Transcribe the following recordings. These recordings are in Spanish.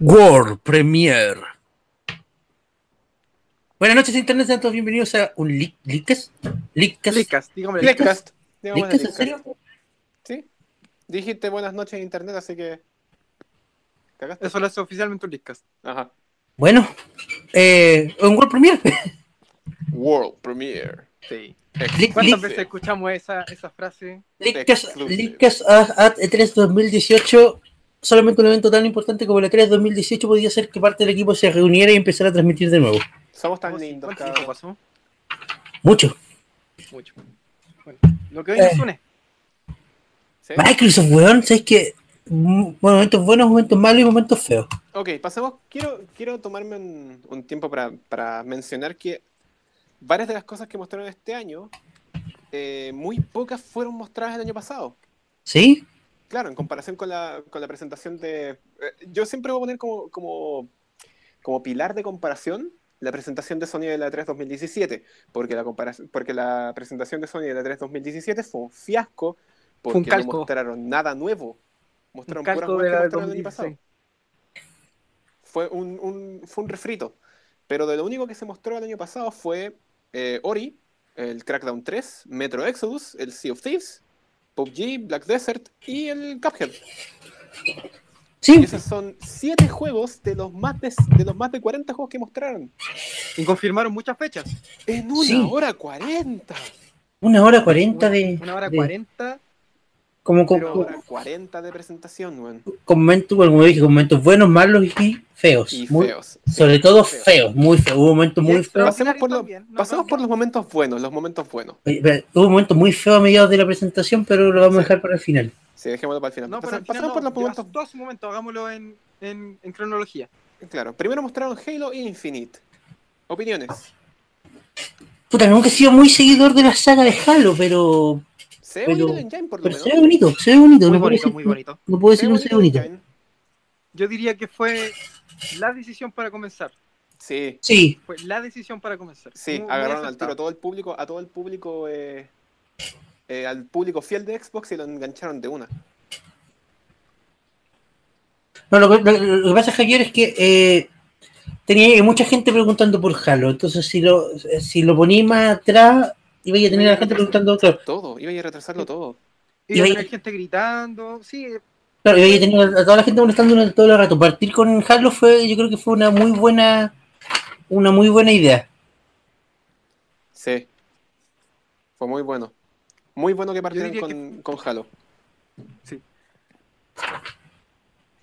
World Premiere. Buenas noches, Internet. Sean todos bienvenidos a un leak, leakcast. Leakcast. Leakcast, dígame Leakcast. Leakcast. Dígame Leakcast, ¿En Leakcast. serio? Sí. Dijiste buenas noches en internet, así que. ¿Cagaste? Eso lo hace oficialmente un Leakcast. Ajá. Bueno, eh, un World Premiere. World Premiere. Sí. Leak- ¿Cuántas leak- veces escuchamos esa, esa frase? Leakcast exclusive. leakcast at at E3 2018. Solamente un evento tan importante como el E E3 2018 podía ser que parte del equipo se reuniera y empezara a transmitir de nuevo. Somos tan ¿Cuánto lindos, tiempo cabrón. pasó? Mucho. Mucho. Bueno, lo que hoy nos Eh. une. ¿Sí? Microsoft, weón, ¿sabes qué? Mm, Momentos buenos, momentos malos y momentos feos. Ok, pasemos. Quiero, quiero tomarme un, un tiempo para, para mencionar que varias de las cosas que mostraron este año, eh, muy pocas fueron mostradas el año pasado. ¿Sí? Claro, en comparación con la, con la presentación de... eh, yo siempre voy a poner como, como, como pilar de comparación la presentación de Sony de la E 3 2017, porque la, comparación, porque la presentación de Sony de la E 3 2017 fue un fiasco, un porque no calco. mostraron nada nuevo. Mostraron Un puras calco de weas que la del mostraron el año pasado 2016. fue un, un- fue un refrito. Pero de lo único que se mostró el año pasado fue eh, Ori, el Crackdown 3, Metro Exodus, el Sea of Thieves, PUBG, Black Desert y el Cuphead. Y Sí. esos son 7 juegos de los, más de, de los más de 40 juegos que mostraron. Y confirmaron muchas fechas. En una Sí. hora 40. Una hora cuarenta de. Una hora de- cuarenta. Como, como, Una hora 40 de presentación, weón. con momentos, bueno, como dije, con momentos buenos, malos y feos. Y Muy- feos. Sobre todo feos. feos, muy feos. Hubo momentos muy feos. Pasemos por, lo- pasemos por los momentos buenos, los momentos buenos. eh, pero Hubo momentos muy feos a mediados de la presentación, pero lo vamos a Sí. dejar para el final. Sí, dejémoslo para el final. No, Pasa- pero pasemos por los momentos Todos sus momentos, hagámoslo en, en, en cronología. Claro, primero mostraron Halo Infinite. Opiniones. Puta, nunca he sido muy seguidor de la saga de Halo, pero, Se ve Pero- bonito en Engine, por lo pero menos. se ve bonito, se ve bonito. no Muy puedo bonito, decir- muy bonito. No puedo Se decir ve no se ve bonito. bonito en Engine. Yo diría que fue la decisión para comenzar. Sí, Sí, Fue la decisión para comenzar. sí, Muy- muy agarraron al acertado. tiro a todo el público, a todo el público, eh, eh, al público fiel de Xbox y lo engancharon de una. No, lo, que- lo- lo que pasa, Javier, es que eh, tenía mucha gente preguntando por Halo. Entonces, si lo, si lo ponía más atrás, iba a tener a la gente preguntando. Claro, Todo, iba a ir a retrasarlo todo. Y iba a Y- tener gente gritando. Sí, claro, iba a tener a toda la gente molestando durante todo el rato. Partir con Halo fue, yo creo que fue una muy buena una muy buena idea. Sí. Fue muy bueno. Muy bueno que partieran diría con, con Halo.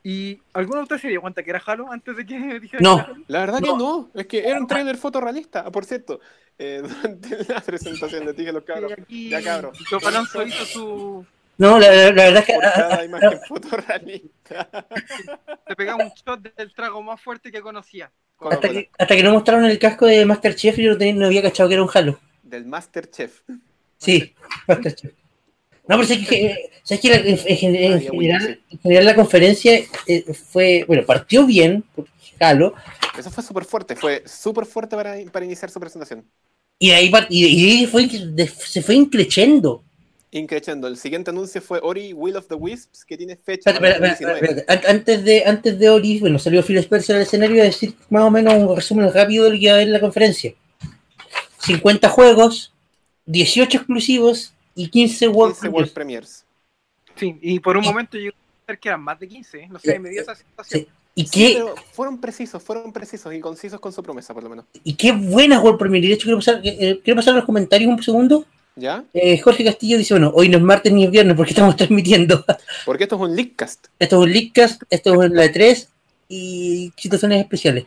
¿Y alguno de ustedes se dio cuenta que era Halo antes de que dijera No. que era Halo? La verdad que No. no, es que era un trailer fotorrealista. Ah, por cierto, eh, durante la presentación de Tigre los cabros, Que aquí ya cabrón. Don Alonso hizo su. No, la, la- la verdad es que por a- a- cada imagen fotorrealista. Te pegaba un shot del trago más fuerte que conocía. hasta, que, hasta que no mostraron el casco de Masterchef, yo no, tenía- no había cachado que era un Halo. Del Masterchef. Sí, Masterchef. No, pero es que, eh, sabes que la- en, en- en Ah, ya, bueno, general, sí. en general la conferencia eh, fue, bueno, partió bien, por Halo, Eso fue súper fuerte, fue súper fuerte para, para iniciar su presentación. Y de ahí, part- y de- y de ahí fue, de- se fue increchendo. Increchando, el siguiente anuncio fue Ori Will of the Wisps, que tiene fecha Espérate, espérate, espérate, espérate. An- Antes de, antes de Ori, bueno, salió Phil Spencer al escenario a decir más o menos un resumen rápido de lo que iba a haber en la conferencia. 50 juegos, 18 exclusivos y 15 World 15 Premiers. World Premiers. Sí, y por un momento yo pensé que eran más de 15, ¿eh? no sé, me dio esa sensación. Sí. ¿Y, Sí, qué, pero fueron precisos, fueron precisos y concisos con su promesa, por lo menos. y qué buenas World Premiers. Y De hecho, quiero pasar, eh, quiero pasar a los comentarios un segundo. ¿Ya? Eh, Jorge Castillo dice, bueno, hoy no es martes ni es viernes porque estamos transmitiendo. Porque esto es un leakcast. Esto es un Leakcast, esto es la E3 y situaciones especiales.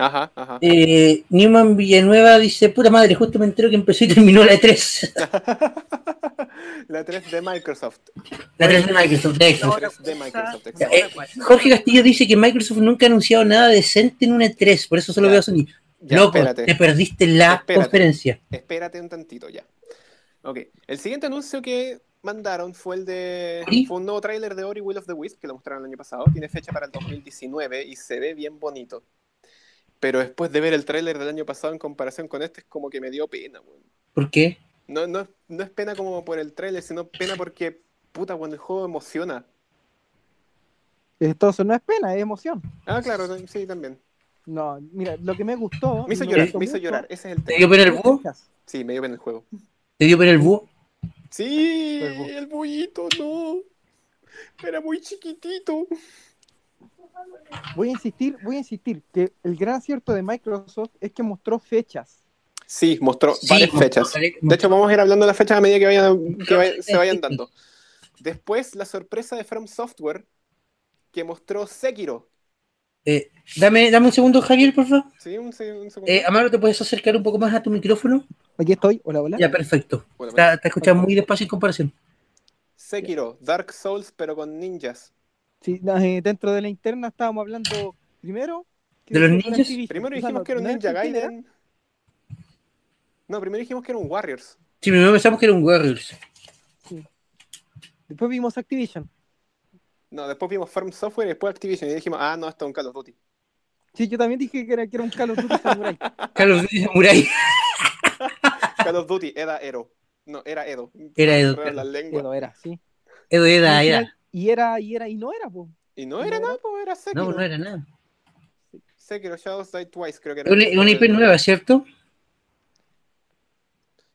Ajá, ajá. Eh, Newman Villanueva dice, puta madre, justo me entero que empezó y terminó la 3. La 3 de Microsoft. La 3 de Microsoft, de No, Xbox. tres de Microsoft, no, exacto. no, no, no, no. Jorge Castillo dice que Microsoft nunca ha anunciado nada decente en una 3, por eso solo Ya. veo a Sony. Ya, Loco, espérate. te perdiste la Espérate. conferencia. Espérate un tantito ya. Ok, el siguiente anuncio que mandaron fue el de. ¿Sí? Fue un nuevo tráiler de Ori Will of the Wisp que lo mostraron el año pasado. Tiene fecha para el 2019 y se ve bien bonito. Pero después de ver el tráiler del año pasado en comparación con este, es como que me dio pena, weón. ¿Por qué? No, no, no es pena como por el tráiler, sino pena porque, puta, cuando el juego emociona. Entonces no es pena, es emoción. Ah, claro, sí, también. No, mira, lo que me gustó. Me hizo y llorar, gustó me hizo mucho, llorar. Ese es el ¿Te tema. dio pena el es búho? Texas. Sí, me dio pena el juego. ¿Te dio pena el búho? Sí, El bu- el bullito, no. Era muy chiquitito. Voy a insistir, voy a insistir que el gran acierto de Microsoft es que mostró fechas. Sí, mostró Sí, varias mostró fechas. varias- De hecho, vamos a ir hablando de las fechas a medida que, vayan, que vay- se vayan dando. Después, la sorpresa de From Software, que mostró Sekiro. Eh, dame, dame un segundo, Javier, por favor. Sí, un, se- un segundo. Eh, Amaro, ¿te puedes acercar un poco más a tu micrófono? Aquí estoy, hola, hola. Ya, perfecto. Bueno, bueno. Te, te escuchas muy despacio en comparación. Sekiro, Dark Souls, pero con ninjas. Sí, na- eh, dentro de la interna estábamos hablando primero. que ¿De los era un ninjas? Activision. Primero O sea, dijimos lo que era un primero Ninja que era- Gaiden. No, primero dijimos que era un Warriors. Sí, primero pensamos que era un Warriors. Después vimos Activision. No, después vimos Farm Software y después Activision. Y dijimos, ah, no, esto es un Call of Duty. Sí, yo también dije que era, que era un Call of Duty Samurai. Carlos Duty Samurai Call of Duty era Edo. No, era Edo. era Edo. Enredar la Que lengua. no era, sí. Edo era, Y al era. final- Y era, y era, y no era, po. Y no era No nada, pues era Sekiro. No, no era nada. Sekiro Shadows Die Twice, creo que Es era. una, es una IP nueva, ¿cierto?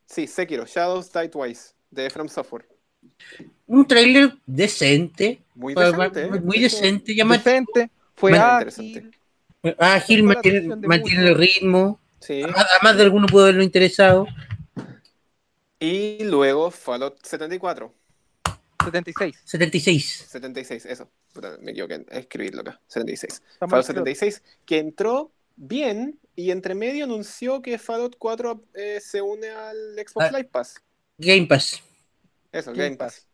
Sí, Sekiro Shadows Die Twice, de From Software. Un tráiler decente. Muy pa- pa- decente. ¿eh? Pues, Muy Eso- decente, llamativo. Decente, fue Bueno, ágil. interesante. Ah, Gil Fue la mantiene, atención de mantiene el muchos. ritmo. Sí. Además además de alguno pudo haberlo interesado. Y luego Fallout 74. 76. 76. 76, eso. Puta, me equivoqué en escribirlo acá. 76. Estamos Fallout en el- 76, que entró bien y entre medio anunció que Fallout 4 eh, se une al Xbox Ah. Live Pass. Game Pass. Eso, el Game Game Pass.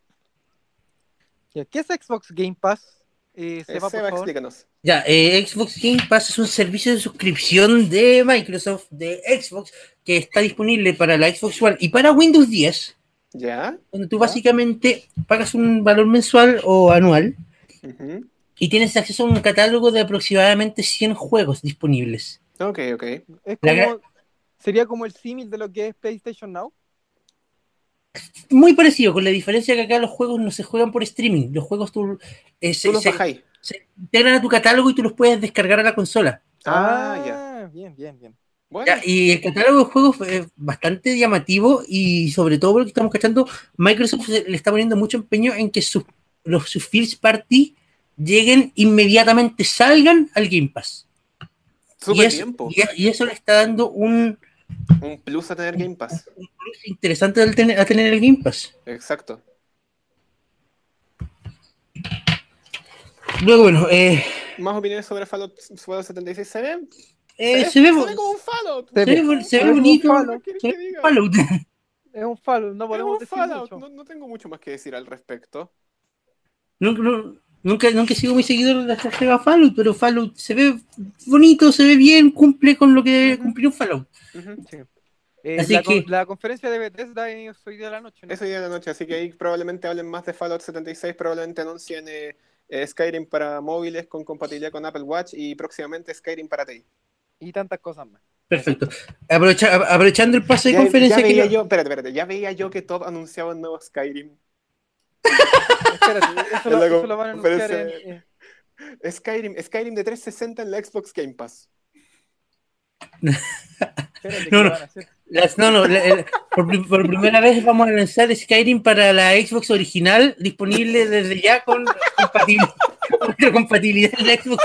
¿Qué es Xbox Game Pass? Eh, Eh, Seba, por Seba, favor. explícanos. Ya, eh, Xbox Game Pass es un servicio de suscripción de Microsoft, de Xbox, que está disponible para la Xbox One y para Windows 10, ¿Ya? donde tú Ya. básicamente pagas un valor mensual o anual Ujú. y tienes acceso a un catálogo de aproximadamente 100 juegos disponibles. Ok, ok. Es La gra- como, sería como el símil de lo que es PlayStation Now. Muy parecido, con la diferencia que acá los juegos no se juegan por streaming, los juegos tú, eh, Tú se, los se bajáis. integran a tu catálogo y tú los puedes descargar a la consola. Ah, ya. Bien, bien, bien. Bueno, Ya, y el catálogo de juegos es bastante llamativo y sobre todo porque estamos cachando, Microsoft se- le está poniendo mucho empeño en que sus, los, sus first party lleguen inmediatamente, salgan al Game Pass. y, súper eso- tiempo. y e- y eso le está dando un Un plus a tener Game Pass. plus interesante al tener, a tener el Game Pass. Exacto. Luego, bueno, eh, Más opiniones sobre Fallout, Fallout 76 se ven. eh, se ve, bo- como un Fallout. se ve bo- se ve bonito. Fallout, ¿Qué quieres se que ve diga? Fallout. Es un Fallout, no Es podemos un decir Fallout. mucho. No, no tengo mucho más que decir al respecto. Nunca, nu- nunca, nunca he sido muy seguidor de la saga Fallout, pero Fallout se ve bonito, se ve bien, cumple con lo que debe cumplir un Fallout. Ujú. Eh, Así la, que- con- la conferencia de Bethesda es hoy día de la noche. ¿no? Eso ya de la noche, así que ahí probablemente hablen más de Fallout 76, probablemente anuncien eh, eh, Skyrim para móviles con compatibilidad con Apple Watch y próximamente Skyrim para ti. Y tantas cosas más. Perfecto. Aprovecha- a- aprovechando el pase de Ya- conferencia ya que veía yo- yo, espérate, espérate, ya veía yo que Todd anunciaba un nuevo Skyrim. Espérate, eso, Es lo, la eso lo van a anunciar en, conferencia. eh, Skyrim, Skyrim de 360 en la Xbox Game Pass. No, espérate, que no. van a hacer. las- no, no, la- la- por, pri- por primera vez vamos a lanzar Skyrim para la Xbox original, disponible desde ya con compatibil- retrocompatibilidad en la Xbox.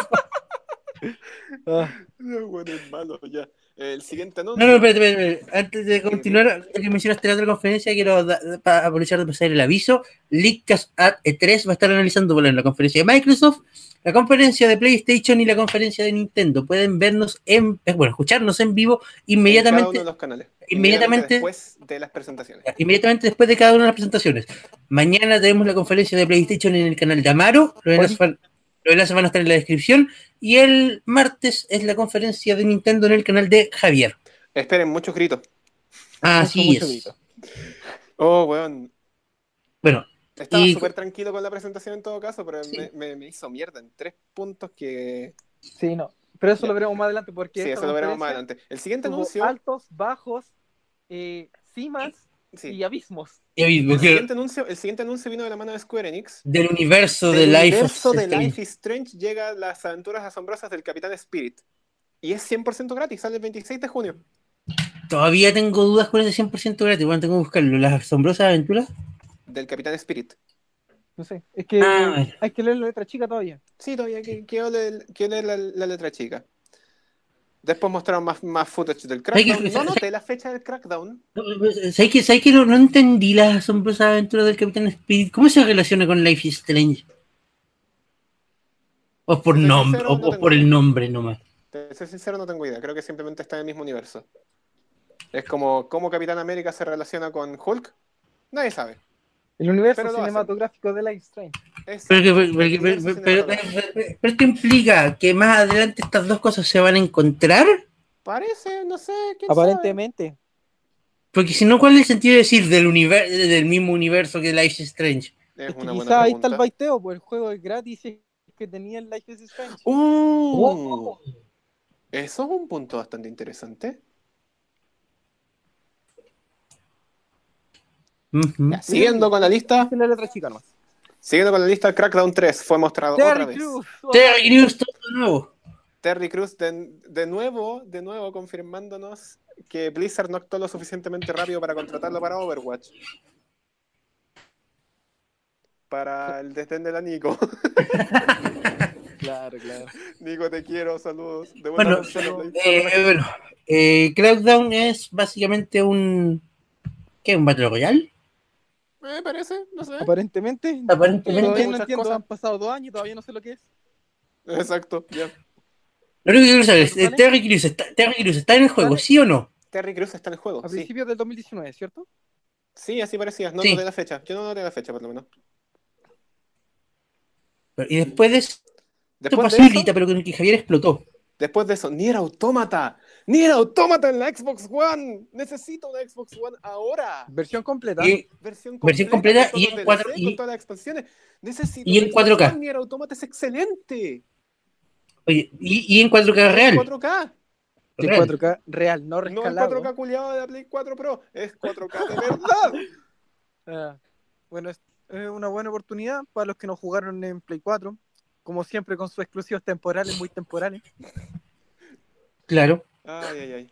Ah, No, bueno, es malo, ya. El siguiente No, anuncio. no, espérate, espérate, espérate. Antes de continuar, ya que mencionaste la otra conferencia, quiero da- pa- aprovechar de pasar el aviso. Leakcast at E3 va a estar analizando bueno, la conferencia de Microsoft, la conferencia de PlayStation y la conferencia de Nintendo. Pueden vernos en, eh, bueno, escucharnos en vivo En cada uno inmediatamente. de los canales. inmediatamente- después de las presentaciones. inmediatamente después de cada una de las presentaciones. Mañana tenemos la conferencia de PlayStation en el canal de Amaro. Los enlaces, van, los enlaces van a estar en la descripción. Y el martes es la conferencia de Nintendo en el canal de Javier. Esperen, muchos gritos. Así mucho es. grito. Oh, weón. Bueno, Estaba Y- súper tranquilo con la presentación en todo caso, pero Sí. me, me- me hizo mierda en tres puntos que... Sí, no. Pero eso Ya. lo veremos más adelante porque Sí, esta eso lo veremos más conferencia adelante. El siguiente tuvo anuncio... altos, bajos, eh, cimas. sí. y abismos. Ya vi, El porque siguiente, anuncio, el siguiente anuncio vino de la mano de Square Enix. Del universo de Del Life of universo de Strange. Life is Strange llega las aventuras asombrosas del Capitán Spirit. Y es 100% gratis, sale el 26 de junio. Todavía tengo dudas con ese 100% gratis. Bueno, tengo que buscarlo. Las asombrosas aventuras. Del Capitán Spirit. No sé, es que Ah. eh, hay que leer la letra chica todavía. Sí, todavía que- quiero leer, quiero leer la, la letra chica. Después mostraron más, más footage del Hay crackdown. que- No noté la fecha del crackdown. ¿Sabes que, sabes que no, no entendí las asombrosas aventuras del Capitán Spirit? ¿Cómo se relaciona con Life is Strange? O por Soy nombre, sincero, o, o Pues no tengo por el idea. nombre nomás. Te soy sincero, no tengo idea. Creo que simplemente está en el mismo universo. Es como cómo Capitán América se relaciona con Hulk. Nadie sabe. El universo Pero lo hacen. cinematográfico de Life is Strange. Es- Pero, que- el pero que- pero- universo pero- cinematográfico. pero- pero esto implica que más adelante estas dos cosas se van a encontrar. Parece, no sé. ¿quién Aparentemente. Porque si no, ¿cuál es el sentido de decir del, univer- del mismo universo que Life is Strange? Sabe? Es Es que una quizá buena ahí está el pregunta. baiteo, pues el juego es gratis y es que tenía el Life is Strange. ¡Uh! Oh. Eso es un punto bastante interesante. Ujú. Ya, siguiendo con la lista, Es la letra chica nomás. siguiendo con la lista, Crackdown 3 fue mostrado otra Terry vez. Crews. Terry Crews, todo de nuevo. Terry Cruz de, de nuevo, de nuevo confirmándonos que Blizzard no actuó lo suficientemente rápido para contratarlo para Overwatch. Para el desdén de la Nico. Claro, claro. Nico, te quiero, saludos. De Bueno, vuelta a Play. Eh, bueno, eh, Crackdown es básicamente un. ¿Qué? ¿Un Battle Royale? Me parece, no sé. Aparentemente. Todavía Aparentemente. no Muchas entiendo, cosas. han pasado dos años, todavía no sé lo que es. Exacto, ya. Lo único que quiero saber es: eh, ¿Vale? Terry Crews está, Terry Crews está en el juego, ¿Vale? ¿sí o no? Terry Cruz está en el juego. A Sí. principios del 2019, ¿cierto? sí, así parecía. No Sí. noté la fecha. Yo no noté la fecha, por lo menos. Y después de eso esto Después pasó de ahorita, eso, pero con el que Javier explotó. después de eso, Nier Automata. Nier Automata en la Xbox One. Necesito una Xbox One ahora. Versión completa. Y- Versión completa, Versión completa con y todos en los cuatro- DLC, y- con todas las expansiones. Necesito y en una expansión, 4K. Nier Automata es excelente. oye, y, y en 4K En real. 4K. Sí, real. 4K real, no No en rescalado. 4K culiado de la Play 4 Pro. Es 4K de verdad. Ah, bueno, es es una buena oportunidad para los que no jugaron en Play 4. Como siempre, con sus exclusivos temporales, muy temporales. Claro. Ay, ay, ay.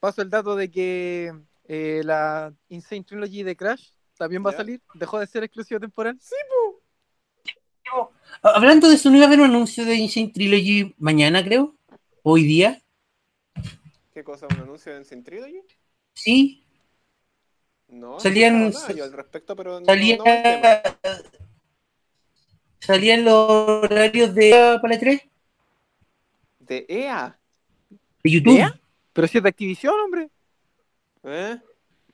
Paso el dato de que eh, la Insane Trilogy de Crash también va Ya. a salir. Dejó de ser exclusivo temporal. Ah, Hablando de eso, ¿no iba a haber un anuncio de Insane Trilogy mañana, creo? ¿Hoy día? ¿Qué cosa? ¿Un anuncio en Sin Trilogy? Sí. No. no Salían- esperaba nada yo al respecto, pero no- Salía. no el tema. Salían los horarios de ah, para 3 De E EA. de YouTube. ¿Ya? Pero si es de Activision, hombre. ¿Eh?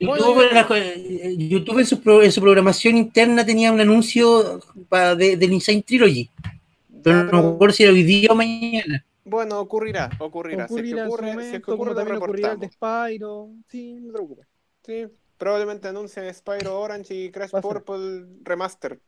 YouTube, en la- eh, YouTube en, su pro- en su programación interna tenía un anuncio pa- de, del Insane Trilogy, Ya, pero no pero- me acuerdo si era hoy día o mañana. Bueno, ocurrirá, ocurrirá. Si es que Ocurrirá en su ocurre, si es que momento, ocurre, como lo también ocurrirá el de reportamos. Spyro. Sí, no te preocupes. Sí, probablemente anuncien Spyro Orange y Crash Va a ser. Purple Remaster.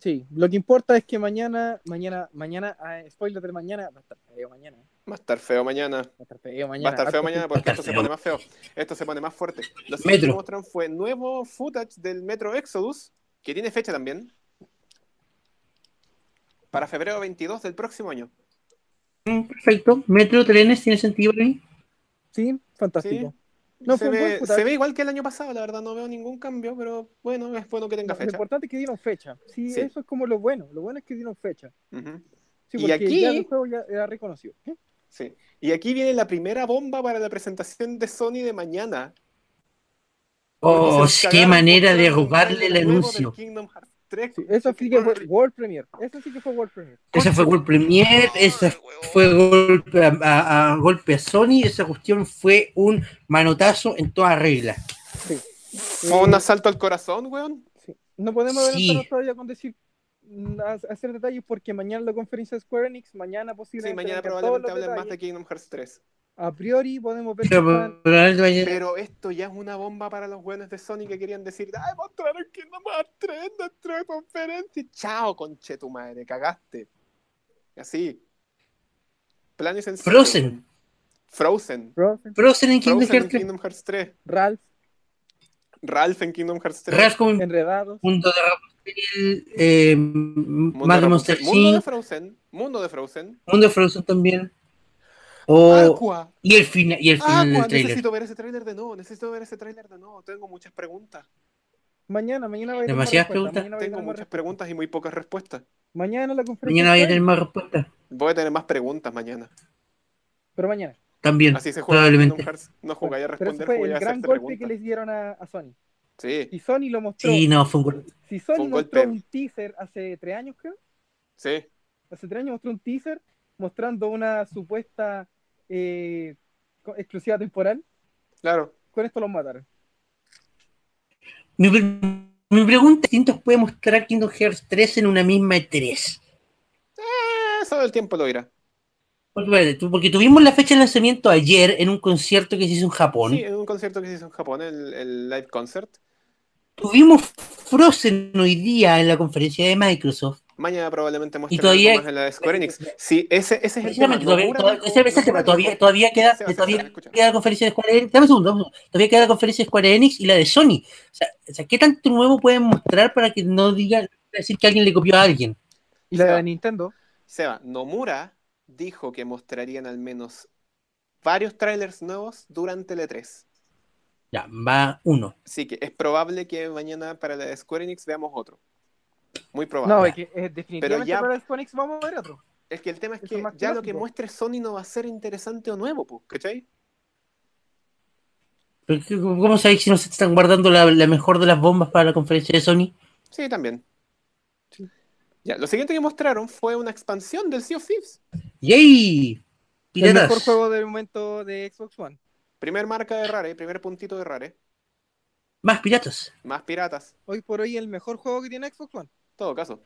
Sí, lo que importa es que mañana, mañana, mañana, ah, spoiler de mañana, va a estar feo mañana. Va Va a estar feo mañana. a estar feo Va a mañana. estar feo mañana porque Va a esto estar se feo. pone más feo. Esto se pone más fuerte. Lo siguiente que Metro. mostraron fue nuevo footage del Metro Exodus, que tiene fecha también. Para febrero 22 del próximo año. Mm, Perfecto, Metro Trenes tiene sentido para mí. Sí, fantástico. No, se, fue un buen ve, footage. se ve igual que el año pasado, la verdad, no veo ningún cambio, pero bueno, es bueno que No, tenga lo fecha. importante es que dieron fecha. Sí, Sí. eso es como lo bueno. Lo bueno es que dieron fecha. Ujú. Sí, Y porque aquí- ya el juego ya era reconocido. ¿Eh? Sí. Y aquí viene la primera bomba para la presentación de Sony de mañana. Oh, Porque Oh, se qué cagaron Oh, manera de mostrando un robarle el trailer nuevo del anuncio. Kingdom Hearts 3. Sí, eso sí que fue World Premiere. Eso sí que fue World Premiere. Esa fue World Premier, esa fue golpe a, a- a golpe a Sony, esa cuestión fue un manotazo en toda regla. Fue un asalto al corazón, weón. Sí. No podemos Sí. adelantarnos todavía con decir mm, a- hacer detalles porque mañana la conferencia de Square Enix, mañana Sí, posiblemente mañana vengan probablemente todos los hablen más de detalles. Kingdom Hearts 3. a priori podemos ver que Pero, están- pero- Pero esto ya es una bomba para los weones de Sony que querían decir, ¡ay, mostraron Kingdom Hearts 3 en nuestra conferencia! ¡Chao, conche tu madre! ¡Cagaste! Así. Plano y sencillo. Frozen, Frozen. Frozen, Frozen en Kingdom Frozen en Hearts. Kingdom Hearts 3. Ralph, Ralph en Kingdom Hearts 3. Ralph como un Enredados. mundo de Rapunzel, eh, Mundo Mad de Monster Rapunzel, Mundo de Inc, Frozen. Mundo de Frozen. Mundo de Frozen también. O, Aqua. y el, fina- y el final Aqua. del trailer. Ah, Necesito ver ese tráiler de nuevo. Necesito ver ese tráiler de nuevo. Tengo muchas preguntas. Mañana, mañana va a tener más Demasiadas respuestas, preguntas. Mañana, va a Tengo tener más muchas preguntas y muy pocas respuestas. respuestas. mañana en la conferencia. Mañana voy a está, tener más respuestas. Voy a tener más preguntas mañana. Pero mañana. También, Así se juega probablemente. Kingdom Hearts. No jugáis a Pero ese responder, fue el jugáis a gran hacerte golpe que preguntas. les dieron a, a Sony. Sí, Y Sony lo mostró. Sí, no, fue un gol. Si Fue Sony un mostró golpe. un teaser hace tres años, creo. sí. Hace tres años mostró un teaser mostrando una supuesta eh, co- exclusiva temporal. Claro. Con esto los mataron. Mi, pre- mi pregunta es, ¿distintos puede mostrar Kingdom Hearts 3 en una misma E E3? Eso del Eh, tiempo lo irá. Porque, espérate, tú- porque tuvimos la fecha de lanzamiento ayer en un concierto que se hizo en Japón. Sí, en un concierto que se hizo en Japón, el, el live concert. Tuvimos Frozen hoy día en la conferencia de Microsoft. Mañana probablemente muestren todavía- algo más en la de Square Enix. Sí, ese, ese es el tema. Precisamente, todavía, No todavía- juran, ese- ese no tema, juran. todavía, todavía queda, Seba, Seba, todavía Seba, escucha. queda la conferencia de Square Enix. Dame un segundo, dame un segundo. Todavía queda la conferencia de Square Enix y la de Sony. O sea, o sea, ¿qué tanto nuevo pueden mostrar para que no digan decir que alguien le copió a alguien? Y la Seba. de Nintendo. Seba, Nomura dijo que mostrarían al menos varios trailers nuevos durante el E E3. Ya, va uno. Así que es probable que mañana para la de Square Enix veamos ototro. Muy probable. No, es que eh, definitivamente ya- para el Square Enix vamos a ver otro. es que el tema es eso que es ya más lo que lógico. muestre Sony no va a ser interesante o nuevo, po, ¿cachai? Pero ¿qué- ¿Cómo sabéis si no se están guardando la, la mejor de las bombas para la conferencia de Sony? Sí, también. Ya, lo siguiente que mostraron fue una expansión del Sea of Thieves. ¡Yay! El mejor Piratas. juego del momento de Xbox One. Primer marca de Rare, primer puntito de Rare. Más piratas. Más piratas, Hoy por hoy el mejor juego que tiene Xbox One. en todo caso.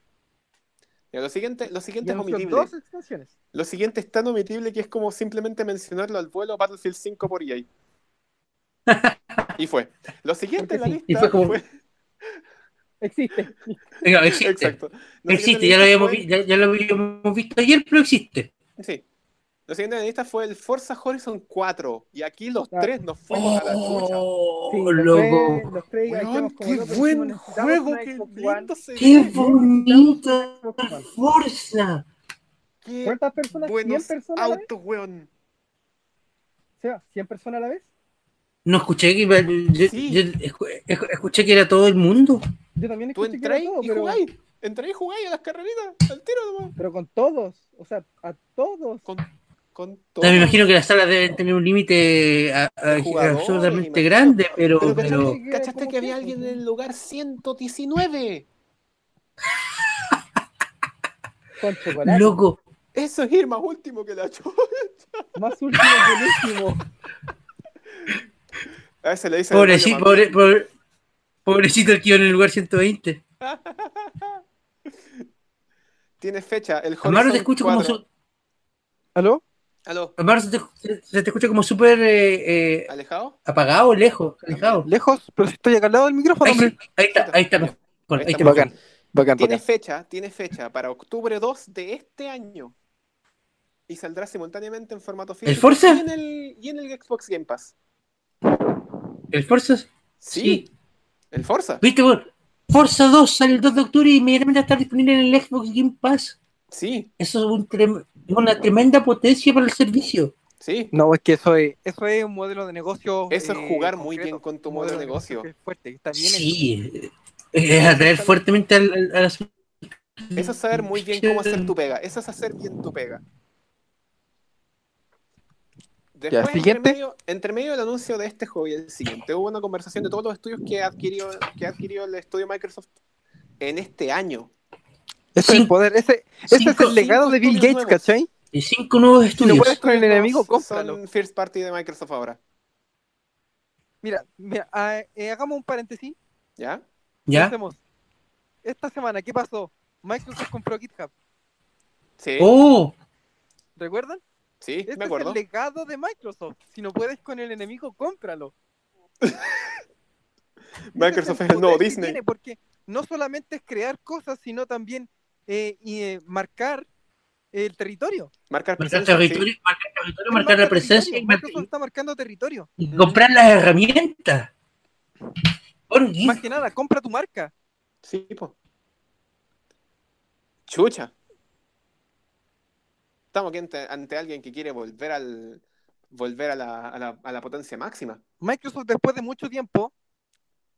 Ya, lo siguiente, lo Y siguiente es anunció omitible. dos expansiones. Lo siguiente es tan omitible que es como simplemente mencionarlo al vuelo Battlefield 5 por EA. y fue. Lo siguiente en la Porque lista Y fue como- Existe. Venga, existe. Exacto. Lo siguiente Existe, en ya lo, la lista habíamos, fue- vi- ya, ya lo habíamos visto ayer, pero existe. Sí. Lo siguiente en la lista fue el Forza Horizon 4. Y aquí los Ah. tres nos fuimos a la chucha. Oh, Sí, loco. Los tres, los tres Weón, ganchamos como ¡Qué locos, dijimos, buen necesitamos juego! una ¡Qué Xbox One. lindo se ¡Qué ve! bonita fuerza! ¡Qué ¿Cuántas personas? buenos ¿100 personas eh? a la vez? autos, weón! Seba, ¿100 personas a la vez? No escuché que iba- yo- Sí. yo escu- escu- escuché que era todo el mundo. Yo también Tú escuché que era entráis todo, y pero, jugáis. Entráis y jugáis a las carreritas. Al tiro nomás. pero con todos. O sea, a todos. Con, con O todo. sea, me imagino que las salas deben tener un límite a- a- jugadores, absurdamente imagino. grande, pero, Pero, pero- ¿cachaste, cachaste que había alguien en el lugar 119? Con chocolate. loco. Eso es ir más último que la chucha. Más último que el último. A ese le dice. Pobrecito, pobre- pobre- pobrecito el que iba en el lugar 120. Tiene fecha, el Amaro, Horizon te escucho 4. como su- ¿Aló? Aló, Amaro, se te, se te escucha como súper eh, eh, ¿alejado? apagado, lejos, alejado. Lejos, pero si estoy acá al lado del micrófono, Ahí, hombre. sí, ahí está, ahí está mejor. Ahí ahí está está bacán. mejor. Bacán, Tiene fecha, tiene fecha para octubre 2 de este año. Y saldrá simultáneamente en formato físico. Forza? Y en el, y en el Xbox Game Pass. ¿El Forza? Sí. Sí. El Forza. ¿Viste? weón? Forza 2 sale el 2 de octubre y inmediatamente va a estar disponible en el Xbox Game Pass. Sí, Eso es un trem- una tremenda potencia para el servicio. sí. No, es que eso es, eso es un modelo de negocio. Eso es eh, jugar muy concreto. bien con tu Un modelo de negocio. que es fuerte, que está bien Sí, eh, es atraer fuertemente al, al- a las- Eso es saber muy bien cómo hacer tu pega. Eso es hacer bien tu pega. Después, siguiente. Entre, medio, entre medio del anuncio de este juego y el siguiente, hubo una conversación de todos los estudios que adquirió, que adquirió el estudio Microsoft en este año. Ese es Cinco- el poder, ese, ese es cinco- el legado de Bill estudios Gates, nuevos. ¿cachai? y cinco nuevos Si lo estudios. puedes con el enemigo, Son- cómpralo. Son first party de Microsoft ahora. Mira, mira ah, eh, hagamos un paréntesis. ¿Ya? ¿Qué ¿Ya? hacemos? Esta semana, ¿qué pasó? Microsoft compró GitHub, Sí, ¡Oh! ¿recuerdan? sí, Este me acuerdo. es el legado de Microsoft. Si no puedes con el enemigo, cómpralo. Microsoft Ese es el nuevo poder que Disney. tiene, porque no solamente es crear cosas, sino también eh, y, eh, marcar el territorio. Marcar Marcar presencia, sí. territorio, marcar territorio, marcar la Marca presencia territorio. y, mar- Microsoft está marcando territorio. y comprar las herramientas. Pon GIF. Más que nada, compra tu marca. Sí, po. Chucha. Estamos aquí ante, ante alguien que quiere volver al volver a la, a la, a la potencia máxima. Microsoft, después de mucho tiempo,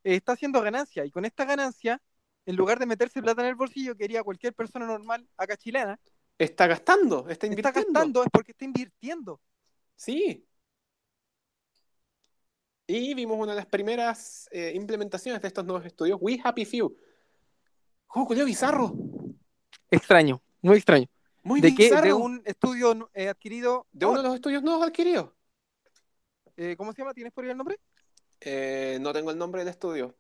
eh, está haciendo ganancia. Y con esta ganancia, en lugar de meterse plata en el bolsillo, que haría cualquier persona normal acá chilena, Está gastando, está está invirtiendo. gastando es porque está invirtiendo. Sí. Y vimos una de las primeras eh, implementaciones de estos nuevos estudios, We Happy Few. Juego culiao bizarro. Extraño, muy extraño. Muy ¿De qué? bizarro. De un estudio eh, adquirido. de uno de los estudios nuevos adquiridos. Eh, ¿Cómo se llama? ¿Tienes por ahí el nombre? Eh, no tengo el nombre del estudio,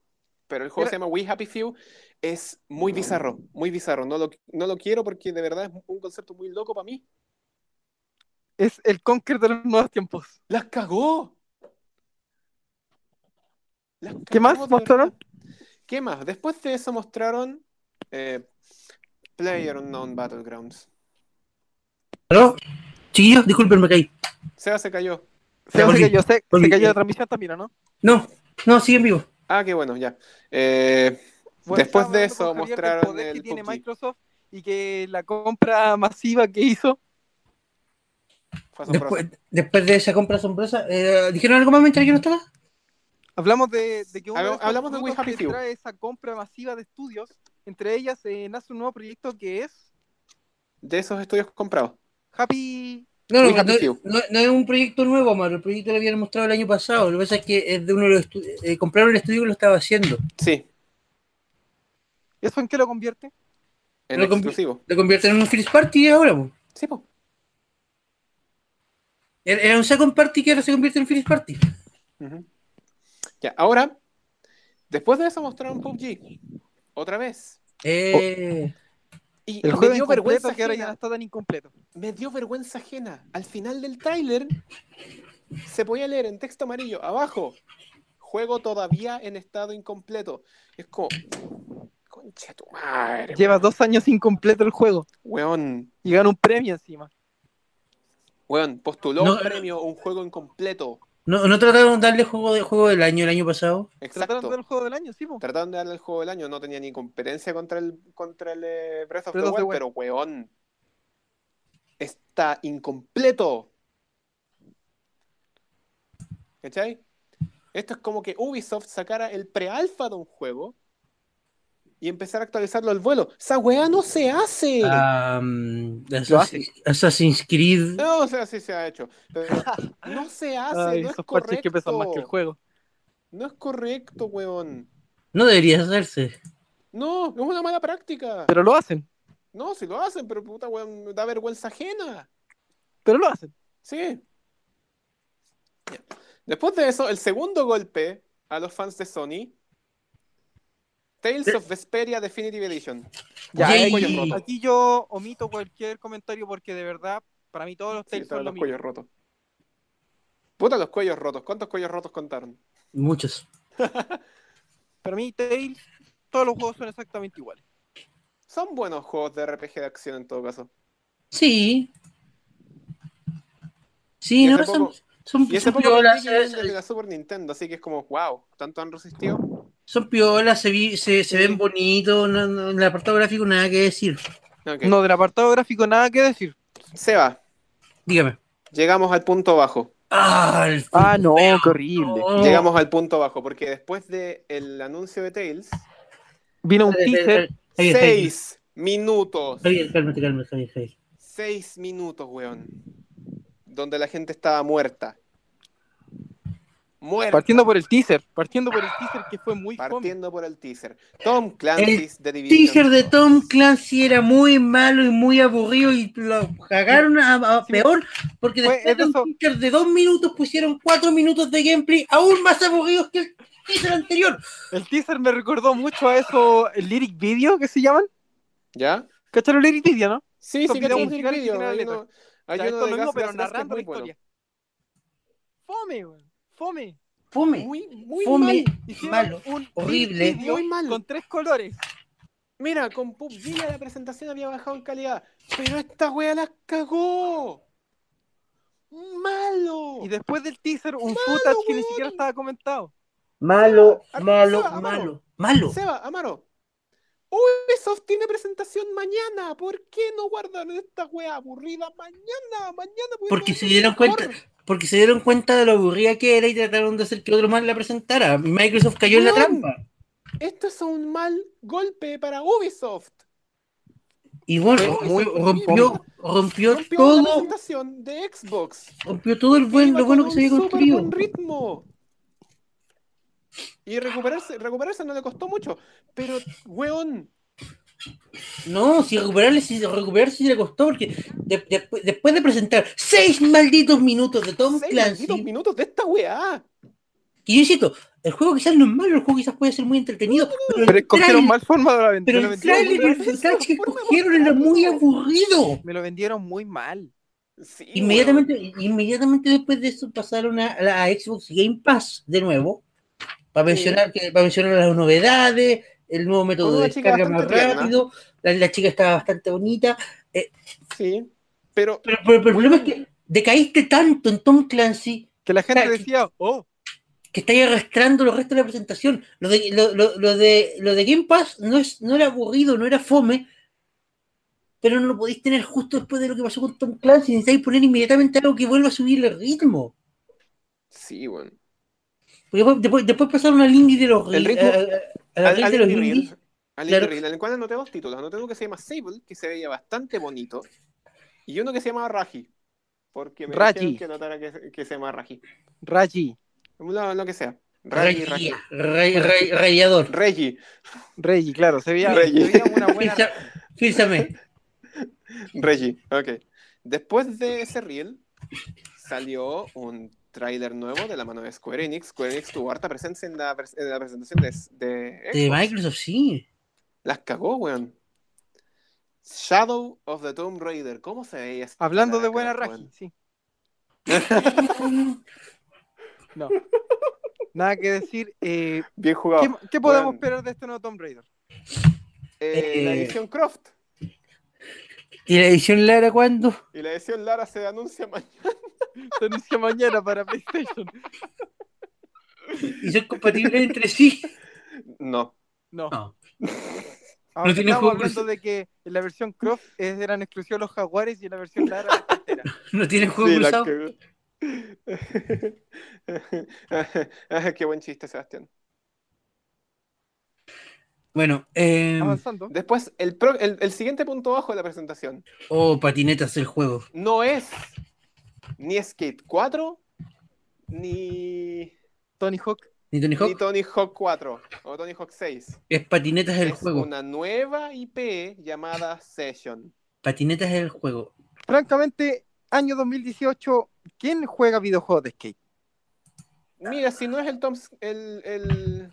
pero el juego Era- se llama We Happy Few. Es muy bizarro, muy bizarro. No lo, no lo quiero porque de verdad es un concepto muy loco para mí. Es el Conquer de los nuevos tiempos. ¡Las cagó! Las ¿Qué cagó, más de mostraron? verdad. ¿Qué más? Después de eso mostraron eh, Player Unknown Battlegrounds. ¿Aló? Chiquillos, disculpen, me caí. Seba se cayó. Se, volví, cayó, se, se volví. cayó la transmisión también, ¿o ¿no? No, no, siguen vivos. Ah, qué bueno, ya. Eh, Bueno, Después estaba de hablando eso con Javier del mostraron poder que el tiene PUBG. Microsoft y que la compra masiva que hizo fue asombroso. Después, después de esa compra asombrosa, eh, ¿dijeron algo más mientras yo no estaba? Hablamos de, de que uno Habla- de esos hablamos de We frutos Happy que Few. trae esa compra masiva de estudios, entre ellas eh, nace un nuevo proyecto que es de esos estudios comprados. Happy. No, no, Muy no, rápido. no- no es un proyecto nuevo, Amaro. El proyecto lo habían mostrado el año pasado. Lo que pasa es que es de uno de los estu- eh, compraron el estudio que lo estaba haciendo. Sí, ¿Eso en qué lo convierte? en Lo comp- exclusivo. Lo convierten en un first party ahora. po. Sí, po. Er, Era era un second party que ahora se convierte en first party. Ujú. Ya, ahora, después de eso mostraron PUBG. Otra vez. Eh, Y El me juego dio incompleto vergüenza que ahora ya no ajena. está tan incompleto. Me dio vergüenza ajena. Al final del tráiler se podía leer en texto amarillo abajo. Juego todavía en estado incompleto. Es como. Concha tu madre. Lleva dos años incompleto el juego Weón. y gana un premio encima. Weón, postuló No- un premio un juego incompleto. ¿no, no trataron de darle juego, de, juego del año el año pasado? Exacto. Trataron de dar el juego del año, sí, po. Trataron de darle el juego del año, no tenía ni competencia contra el, contra el eh, Breath of Breath the of the Wild, pero weón. Está incompleto. ¿Cachai? Esto es como que Ubisoft sacara el pre-alfa de un juego y empezara a actualizarlo al vuelo. Esa weá no se hace. Ah. Am, Lo hace. Assassin's, Assassin's Creed. No, o sea, sí se ha hecho. Pero no se hace, Ay, no es esos parches que pesan más que el correcto. juego. No es correcto, weón. No debería hacerse. No, es una mala práctica. Pero lo hacen, No, si lo hacen, pero puta, weón, me da vergüenza ajena. pero lo hacen. Sí. Ya. Después de eso, el segundo golpe a los fans de Sony. Tales of Vesperia Definitive Edition. Ya, Yay. hay cuellos rotos. aquí yo omito cualquier comentario porque de verdad, para mí todos los Sí, Tales estaban son lo los mismo. cuellos rotos. Puta, los cuellos rotos. ¿Cuántos cuellos rotos contaron? Muchos. Para mí Tales, todos los juegos son exactamente iguales. Son buenos juegos de RPG de acción en todo caso. Sí. Sí, Y no, hace son, poco- son, Y ese son poco piolas, eh, que vienen se- de la Super Nintendo, así que es como, wow, tanto han resistido. son piolas, se, vi- se, se Sí. ven bonitos, no, no, en el apartado gráfico nada que decir. Ok. No, del apartado gráfico nada que decir. Seba, Dígame. llegamos al punto bajo. Ah, el Ah, no, qué horrible. no. Llegamos al punto bajo, porque después del el anuncio de Tails, Vino un Espera, espera, teaser. espera. Javier, Javier, seis minutos. Javier, cálmate, cálmate, Javier, Javier. Seis minutos, weón. Donde la gente estaba muerta. eh, Muerta. Partiendo por el teaser, partiendo por el teaser que fue muy fome. Partiendo por el teaser. Tom Clancy's The Division. teaser de Tom Clancy era muy malo y muy aburrido y lo cagaron a, a Sí. peor porque Fue- después es de de un eso. teaser de dos minutos pusieron cuatro minutos de gameplay aún más aburridos que el teaser anterior. El teaser me recordó mucho a esos lyric video que se llaman. ¿Ya? ¿Cacharon lyric video, no? Sí, Son sí, videos que tenemos un musicales que video. tienen Hay letra. uno, hay Ya, uno esto es de lo mismo, Gas- pero Gas- Gas que es narrando la muy bueno. historia. Fome, weón. Fome. Fome, Muy, muy fome, mal. Hicieron malo. un lyric horrible. video Muy mal. Con tres colores. Mira, con PUBG ya la presentación había bajado en calidad. Pero esta wea las cagó. Malo. Y después del teaser, un Malo, footage que ni weón. siquiera estaba comentado. Malo, Ah, malo, ah, malo, malo. Seba, Amaro. Ubisoft tiene presentación mañana. ¿Por qué no guardan esta wea aburrida mañana? Mañana pudieron Porque se hacer dieron mejor. cuenta, porque se dieron cuenta de lo aburrida que era y trataron de hacer que otro más la presentara. Microsoft cayó en la Weón. trampa. Esto es un mal golpe para Ubisoft. Y bueno, Fue muy muy- rompió, rompió Rompió la todo, presentación de Xbox. rompió todo el que buen, iba lo bueno con que se había un súper construido. buen ritmo. Y recuperarse, recuperarse no le costó mucho. Pero, weón, No, si recuperarle, si recuperarse sí le costó, porque de- de- después de presentar seis malditos minutos de Tom seis Clancy, malditos minutos de esta weá. y yo insisto, el juego quizás no es malo, el juego quizás puede ser muy entretenido, pero el Pero escogieron tráiler- mal forma de la venta. pero Me lo el vendieron muy tráiler y mal. el mal. footage que Por favor, cogieron era muy por aburrido. Me lo vendieron muy mal. Sí, Inmediatamente, inmediatamente después de eso pasaron a, a la Xbox Game Pass de nuevo, para Sí. mencionar, que, para mencionar las novedades, el nuevo método Con de una chica descarga más bastante tierna. rápido, la, la chica estaba bastante bonita, weón. Sí. Pero, pero, pero- pero el problema es que decaíste tanto en Tom Clancy Que la gente Claro, que- decía, oh, que estáis arrastrando los restos de la presentación. Lo de, lo, lo- lo de, lo de Game Pass no, es, no era aburrido, no era fome, pero no lo podéis tener justo después de lo que pasó con Tom Clancy, necesitáis poner inmediatamente algo que vuelva a subir el ritmo. sí, weón. Porque después, después, después pasaron al indie de los El ri- eh, ritmo- a- a- a la Al- red al de los Indie Reel. indies. Al Claro. Indie Reel, en el cual anoté dos títulos. Anoté uno que se llama Sable, que se veía bastante bonito, y uno que se llamaba Raji, porque me Raji. dijeron que anotara que, que se llama Raji. Raji, Lo, lo que sea. Raji, Raji. Rey- rey- rey- Rayador. Reggie. Reggie, claro, se veía, Reggie. se veía una buena. Fílsa- Fílsame. Reggie, ok. Después de ese reel salió un tráiler nuevo de la mano de Square Enix. Square Enix tuvo harta presencia en la, pres- en la presentación de, de- De Microsoft, sí. Las cagó, weón. Shadow of the Tomb Raider. ¿Cómo se veía? esa Hablando de lacra, buena Raji, weón? sí. No. Nada que decir. eh, Bien jugado. ¿qué, qué podemos Ah, Bueno. esperar de este nuevo Tomb Raider? Eh, la Eh. edición Croft ¿Y la edición Lara cuándo? y la edición Lara se anuncia mañana. Se anuncia mañana para PlayStation. ¿Y son compatibles entre sí? No. No. No. Ahora No tiene estamos juego hablando de que en la versión Croft es- eran exclusivos los jaguares y en la versión Lara las panteras. ¿No tiene juego Sí, la cruzado? cagó. Qué buen chiste, Sebastián. Bueno, eh, Ah, Avanzando. Después, el, pro- el- el siguiente punto bajo de la presentación oh, patinetas el juego. no es ni Skate 4 ni, Tony Hawk. Ni Tony ni Hawk Tony Hawk 4 o Tony Hawk 6. es patinetas el es juego. una nueva IP llamada Session. Patinetas el juego. Francamente, año 2018, ¿quién juega videojuegos de skate? Mira, si no es el, Tom- el, el-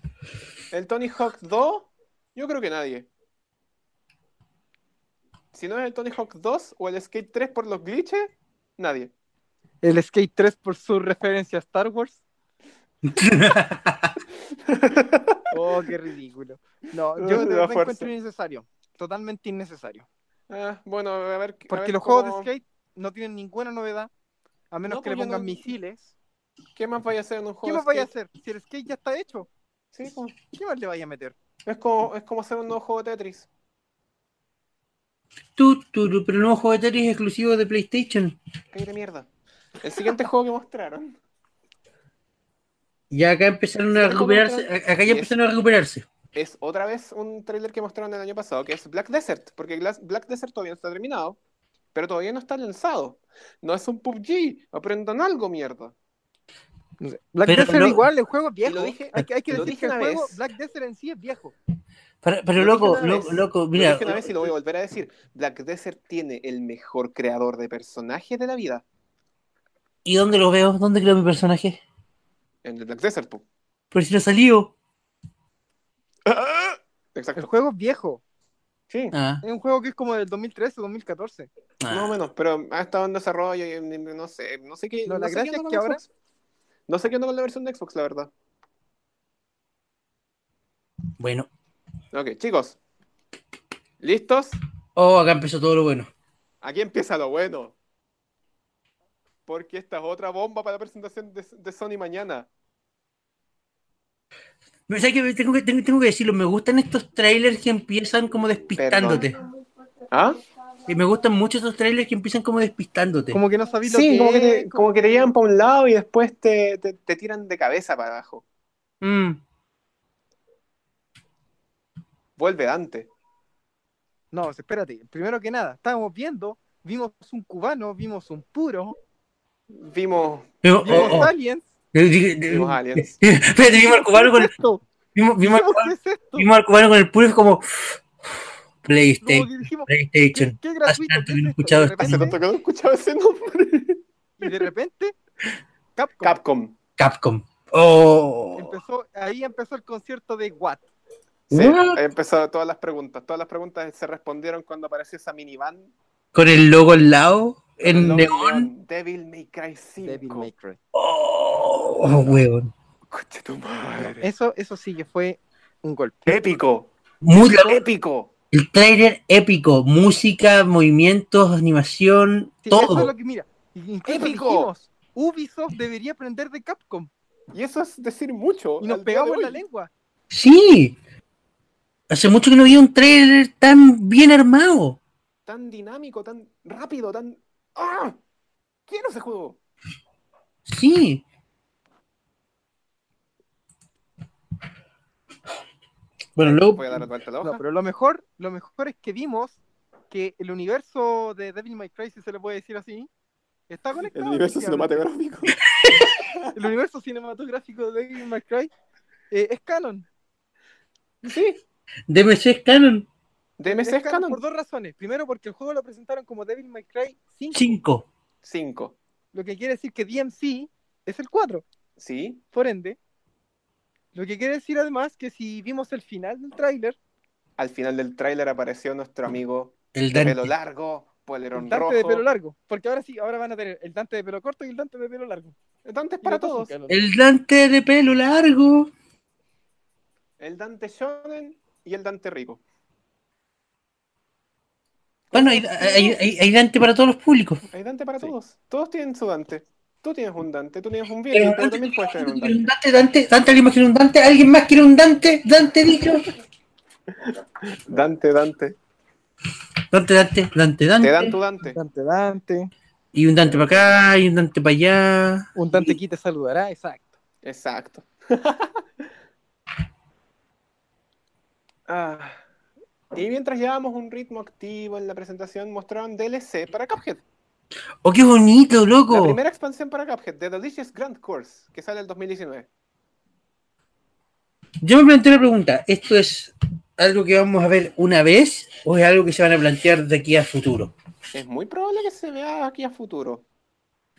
el Tony Hawk 2, yo creo que nadie. Si no es el Tony Hawk 2 o el Skate 3 por los glitches, nadie. El Skate 3 por su referencia a Star Wars. Oh, qué ridículo. No, yo de Ah, la verdad fuerza. encuentro innecesario. Totalmente innecesario. Ah, bueno, a ver. a Porque ver los cómo- juegos de skate no tienen ninguna novedad, a menos No, que le pues yo pongan no- misiles. ¿Qué más vaya a hacer en un ¿Qué juego? más vaya a hacer? Si el skate ya está hecho, Sí, pues, ¿qué más le vaya a meter? es como, es como hacer un nuevo juego de Tetris. Tú, tú, tú, pero el nuevo juego de Tetris exclusivo de PlayStation. Cállate mierda. El siguiente juego que mostraron. Ya acá empezaron a ¿Cómo recuperarse. otra? a- Acá Yes. ya empezaron a recuperarse. Es otra vez un trailer que mostraron el año pasado, que es Black Desert, porque Gla- Black Desert todavía no está terminado, pero todavía no está lanzado. No es un PUBG, aprendan algo, mierda. No sé. Black Pero Desert lo- igual, el juego es viejo. lo dije- hay que, hay que decir lo dije que el una juego, vez. Black Desert en sí es viejo. Para- pero Lo loco, dije una loco, vez. loco, Mira, mira, dije una vez y lo voy a volver a decir. Black Desert tiene el mejor creador de personajes de la vida. ¿y dónde lo veo? ¿Dónde creo mi personaje? En el Black Desert, po. Pero si no salió. El Exacto. juego es viejo. Sí, Ah, Es un juego que es como del 2013 o 2014. ah. más o menos, pero ha estado en desarrollo y en- en- no sé, no sé qué. No, la sé qué gracia onda es con que ahora- Xbox. No sé qué onda con la versión de Xbox, la verdad. Bueno. Ok, chicos. ¿Listos? Oh, acá empezó todo lo bueno. Aquí empieza lo bueno. Porque esta es otra bomba para la presentación de, de Sony mañana. O sea, que tengo, que tengo, tengo que decirlo, me gustan estos trailers que empiezan como despistándote. ¿Ah? Y me gustan mucho estos trailers que empiezan como despistándote. Como que no sabía lo Sí, que como, que es, te, como que te llevan para un lado y después te, te- te tiran de cabeza para abajo. Mm. Vuelve Dante. No, espérate, primero que nada, estábamos viendo, vimos un cubano, vimos un puro, Vimos. Pero, vimos oh, oh. aliens. Eh, dije, Vimos eh, aliens. Espérate, vimos al cubano con, ¿Qué es esto? vimos, vimos al Dijimos, cubano- ¿Qué es esto? vimos al cubano con el puro y fue como Como PlayStation, que dijimos, ¿qué, PlayStation. qué Hace gratuito? tanto ¿qué que no es esto? escuchaba Y de Hace esta repente- tanto que no escuchaba ese nombre. Y de repente, Capcom, Capcom. Capcom. Oh. empezó, ahí empezó el concierto de What. Sí, What? ahí empezaron todas las preguntas. Todas las preguntas se respondieron cuando apareció esa minivan. Con el logo al lado, en Con neón. Devil May Cry 5. Devil May Cry. Oh, oh, weón. Conche tu madre. Eso, eso sí que fue un golpe. Épico. Muy la- Épico. El trailer épico, música, movimientos, animación, Sí, Eso es todo. lo que mira. Incluso Épico. dijimos, Ubisoft debería aprender de Capcom. Y eso es decir mucho. Y nos al día pegamos de en la hoy. lengua. Sí. Hace mucho que no había un trailer tan bien armado. Tan dinámico, tan rápido, tan. ¡Ah! Quiero ese juego. Sí. Bueno, luego. Voy Pues, a dar vuelta a la hoja. No, pero lo mejor, lo mejor es que vimos que el universo de Devil May Cry, si se le puede decir así, está conectado. El universo efectivamente. cinematográfico. El universo cinematográfico de Devil May Cry eh, es canon. sí, DMC es canon DMC es es canon por Canon dos razones. Primero, porque el juego lo presentaron como Devil May Cry 5, 5. 5. lo que quiere decir que DMC es el 4. Sí, Por ende, lo que quiere decir además que si vimos el final del tráiler, al final del tráiler apareció nuestro amigo El de Dante. pelo largo, el polerón Dante rojo. de pelo largo, porque ahora sí, ahora van a tener el Dante de pelo corto y el Dante de pelo largo. Dante es Y para los dos son todos. canon. El Dante de pelo largo. El Dante Shonen y el Dante Rico. Bueno, hay, hay- hay- hay Dante para todos los públicos. Hay Dante para Sí. todos. Todos tienen su Dante. Tú tienes un Dante, tú tienes un Pero bien, pero Dante también puedes tener un quiere un Dante. Dante, Dante, Dante, alguien más quiere un Dante, alguien más quiere un Dante, Dante dicho. Dante, Dante. Dante, Dante, Dante, Te dan Dante. tu Dante. Dante Dante, Y un Dante para acá, y un Dante para allá. un Dante aquí te saludará, exacto. Exacto. Ah. Y mientras llevábamos un ritmo activo en la presentación, mostraron DLC para Cuphead. Oh, qué bonito, La loco. primera expansión para Cuphead, The Delicious Grand Course, que sale el 2019. Yo me planteo la pregunta, ¿esto es algo que vamos a ver una vez o es algo que se van a plantear de aquí a futuro? Es muy probable que se vea aquí a futuro.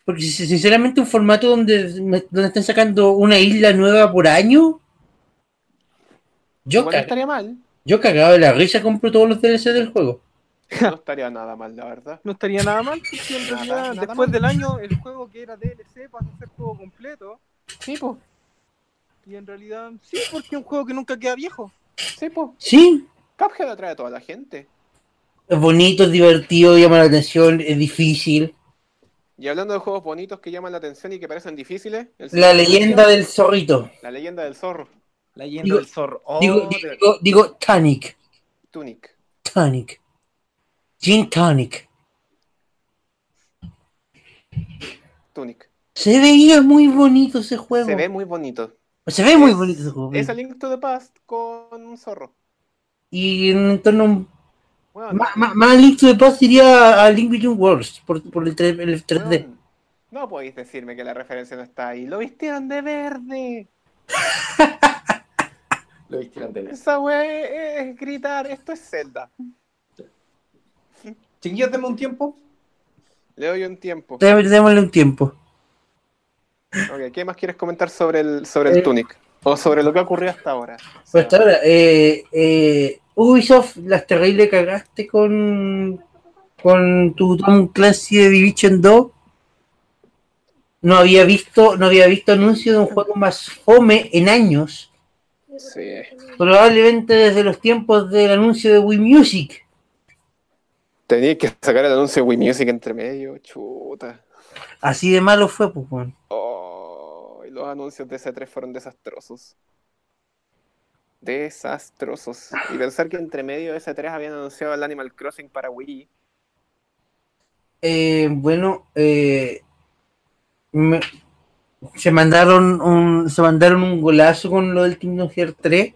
Porque si- sinceramente un formato donde, me- donde estén sacando una isla nueva por año, yo, Igual no ca- estaría mal. yo cagado de la risa compro todos los DLC del juego. No estaría nada mal, la verdad. No estaría nada mal, porque en realidad Nada, nada después mal. del año el juego que era DLC pasa a ser juego completo, Sí, pues. y en realidad sí, porque es un juego que nunca queda viejo. Sí, pues. Sí, Cuphead atrae a toda la gente. es bonito, es divertido, llama la atención, es difícil. Y hablando de juegos bonitos que llaman la atención y que parecen difíciles, el La leyenda del zorrito. la leyenda del zorro, La leyenda Digo- del zorro. Oh, Digo, de- digo, digo Tonic, Tunic. Tonic. Gin Tonic. Tunic. Se veía muy bonito ese juego. Se ve muy bonito. Se ve muy Es- bonito ese juego. Es a Link to the Past con un zorro. Y en un entorno Weón, más, más, más Link to the Past iría a Link Between Worlds por, por el, tre- el 3D. weón, No podéis decirme que la referencia no está ahí. Lo vistieron de verde. Lo vistieron de verde. Esa wey es gritar. Esto es Zelda. Chiquillos, denme un tiempo. Le doy un tiempo. Dé- Démosle un tiempo. Ok, ¿Qué más quieres comentar sobre el, sobre el Eh. Tunic? O sobre lo que ha ocurrido hasta ahora. O sea, Pero hasta ahora, eh, eh, Ubisoft, las terribles cagaste con, con tu Tom Clancy de Division 2. No había visto, no había visto anuncio de un juego más fome en años. Sí. Probablemente desde los tiempos del anuncio de Wii Music. Tenía que sacar el anuncio de Wii Music entre medio. Chuta. Así de malo fue, pues, weón. Oh, y los anuncios de C3 fueron desastrosos. Desastrosos. Y pensar que entre medio de ese 3 habían anunciado el Animal Crossing para Wii. Eh, bueno, eh, me- se mandaron un se mandaron un golazo con lo del Kingdom Hearts 3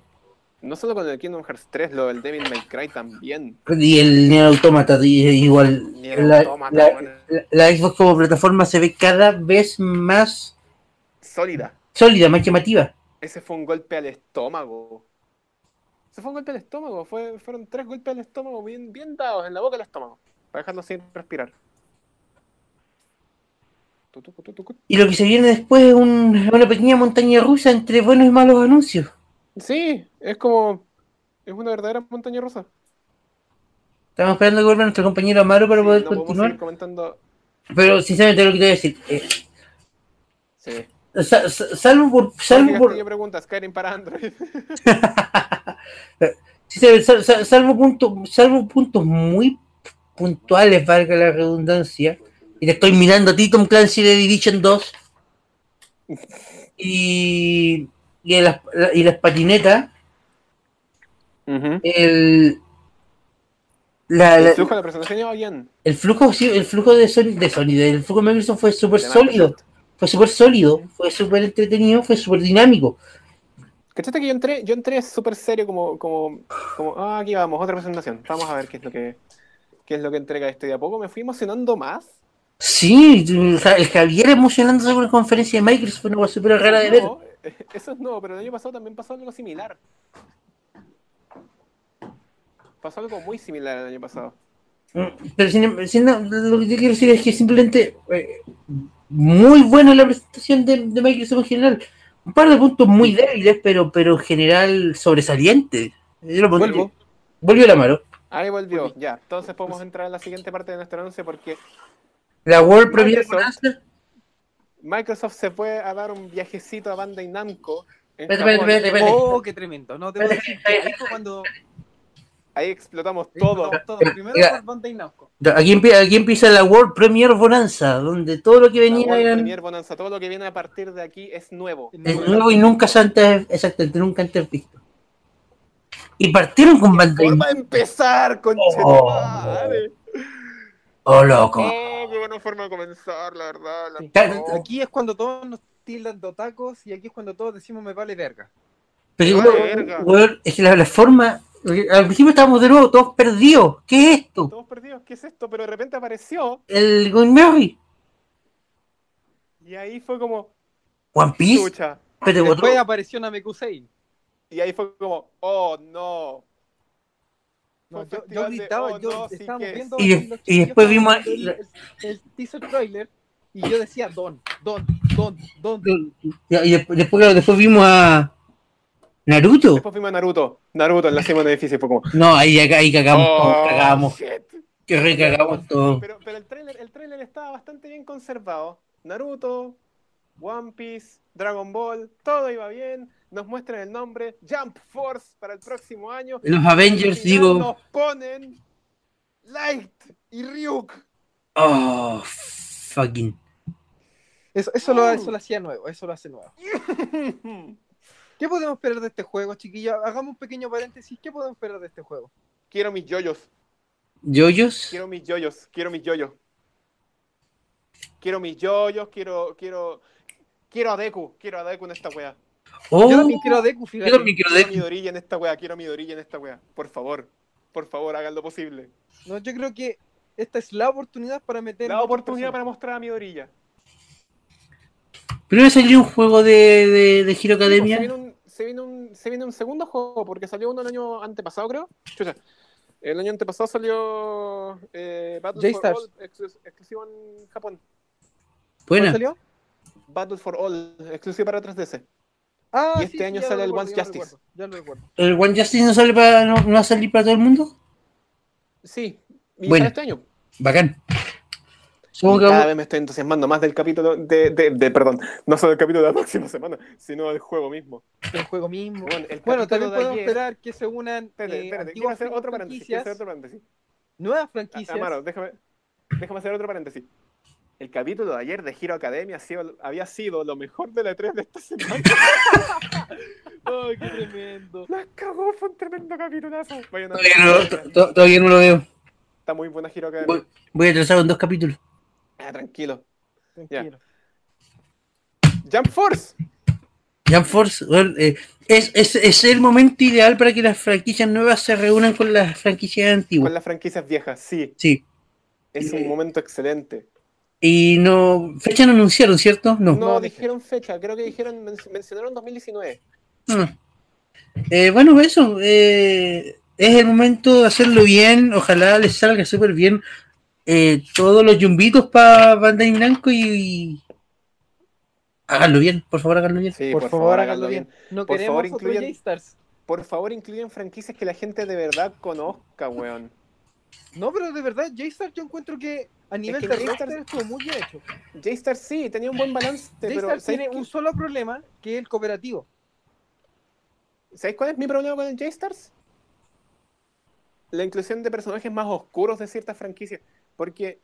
No solo con el Kingdom Hearts 3, lo del Devil May Cry también. y el Nier Automata y- igual. Ni el la, Automata, la- bueno. la- la Xbox como plataforma se ve cada vez más Sólida. sólida, más llamativa. Ese fue un golpe al estómago. Ese fue un golpe al estómago. Fue, fueron tres golpes al estómago bien, bien dados en la boca al estómago. Para dejarlo sin respirar. Tu, tu, tu, tu, tu. Y lo que se viene después es un- una pequeña montaña rusa entre buenos y malos anuncios. Sí, es como. Es una verdadera montaña rusa. Estamos esperando que vuelva nuestro compañero Amaro para Sí, poder no podemos continuar. seguir comentando. Pero sinceramente lo que te voy a decir, eh, Sí. sa- sa- salvo por, salvo Jorge por, Castillo pregunta, Skyrim para Android. Sí, sal- sal- sal- salvo, punto- salvo puntos muy puntuales, valga la redundancia, y te estoy mirando a ti, Tom Clancy de Division 2, y, y, las, y las patinetas, Eh, el, la- la- El flujo de la presentación iba bien. el flujo, sí, el flujo de Sony, de Sony, del flujo de Microsoft fue súper De Pues sólido, Microsoft. fue súper sólido, fue súper entretenido, fue súper dinámico. ¿Cachaste que yo entré? Yo entré súper serio como, como, como, ah, aquí vamos, otra presentación. Vamos a ver qué es lo que, qué es lo que entrega esto. Y de a poco me fui emocionando más. Sí, el Ja- el Javier emocionándose con la conferencia de Microsoft, fue una cosa súper rara de ver. No, eh, eso es nuevo, pero el año pasado también pasó algo similar. Pasó algo muy similar el año pasado. Mm, Pero sin- em, sin- no, lo que yo quiero decir es que simplemente eh, muy buena la presentación de, de Microsoft en general. Un par de puntos muy débiles, pero, pero en general sobresaliente. Yo lo pondría- Vuelvo. Volvió la mano. Ahí volvió, ya. Entonces podemos entrar a la siguiente parte de nuestro anuncio porque La World Premiere con Microsoft. Acer. Microsoft se fue a dar un viajecito a Bandai Namco. en Espérate, espérate, Japón. espérate, espérate. Oh, qué tremendo. No, debo decir que ahí fue cuando Ahí explotamos todo, todo. todo. Primero Mira. por Bandai Namco. Aquí, empie- aquí empieza la World Premiere Bonanza, donde todo lo que La venía World era Premier Bonanza, todo lo que viene a partir de aquí es nuevo. es nuevo y nunca antes, exactamente, nunca antes visto. Y partieron con Bandai. ¿Cómo va a empezar, conchetumare? Oh, loco. Oh, qué buena forma de comenzar, la verdad. la- Claro, oh. Aquí es cuando todos nos tildan de otacos y aquí es cuando todos decimos me vale verga. Pero, Vale, weón, verga. weón, es que la, la forma. Al principio estábamos de nuevo todos perdidos. ¿Qué es esto? Todos perdidos, ¿qué es esto? Pero de repente apareció El Going Merry. y ahí fue como, One Piece. chucha. Pero Después otro- apareció Namekusei. Y ahí fue como, oh no. No, yo, yo Fue festival de, gritaba, oh, yo no, sí estábamos que es. viendo Y de- así y los chiquillos después con vimos- el, el- el teaser trailer y yo decía Don, Don, Don, Don. Ya, Y, desp- después, claro, después vimos a. Naruto. Después fuimos a Naruto. Naruto en la cima del edificio fue como, No, ahí, ya- ahí cagamos, oh, todos, cagamos. shit. Que recagamos todos. Pero, pero el tráiler el tráiler estaba bastante bien conservado. Naruto, One Piece, Dragon Ball, todo iba bien. Nos muestran el nombre Jump Force para el próximo año. Los Y al Avengers, final digo. Nos ponen Light y Ryuk. Oh, fucking. Eso, eso, lo, eso lo hacía nuevo, eso lo hace nuevo. ¿Qué podemos esperar de este juego, chiquillos? Hagamos un pequeño paréntesis. ¿Qué podemos esperar de este juego? Quiero mis yoyos. ¿Yoyos? Quiero mis yoyos. Quiero mis yoyos. Quiero mis yoyos. Quiero, quiero, quiero a Deku. Quiero a Deku en esta wea. Oh, Yo también quiero a Deku, yo fíjate. también quiero Quiero a de. Midoriya en esta wea. Quiero a Midoriya en esta wea. Por favor. Por favor, hagan lo posible. No, yo creo que esta es la oportunidad para meter. La otras oportunidad para personas. mostrar a Midoriya. Primero salió un juego de, de, de Hero Se viene, Academia. un, se, viene un, se viene un segundo juego, porque salió uno el año antepasado, creo. Chucha. El año antepasado salió eh, Battle for J-Stars. All, ex- exclusivo en Japón. Buena. ¿Salió? Battle for All, exclusivo para 3DS. Ah, Y este año ya lo sale el recuerdo, ya One's lo Justice. recuerdo, ya lo recuerdo. ¿El One Justice no, sale para, no, no va a salir para todo el mundo? Sí, y Bueno. para este año. Bacán. Y Supongo que cada vamos- vez me estoy entusiasmando más del capítulo de, de, de- perdón, no solo del capítulo de la próxima semana, sino del juego mismo. El juego mismo. Bueno, el Bueno, capítulo también de podemos ayer- esperar que se unan Espérate, eh, espérate, quiero antiguas hacer otro paréntesis. quiero franquicias, hacer otro Ah, paréntesis. nuevas A- franquicias. Amaro, déjame, déjame hacer otro paréntesis. El capítulo de ayer de Giro Academia ha sido- había sido lo mejor de la 3 de esta semana. ¡Oh, qué tremendo! La cagó, fue un tremendo capitulazo. Vayan a ver. Todavía no, to- to- todavía no lo veo. Está muy buena Giro Academia. Voy, voy atrasado en dos capítulos. Ah, tranquilo. Tranquilo. Jump Force. Jump Force weón, eh, es, es, es el momento ideal para que las franquicias nuevas se reúnan con las franquicias Con antiguas. las franquicias viejas, sí. Sí. Es un momento excelente. Y no. Fecha no anunciaron, ¿cierto? No. No, dijeron fecha, creo que dijeron, men- mencionaron 2019. Ah. Eh, bueno, eso. eh, es el momento de hacerlo bien. Ojalá les salga súper bien eh, todos los yumbitos para Bandai Blanco y, y- Háganlo bien, por favor, háganlo bien. Sí, por, favor, háganlo bien. No Por queremos favor, otro incluyan- J-Stars. Por favor, incluyen franquicias que la gente de verdad conozca, weón. No, pero de verdad, J-Stars yo encuentro que a nivel que de J-Stars- roster estuvo muy bien hecho. J-Star sí, tenía un buen balance, pero J-Stars ¿sabéis tiene qué- un solo problema, que es el cooperativo. ¿Sabéis cuál es mi problema con el J-Stars? La inclusión de personajes más oscuros de ciertas franquicias. Porque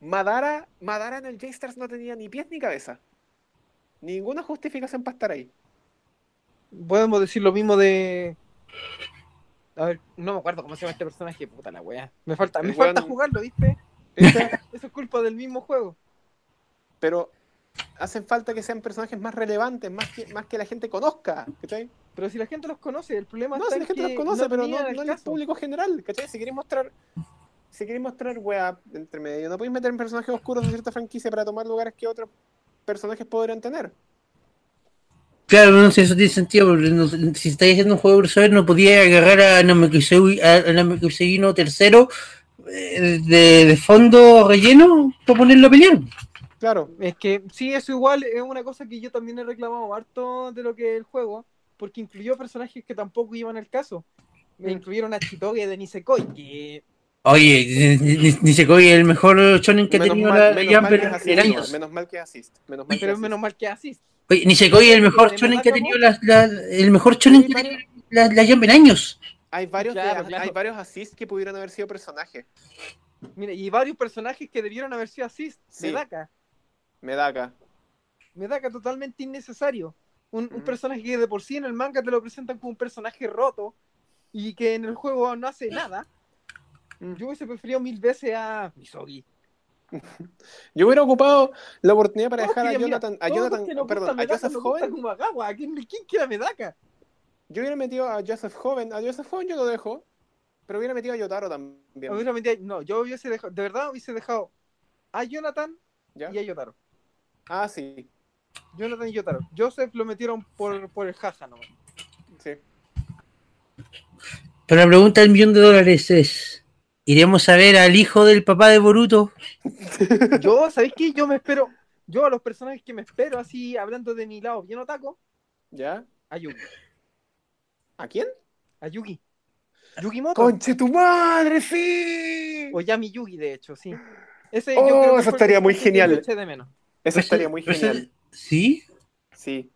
Madara, Madara en el J-Stars no tenía ni pies ni cabeza. Ninguna justificación para estar ahí. Podemos decir lo mismo de... A ver, no me acuerdo cómo se llama este personaje, puta la weá. Me falta, me El weón- falta jugarlo, ¿viste? Esta- Eso es culpa del mismo juego. pero hacen falta que sean personajes más relevantes, más que, más que la gente conozca. ¿cachai? Pero si la gente los conoce, el problema No, está si en la gente que los conoce, pero tenían no, el no el caso. público general, ¿cachai? Si queréis mostrar, si queréis mostrar weá entre medio, no podéis meter personajes oscuros de cierta franquicia para tomar lugares que otros personajes podrían tener. Claro, no sé, eso tiene sentido, porque no- si estáis haciendo un juego de crossover no podía agarrar a Namekusei- a Namekusegino tercero eh, de, de fondo relleno para ponerlo a pelear. Claro, Es que sí, eso igual es una cosa que yo también he reclamado harto de lo que es el juego, porque incluyó personajes que tampoco iban al caso. Me incluyeron a Chitoge de Nisekoi, que Oye, Nisekoi es el mejor shonen que ha menos tenido mal, la menos mal que Jumper es en asist, años. menos mal que es asist, menos mal que pero es es menos mal que así. Oye, Nisekoi es el mejor Menos shonen mal que ha que tenido la, la- el mejor shonen que ha tenido la, la Jump en años. assist. Hay varios, de- Claro, claro. hay varios assist que pudieran haber sido personajes. Mira, y varios personajes que debieron haber sido así. Sí. Medaka, Me da acá. Medaka totalmente innecesario. Un, un Ujú. personaje que de por sí en el manga te lo presentan como un personaje roto y que en el juego no hace nada. Mm. Yo hubiese preferido mil veces a Misogi. Yo hubiera ocupado la oportunidad para Todos dejar a querían- mira, Jonathan, a todos los Jonathan, que nos gusta perdón, a Medaka Joseph nos gusta Joven. Kumagawa. ¿A ¿Quién, quién quiere a Medaka? Yo hubiera metido a Joseph Joven, a Joseph Joven yo lo dejo, pero hubiera metido a Yotaro también. Hubiera metido- no, yo hubiese dejado, de verdad hubiese dejado a Jonathan ¿ya? y a Yotaro. Ah, sí, Jonathan y Yotaro. Joseph lo metieron por, por el jaja nomás. sí. Pero la pregunta del millón de dólares es: ¿iremos a ver al hijo del papá de Boruto? Yo, ¿sabéis qué? Yo me espero, yo a los personajes que me espero, así hablando de mi lado bien otaco, ¿Ya? a Yugi. ¿A quién? A Yugi. Yugi Moto. ¡Conche tu madre, sí! O Yami Yugi, de hecho, sí. Ese, Oh, creo que eso fue el estaría personaje muy que genial. yo eché de menos. Eso estaría muy Pero ese- genial. ¿Sí? Sí.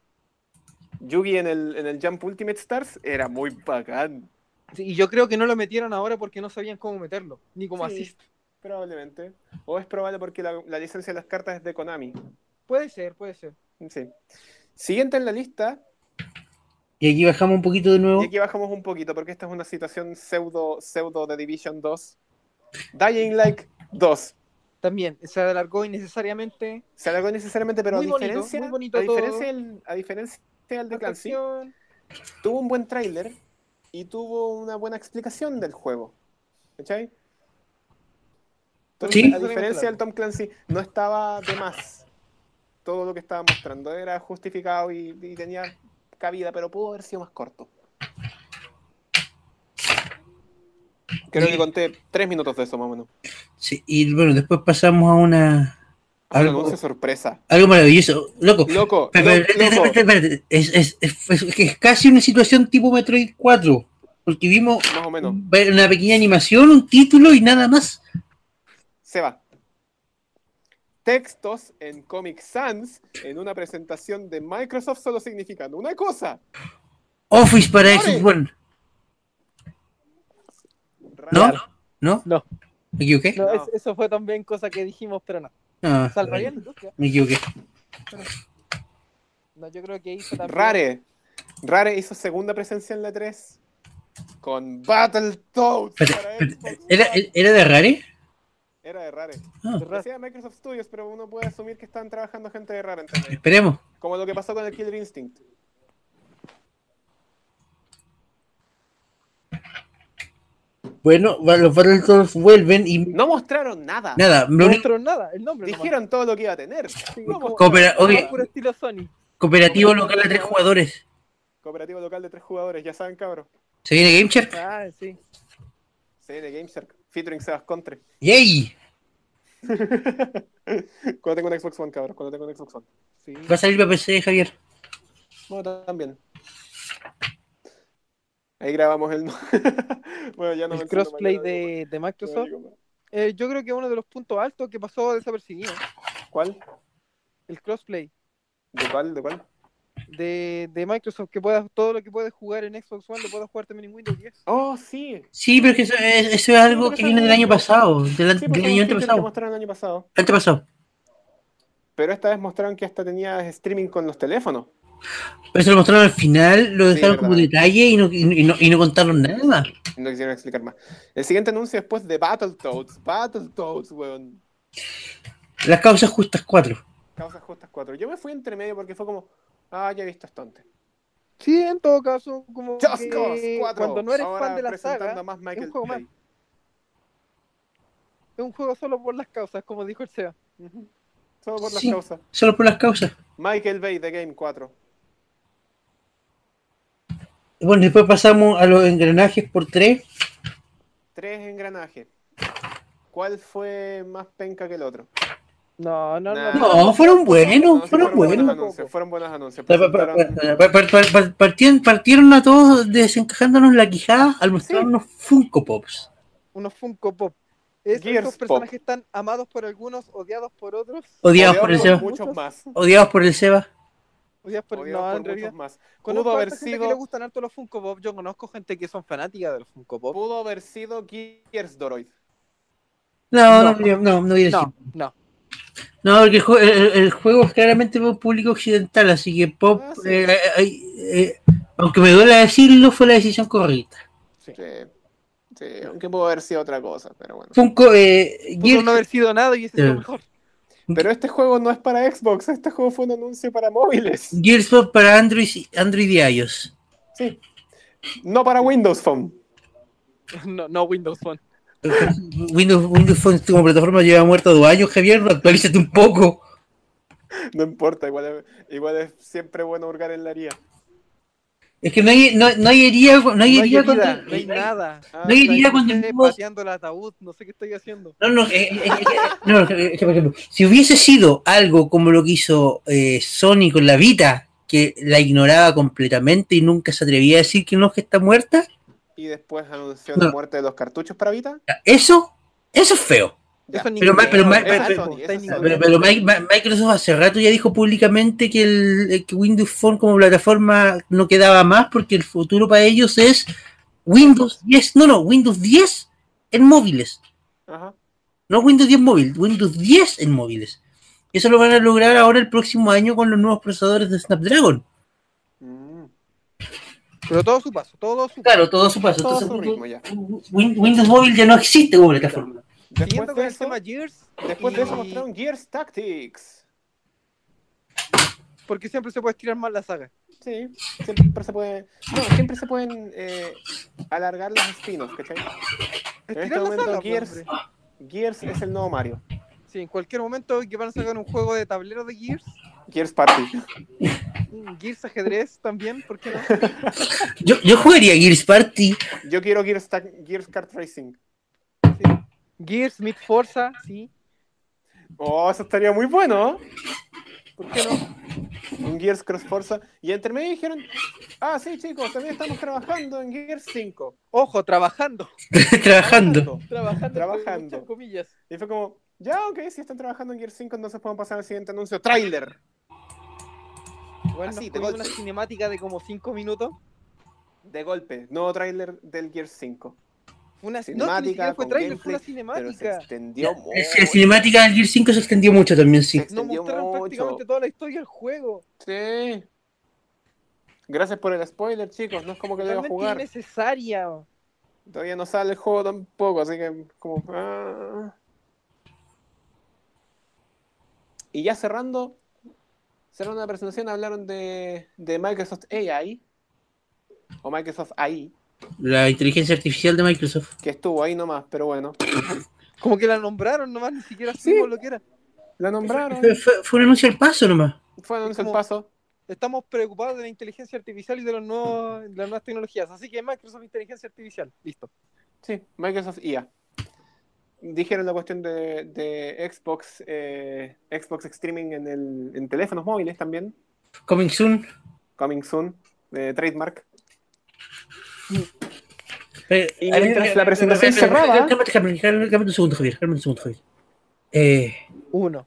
Yugi en el, en el Jump Ultimate Stars era muy bacán. Sí, y yo creo que no lo metieron ahora porque no sabían cómo meterlo, ni cómo Sí. así Probablemente. O es probable porque la, la licencia de las cartas es de Konami. Puede ser, puede ser. Sí. Siguiente en la lista, Y aquí bajamos un poquito de nuevo. y aquí bajamos un poquito porque esta es una situación pseudo, pseudo de Division 2. Dying Like 2. También, se alargó innecesariamente. Se alargó necesariamente, pero Muy a bonito, diferencia, muy bonito a todo. diferencia, del- a diferencia del de Clancy, Atracción. tuvo un buen tráiler y tuvo una buena explicación del juego. ¿Cachai? Entonces, Sí. a diferencia del Tom Clancy, no estaba de más. Todo lo que estaba mostrando era justificado y, y tenía cabida, pero pudo haber sido más corto. Creo que conté tres minutos de eso, más o menos. Sí, y bueno, después pasamos a una. Ah, Un Algo- anuncio sorpresa. Algo maravilloso, loco. Loco, Pero, lo- pero, espérate, loco. espérate, espérate. Es, es- es- es que es casi una situación tipo Metroid 4, porque vimos más o menos. ve- una pequeña animación, un título y nada más. se va. Textos en Comic Sans en una presentación de Microsoft solo significan una cosa. Office para Ore. Xbox One, ¿no? Raro. ¿No? No. ¿Me equivoqué? No, No. es- eso fue también cosa que dijimos, pero no. Ah, Salvaría la industria. me equivoqué. No, yo creo que hizo también. Rare. Rare hizo segunda presencia en la 3 con Battletoads. Espérate, para espérate. Xbox eh, ¿Era, One. ¿Era de Rare? Era de Rare. Ah, Decía Microsoft Studios, pero uno puede asumir que están trabajando gente de Rare. entre medio. esperemos. Como lo que pasó con el Killer Instinct. Bueno, va- los Battletoads vuelven y No mostraron nada. nada, lo No único mostró nada, el nombre. nomás. Dijeron todo lo que iba a tener. Sí, No mostraron Coopera- nada. oye. Puro estilo Sony. cooperativo local de tres jugadores. Cooperativo local de tres jugadores, ya saben, cabros. Se viene Game Shark. Ah, sí. Se viene Game Shark, featuring Sebas Contre. ¡Yay! Cuando tengo un Xbox One, cabros, cuando tengo un Xbox One. sí. Va a salir para PC, Javier. Bueno, también. Ahí grabamos el. bueno, ya no El me enciendo crossplay mañana, digo, de, de bueno, Microsoft. digo, bueno. Eh, yo creo que uno de los puntos altos que pasó desapercibido. ¿Cuál? El crossplay ¿De cuál? ¿De cuál? de, de Microsoft, que puedas, todo lo que puedes jugar en Xbox One lo puedas jugar también en Windows 10. Oh, sí. Sí, pero es que eso es, eso es algo que viene del año pasado, del, an- Sí, del año porque es un feature que antepasado. mostraron el año pasado. Antepasado. Pero esta vez mostraron que hasta tenía streaming con los teléfonos. Pero se lo mostraron al final, lo Sí, dejaron como verdad. detalle y no, y, no, y no contaron nada. No quisieron explicar más. El siguiente anuncio después de Battletoads. Battletoads, weón. Las causas justas cuatro. Causas Justas 4. Yo me fui entre medio porque fue como, ah, ya he visto esto antes. Sí, en todo caso, como Just que Cause 4. cuando no eres Ahora fan de la presentando saga, a más Michael un juego más. Bay. es un juego solo por las causas, como dijo el SEA. Ujú. Solo por las Sí. causas. Solo por las causas. Michael Bay, The Game 4. Bueno, después pasamos a los engranajes por tres. Tres engranajes. ¿Cuál fue más penca que el otro? No, no, Nah. no. No, fueron buenos, sí, fueron buenos buenos. anuncios, fueron buenos anuncios. Pa- pa- pa- Presentaron- pa- pa- pa- pa- pa- Partieron, partieron a todos desencajándonos la quijada al mostrarnos Funko Pops. Unos Funko Pop. Es- Gears esos personajes están amados por algunos, odiados por otros. Odiados por el Seba. Odiados por muchos más. Odiados por el Seba. Odiados por, Odiados no, por en realidad. muchos más. Conozco Pudo haber harta gente que le sido, gustan harto los Funko Pop. Yo conozco gente que son fanáticas de los Funko Pop. pudo haber sido Gearsdoroid. No, no, No. no, no, no hubiera sido. No, no. No, porque el jue- el, el juego es claramente para un público occidental, así que Pop, Ah, sí. eh, eh, eh, eh, aunque me duela decirlo, fue la decisión correcta. Sí. Sí, aunque pudo haber sido otra cosa, pero bueno. Funko, eh, Pudo Gears, no haber sido nada y ese es Eh. lo mejor. Pero este juego no es para Xbox, este juego fue un anuncio para móviles. Gears Pop para Android, y- Android y iOS. Sí. No para Windows Phone. No, no Windows Phone. Windows, Windows Phone como plataforma lleva muerto dos años, Javier, actualízate un poco. No importa, igual es, igual es siempre bueno hurgar en la haría. Es que no hay, no, no hay herida, no No hay hay, herida herida, cuando- no hay nada. Ah, No hay herida cuando Estoy vimos- pateando el ataúd, no sé qué estoy haciendo. No, no, eh, eh, eh, no, eh, que, por ejemplo, si hubiese sido algo como lo que hizo eh, Sony con la Vita, que la ignoraba completamente y nunca se atrevía a decir que no, que está muerta, Y después anunció la No. muerte de los cartuchos para Vita. eso, eso es feo. Ya. Eso ni Pero ma- pero ma- eso pero- es pero- Sony, eso es pero- Sony. Pero, pero Mi- Ma- Microsoft hace rato ya dijo públicamente que, el, eh, que Windows Phone como plataforma no quedaba más porque el futuro para ellos es Windows 10, no, no, Windows 10 en móviles. Ajá. No Windows 10 móvil, Windows 10 en móviles. Eso lo van a lograr ahora el próximo año con los nuevos procesadores de Snapdragon. Mm. Pero todo su paso, todo su paso. Claro, todo a su paso. Todo a su Entonces, ritmo ya. Win- Windows Móvil ya no existe como plataforma. Después Siguiendo de con el eso, tema Gears, después de eso y- mostraron Gears Tactics. porque siempre se puede estirar más la saga. Sí, siempre se puede. No, siempre se pueden eh, alargar los espinos, ¿cachai? En este Estirar la saga, momento pues, Gears, hombre. Gears es el nuevo Mario. Sí, en cualquier momento que van a sacar un juego de tablero de Gears, Gears Party. un Gears ajedrez también, ¿por qué no? Yo, yo jugaría Gears Party. Yo quiero Gears, Tac- Gears Kart Racing. Gears, Meet Forza, sí, Oh, eso estaría muy bueno. ¿eh? ¿por qué no? Un Gears Cross Forza. Y entre medio dijeron, ah, sí, chicos, también estamos trabajando en Gears 5. Ojo, trabajando, Trabajando. trabajando, Trabajando. con muchas comillas. Y fue como, ya, ok, si están trabajando en Gears 5, entonces podemos pasar al siguiente anuncio. Trailer. Igual nos Así, de ponió golpe. una cinemática de como 5 minutos. De golpe, nuevo trailer del Gears 5. Una Cinemática no, ni siquiera fue con trailer, fue una Pero se cinemática. extendió mucho. Es que la cinemática del Gear 5 se extendió mucho también, sí. Se Nos extendió mostraron mucho. prácticamente toda la historia del juego. Sí. Gracias por el spoiler, chicos. No es como que lo iba a Realmente jugar. innecesaria. Todavía no sale el juego tampoco, así que como... ah. Y ya cerrando, cerrando la presentación, hablaron de, de Microsoft AI, o Microsoft AI, La inteligencia artificial de Microsoft. que estuvo ahí nomás, pero bueno. Como que la nombraron nomás, ni siquiera Sí. supimos lo que era. La nombraron, Fue, fue- fue un anuncio al paso nomás. fue anuncio el Como- paso. Estamos preocupados de la inteligencia artificial y de, los nuevos, de las nuevas tecnologías. Así que Microsoft Inteligencia Artificial. Listo. Sí, Microsoft IA. Dijeron la cuestión de, de Xbox, eh, Xbox Streaming en, el, en teléfonos móviles también. Coming soon. Coming soon, eh, trademark. Eh, Y a ver, mientras eh, la presentación espera, espera, cerraba- Cálmate, cálmate, cálmate, cálmate un segundo, Javier. Cálmate un segundo, Javier. Eh, Uno.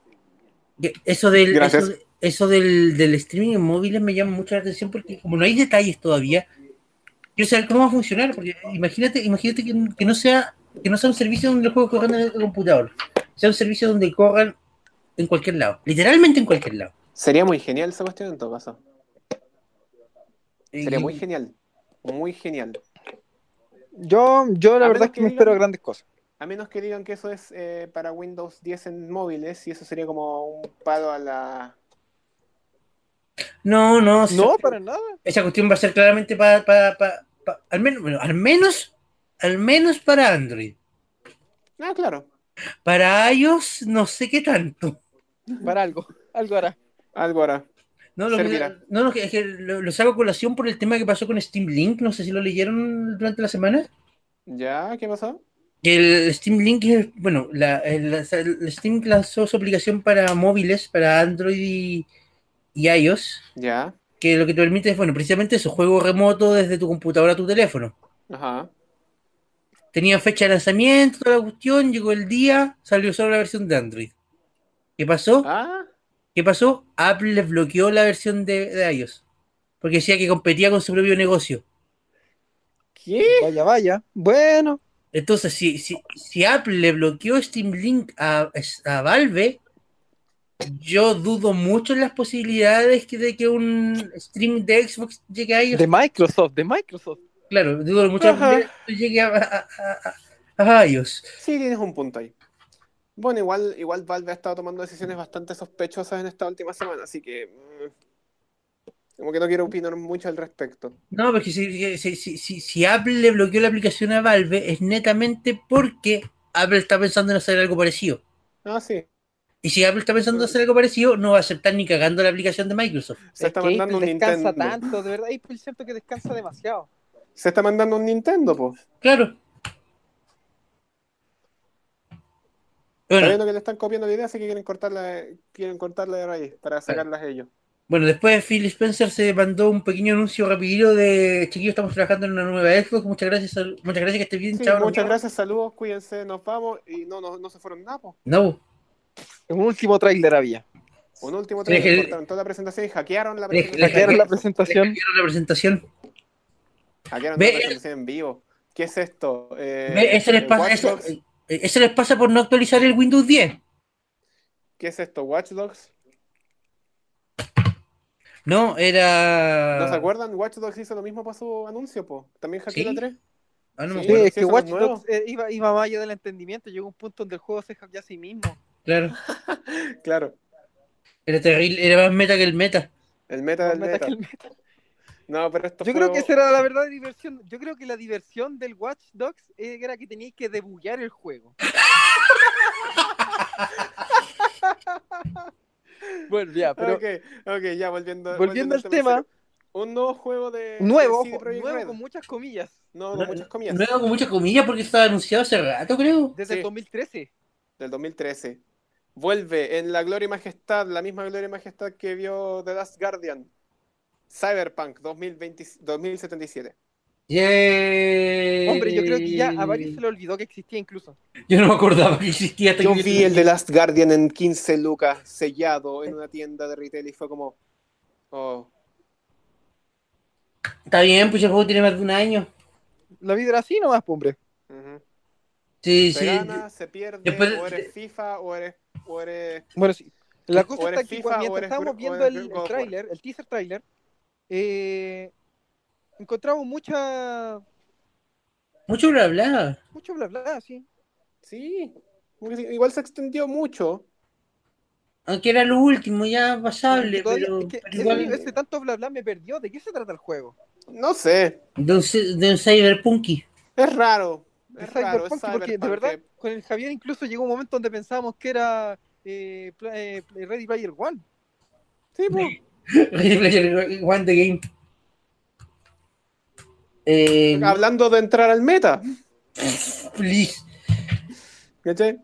eso del, Gracias. eso, eso del, del streaming en móviles me llama mucho la atención porque como no hay detalles todavía, quiero saber cómo va a funcionar. Porque imagínate, imagínate que, que no sea que no sea un servicio donde los juegos corran en el computador, sea un servicio donde corran en cualquier lado, literalmente en cualquier lado. Sería muy genial esa cuestión en todo caso. Sería Y- muy genial. Muy genial. Yo, yo la A verdad menos es que que no digan- espero grandes cosas. A menos que digan que eso es eh, para Windows 10 en móviles y eso sería como un palo a la... No, no, No, para nada. esa cuestión va a ser claramente para, al menos, bueno, al menos, al menos para Android. Ah, claro. Para iOS no sé qué tanto. Para algo. Algo hará. Algo ahora. No, lo que, Servirá. no, no, que- que lo, lo saco a colación por el tema que pasó con Steam Link. No sé si lo leyeron durante la semana. ¿Ya? ¿Qué pasó? El Steam Link es, bueno, la, el- el Steam lanzó su aplicación para móviles, para Android y, y iOS, Ya. que lo que te permite es, bueno, precisamente eso, juego remoto desde tu computadora a tu teléfono. Ajá. tenía fecha de lanzamiento, toda la cuestión, llegó el día, salió solo la versión de Android. ¿Qué pasó? Ah, ¿Qué pasó? Apple les bloqueó la versión de, de iOS, porque decía que competía con su propio negocio. ¿qué? Vaya, vaya. Bueno. Entonces, si, si, si Apple le bloqueó Steam Link a, a Valve, yo dudo mucho en las posibilidades que, de que un stream de Xbox llegue a iOS. De Microsoft, de Microsoft. Claro, dudo mucho Ajá. que llegue a, a- a- a iOS. Sí, tienes un punto ahí. Bueno, igual, igual Valve ha estado tomando decisiones bastante sospechosas en esta última semana, así que... mm, Como que no quiero opinar mucho al respecto. No, porque si, si, si- si- si Apple le bloqueó la aplicación a Valve es netamente porque Apple está pensando en hacer algo parecido. Ah, sí. Y si Apple está pensando en hacer algo parecido, no va a aceptar ni cagando la aplicación de Microsoft. Se está que mandando un Apple descansa Nintendo. tanto, de verdad. Apple siento que descansa demasiado. Se está mandando un Nintendo, po. Claro. Está Bueno, viendo que le están copiando la idea, así que quieren cortarla, quieren cortarla de raíz para sacarlas ellos. bueno, después Phil Spencer se mandó un pequeño anuncio rapidito de chiquillos, estamos trabajando en una nueva Xbox. Muchas gracias, sal- muchas gracias, que estés bien, Sí, chao. nos muchas vemos". gracias, saludos, cuídense, nos vamos y no, no, no se fueron nada, po. No, Un último tráiler había. Un último Deje- trailer, cortaron toda la presentación y hackearon la Deje- presentación. Hackearon hackearon la le presentación. cambiaron la presentación. Hackearon Ve- eh, toda la presentación en vivo. ¿Qué es esto? Eh, Ve, Eso les eh, pasa, Watch eso, Dogs. eso les pasa por no actualizar el Windows 10. ¿Qué es esto? Watch Dogs. No, era. Ah. ¿No se acuerdan? Watch Dogs hizo lo mismo para su anuncio, po. También hackeó Sí. la 3. Ah, no me Sí. Sí, acuerdo, es Sí, que son Watch los nuevos. Dogs eh, iba, iba más allá del entendimiento. Llegó un punto donde el juego se hackea a sí mismo. claro. Claro. Era terrible, era más meta que el meta. El meta del Más meta meta. que el meta. No, pero esto Yo fue- creo que esa era la verdadera diversión. Yo creo que la diversión del Watch Dogs era que tenías que debuggear el juego. bueno, ya, pero Ok, ok, ya volviendo, volviendo al tema, Un nuevo juego de. nuevo, de ojo, CD Projekt nuevo Red. con muchas comillas, No, con No, muchas comillas. No era con muchas comillas porque estaba anunciado hace rato, creo. desde Sí. el 2013. Del 2013. Vuelve en la gloria y majestad, la misma gloria y majestad que vio The Last Guardian. Cyberpunk 2020 2077. Yay. Hombre, yo creo que ya a varios se le olvidó que existía incluso. Yo no me acordaba que existía hasta Yo que- vi el The Last Guardian en 15 lucas, sellado en una tienda de retail y fue como. Oh, Está bien, pues el juego tiene más de un año. La vida era así nomás, po, hombre. Ujú. Sí, Se sí. gana, se pierde, Después- o eres FIFA, o eres, o eres Bueno, sí. La O cosa eres está que FIFA, o mientras eres estábamos Gro- o viendo eres el, el God of War. tráiler, el teaser tráiler, eh, encontramos mucha, Mucho bla bla. mucho bla bla, sí. Sí, igual se extendió mucho. Aunque era lo último, ya pasable, Porque todavía- pero, es que pero ese- igual ese tanto bla bla me perdió. ¿De qué se trata el juego? No sé, de un, cy- de un cyberpunky. es raro. de Es raro, es Cyberpunk, porque de Cyberpunk, eh. verdad que- con el Javier incluso llegó un momento donde pensábamos que era eh, pla- eh, Ready Player One. Sí, pues, Ready Player One the Game. Eh, hablando de entrar al meta. please. ¿Cachai?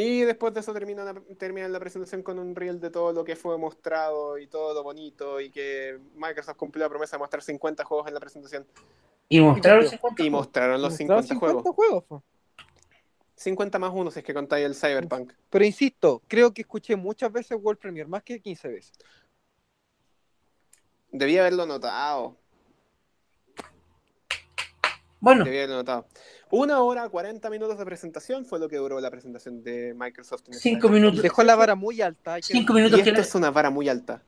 Y después de eso terminan, la- terminan la presentación con un reel de todo lo que fue mostrado y todo lo bonito y que Microsoft cumplió la promesa de mostrar 50 juegos en la presentación. Y mostraron Y 50. Y mostraron los Mostraron 50, juegos. po. 50 más uno si es que contáis el Cyberpunk. Pero insisto, creo que escuché muchas veces World Premier, más que 15 veces. Debía haberlo notado. Bueno, Debía haberlo notado. Una hora 40 minutos de presentación fue lo que duró la presentación de Microsoft. en esta 5 área. minutos. Dejó la vara muy alta. hay que- Cinco Y minutos que esta es una vara muy alta.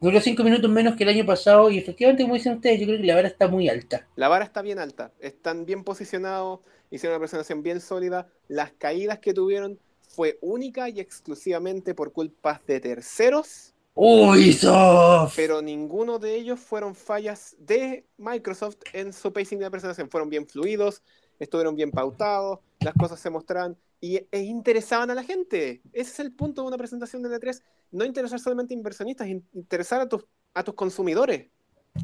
duró 5 minutos menos que el año pasado. Y efectivamente, como dicen ustedes, yo creo que la vara está muy alta. La vara está bien alta, están bien posicionados, hicieron una presentación bien sólida. Las caídas que tuvieron fue única y exclusivamente por culpas de terceros, Ubisoft. pero ninguno de ellos fueron fallas de Microsoft en su pacing de la presentación. Fueron bien fluidos, estuvieron bien pautados, las cosas se mostraban y, e interesaban a la gente. Ese es el punto de una presentación de E3, no interesar solamente a inversionistas, in- interesar a tus, a tus consumidores.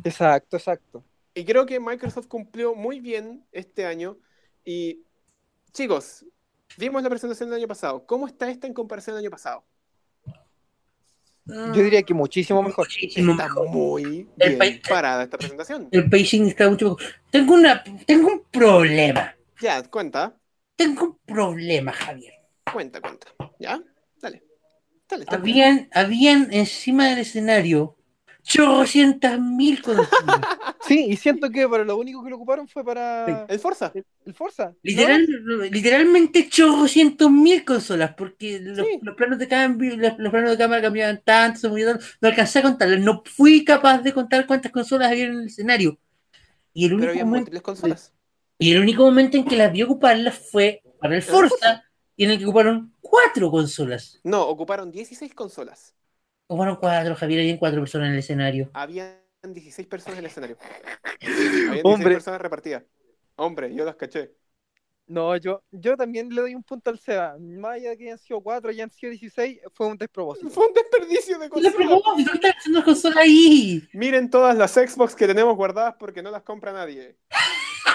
Exacto, exacto. Y creo que Microsoft cumplió muy bien este año. Y chicos, vimos la presentación del año pasado. ¿Cómo está esta en comparación del año pasado? Yo Mm. diría que muchísimo mejor. Muchísimo Está mejor. muy El bien país- parada esta presentación. El pacing está mucho mejor. Tengo, una, tengo un problema. Ya, cuenta, Tengo un problema, Javier. cuenta, cuenta. ¿Ya? Dale. Dale, Ah, tranquilo. Habían, habían encima del escenario chorrocientas mil consolas. Sí, y siento que para lo único que lo ocuparon fue para El Forza. el Forza. ¿no? Literal, Literalmente chorrocientos mil consolas, porque los, Sí. los planos de cambio, los, los planos de cámara cambiaban tanto, se movían tanto, no alcancé a contarlas, no fui capaz de contar cuántas consolas había en el escenario. Y el Pero único, había momento, múltiples consolas. y el único momento en que las vi ocuparlas fue para el Forza, y en el que ocuparon cuatro consolas. No, ocuparon 16 consolas. Ocuparon cuatro, Javier, habían cuatro personas en el escenario. Habían 16 personas en el escenario. Habían 16 Hombre. personas repartidas. Hombre, yo las caché. No, yo, yo también le doy un punto al Seba. Más allá de que hayan sido 4 y han sido 16, fue un despropósito. Fue un desperdicio de ¡No consolas. ¿Qué están haciendo las consolas ahí? Miren todas las Xbox que tenemos guardadas porque no las compra nadie.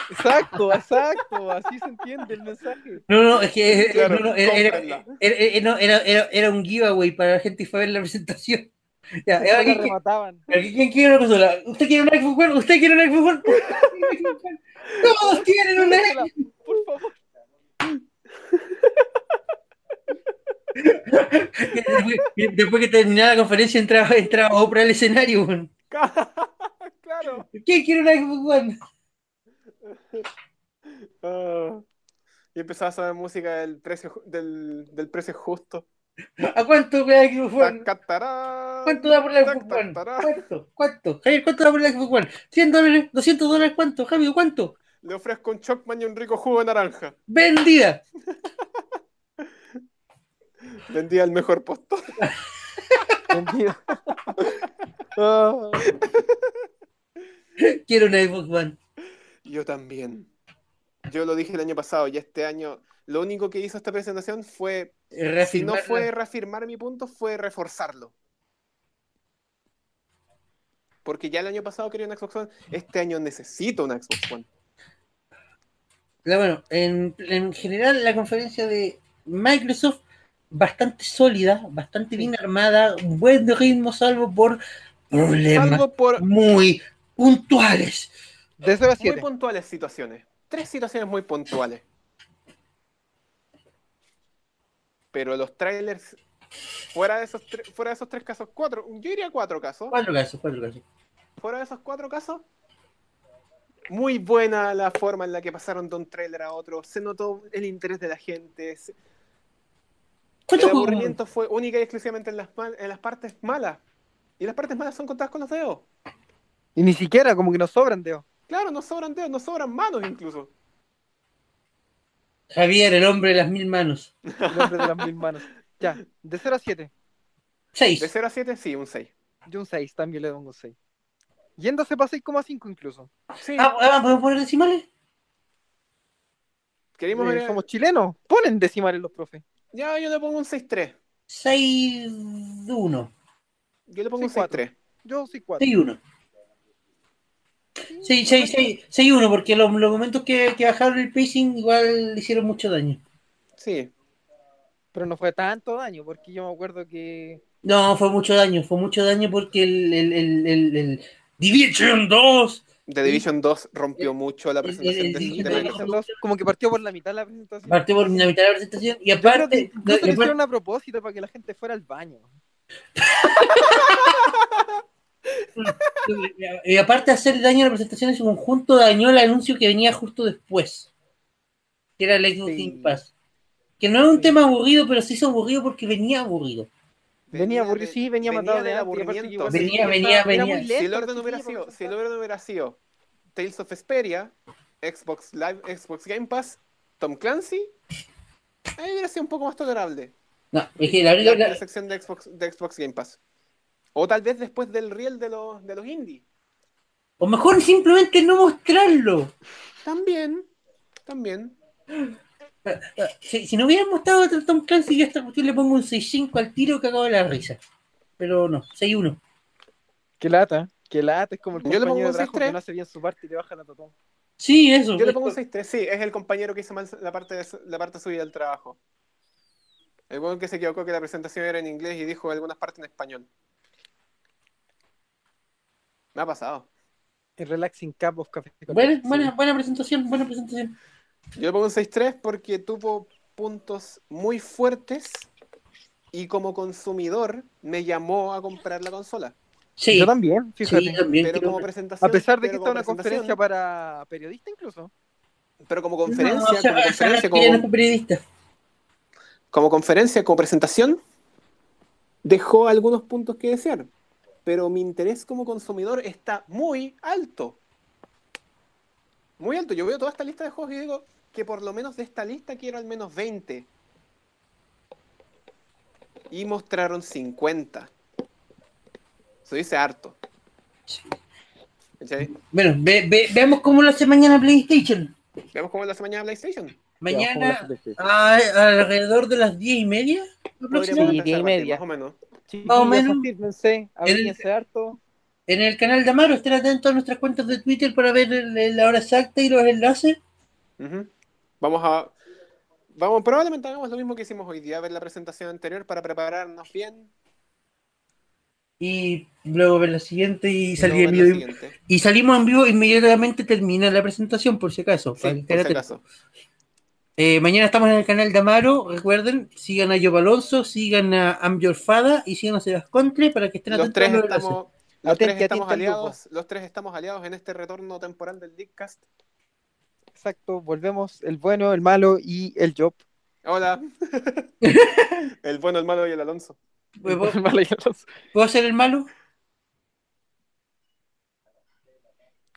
Exacto, exacto. Así se entiende el mensaje. No, no, es que eh, Claro, no, no, era, era- cómprenla. era- era- no, era- era- era un giveaway para la gente que fue a ver la presentación. Ya, Eso ¿alguien, quiere- lo remataban. alguien- ¿Quién quiere una consola? ¿Usted quiere una Xbox One? ¿Usted quiere una Xbox One? ¿Usted quiere una Xbox One? ¡Todos tienen una Déjala, Por favor. Después, después que terminaba la conferencia entraba, entraba Oprah al escenario. weón. claro. ¿Quién quiere una Xbox One? Ah. y empezaba a sonar música del precio ju- del, del precio justo. ¿A cuánto da la Xbox One? Tacatarán. ¿Cuánto da por la Tac, Xbox One? tac, tarán. ¿Cuánto? ¿Cuánto? Javier, ¿cuánto da por la Xbox One? ¿100 dólares? ¿200 dólares? ¿Cuánto? Javier, ¿cuánto? Le ofrezco un Chocman y un rico jugo de naranja. Vendida. Vendía el mejor postor. Entendido. Ah, Quiero una Xbox One. Yo también. Yo lo dije el año pasado y este año lo único que hizo esta presentación fue, si no Eh, Reafirmarla. fue reafirmar mi punto, fue reforzarlo. Porque ya el año pasado quería una Xbox One, este año necesito una Xbox One. La- bueno, en, en general la conferencia de Microsoft bastante sólida, bastante bien armada, un buen ritmo salvo por problemas Salvo por muy puntuales. De 0 a muy 7. puntuales situaciones. Tres situaciones muy puntuales. Pero los trailers, fuera de esos, tre- fuera de esos tres casos, cuatro, yo diría cuatro casos. Cuatro casos, cuatro casos. Fuera de esos cuatro casos, Muy buena la forma en la que pasaron de un trailer a otro. Se notó el interés de la gente. se- El ¿Cuántos juegos? aburrimiento fue única y exclusivamente en las, mal- en las partes malas. Y las partes malas son contadas con los dedos. Y ni siquiera, como que nos sobran, Deo. Claro, no sobran dedos, no sobran manos incluso. Javier, el hombre de las mil manos. El hombre de las mil manos. Ya, de 0 a 7. De Seis. 0 a 7, sí, un 6. Yo un 6, también le doy un 6. Yéndose para 6,5 incluso. Sí, Ah, ah, ¿podemos poner decimales? queremos Eh, ver- somos chilenos. Ponen decimales los profes. Ya, yo le pongo un 6-3. Seis, uno. Yo le pongo un 6-4. 6-3. Yo soy 4. Seis, uno. Seis, seis, seis, seis, uno, porque los, los momentos que, que bajaron el pacing igual le hicieron mucho daño. Sí. Pero no fue tanto daño, porque yo me acuerdo que. No, fue mucho daño, fue mucho daño porque el, el, el, el, el Division 2 The Division 2 rompió mucho la el- el- presentación el de- Division de dos- Microsoft. Division 2, como que partió por la mitad la presentación. partió por la mitad de la presentación y Pero aparte, no, incluso lo después- hicieron a propósito para que la gente fuera al baño. y aparte de hacer daño a la presentación en su conjunto, dañó el anuncio que venía justo después, que era el Xbox Sí. Game Pass. Que no era un Sí. tema aburrido, pero se hizo aburrido porque venía aburrido. Venía aburrido, de- sí, venía matado de del hambre, y aparte que aburrimiento. igual Venía, se- venía, era muy venía. lento, pues, Si el orden sí, hubiera sí, sido, sí, si el orden hubiera sido Tales of Vesperia, Xbox Live, Xbox Game Pass, Tom Clancy, ahí hubiera sido un poco más tolerable. No, es que la La, única- la la- sección de Xbox, de Xbox Game Pass. O tal vez después del reel de los, de los indie. o mejor simplemente no mostrarlo. También, también. Si, si no hubieran mostrado a Tom Clancy, yo a esta cuestión le pongo un 6-5 al tiro que acabo de la risa. Pero no, 6-1. Qué lata, qué lata, es como el Yo le pongo compañero un de trabajo 6-3. que no hace bien su parte y le baja la total. Sí, eso. Yo le pongo un 6-3, sí, es el compañero que hizo mal la parte, de- la parte suya del trabajo. El weón que se equivocó que la presentación era en inglés y dijo algunas partes en español. Me ha pasado. El relaxing cup of café. con Buena, leche, buena, buena presentación, buena presentación. Yo le pongo un 6-3 porque tuvo puntos muy fuertes y como consumidor me llamó a comprar la consola. sí. Sí, Yo también, sí, fíjate. también. Pero creo como que- presentación. A pesar de que pero está como una presentación, conferencia para periodistas incluso. Pero como No, conferencia, o sea, como, Salas conferencia que ya no como, fue periodista. como conferencia, como presentación, dejó algunos puntos que desear. Pero mi interés como consumidor está muy alto. Muy alto. Yo veo toda esta lista de juegos y digo que por lo menos de esta lista quiero al menos 20. Y mostraron 50. Se dice harto. Sí. ¿Cachai? Bueno, ve- ve- veamos cómo lo hace mañana PlayStation. Veamos cómo es la semana de PlayStation. Mañana Sí, sí, a- alrededor de las diez y media. aproximadamente, alcanzar diez y a partir, media. Más o menos. Más o menos. afírmense, abríense harto. En el canal de Amaro, estén atentos a nuestras cuentas de Twitter para ver el- el- la hora exacta y los enlaces. Ujú. Vamos a. Vamos, probablemente hagamos lo mismo que hicimos hoy día, ver la presentación anterior para prepararnos bien. Y luego ver la siguiente y, y salir en luego ver la vivo. siguiente. Y salimos en vivo inmediatamente termina la presentación, por si acaso. Sí, para que por si estén atentos. acaso. Eh, mañana estamos en el canal de Amaro. Recuerden, sigan a Yo Alonso, sigan a Am Your Fada y sigan a Sebas Contre para que estén Los atentos a tres los enlaces. estamos, los Atenti, tres estamos atenti al grupo. aliados, los tres estamos aliados en este retorno temporal del Dickcast. Exacto, volvemos el bueno, el malo y el job. Hola. el bueno, el malo y el Alonso. ¿Puedo, El malo y el Alonso. ¿Puedo ser el malo?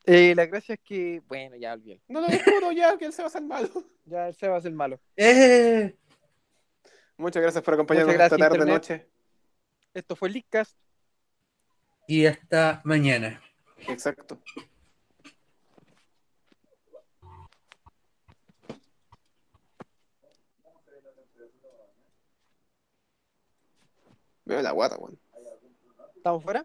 Eh, la gracia es que, bueno, ya olvidé. No lo discuto ya, que él se va a hacer malo. Ya el Sebas es el malo. Eh. Muchas gracias por acompañarnos Muchas gracias, esta tarde Internet. noche. Esto fue el Leadcast. Y hasta mañana. Exacto. Veo la guata, weón. ¿Estamos fuera?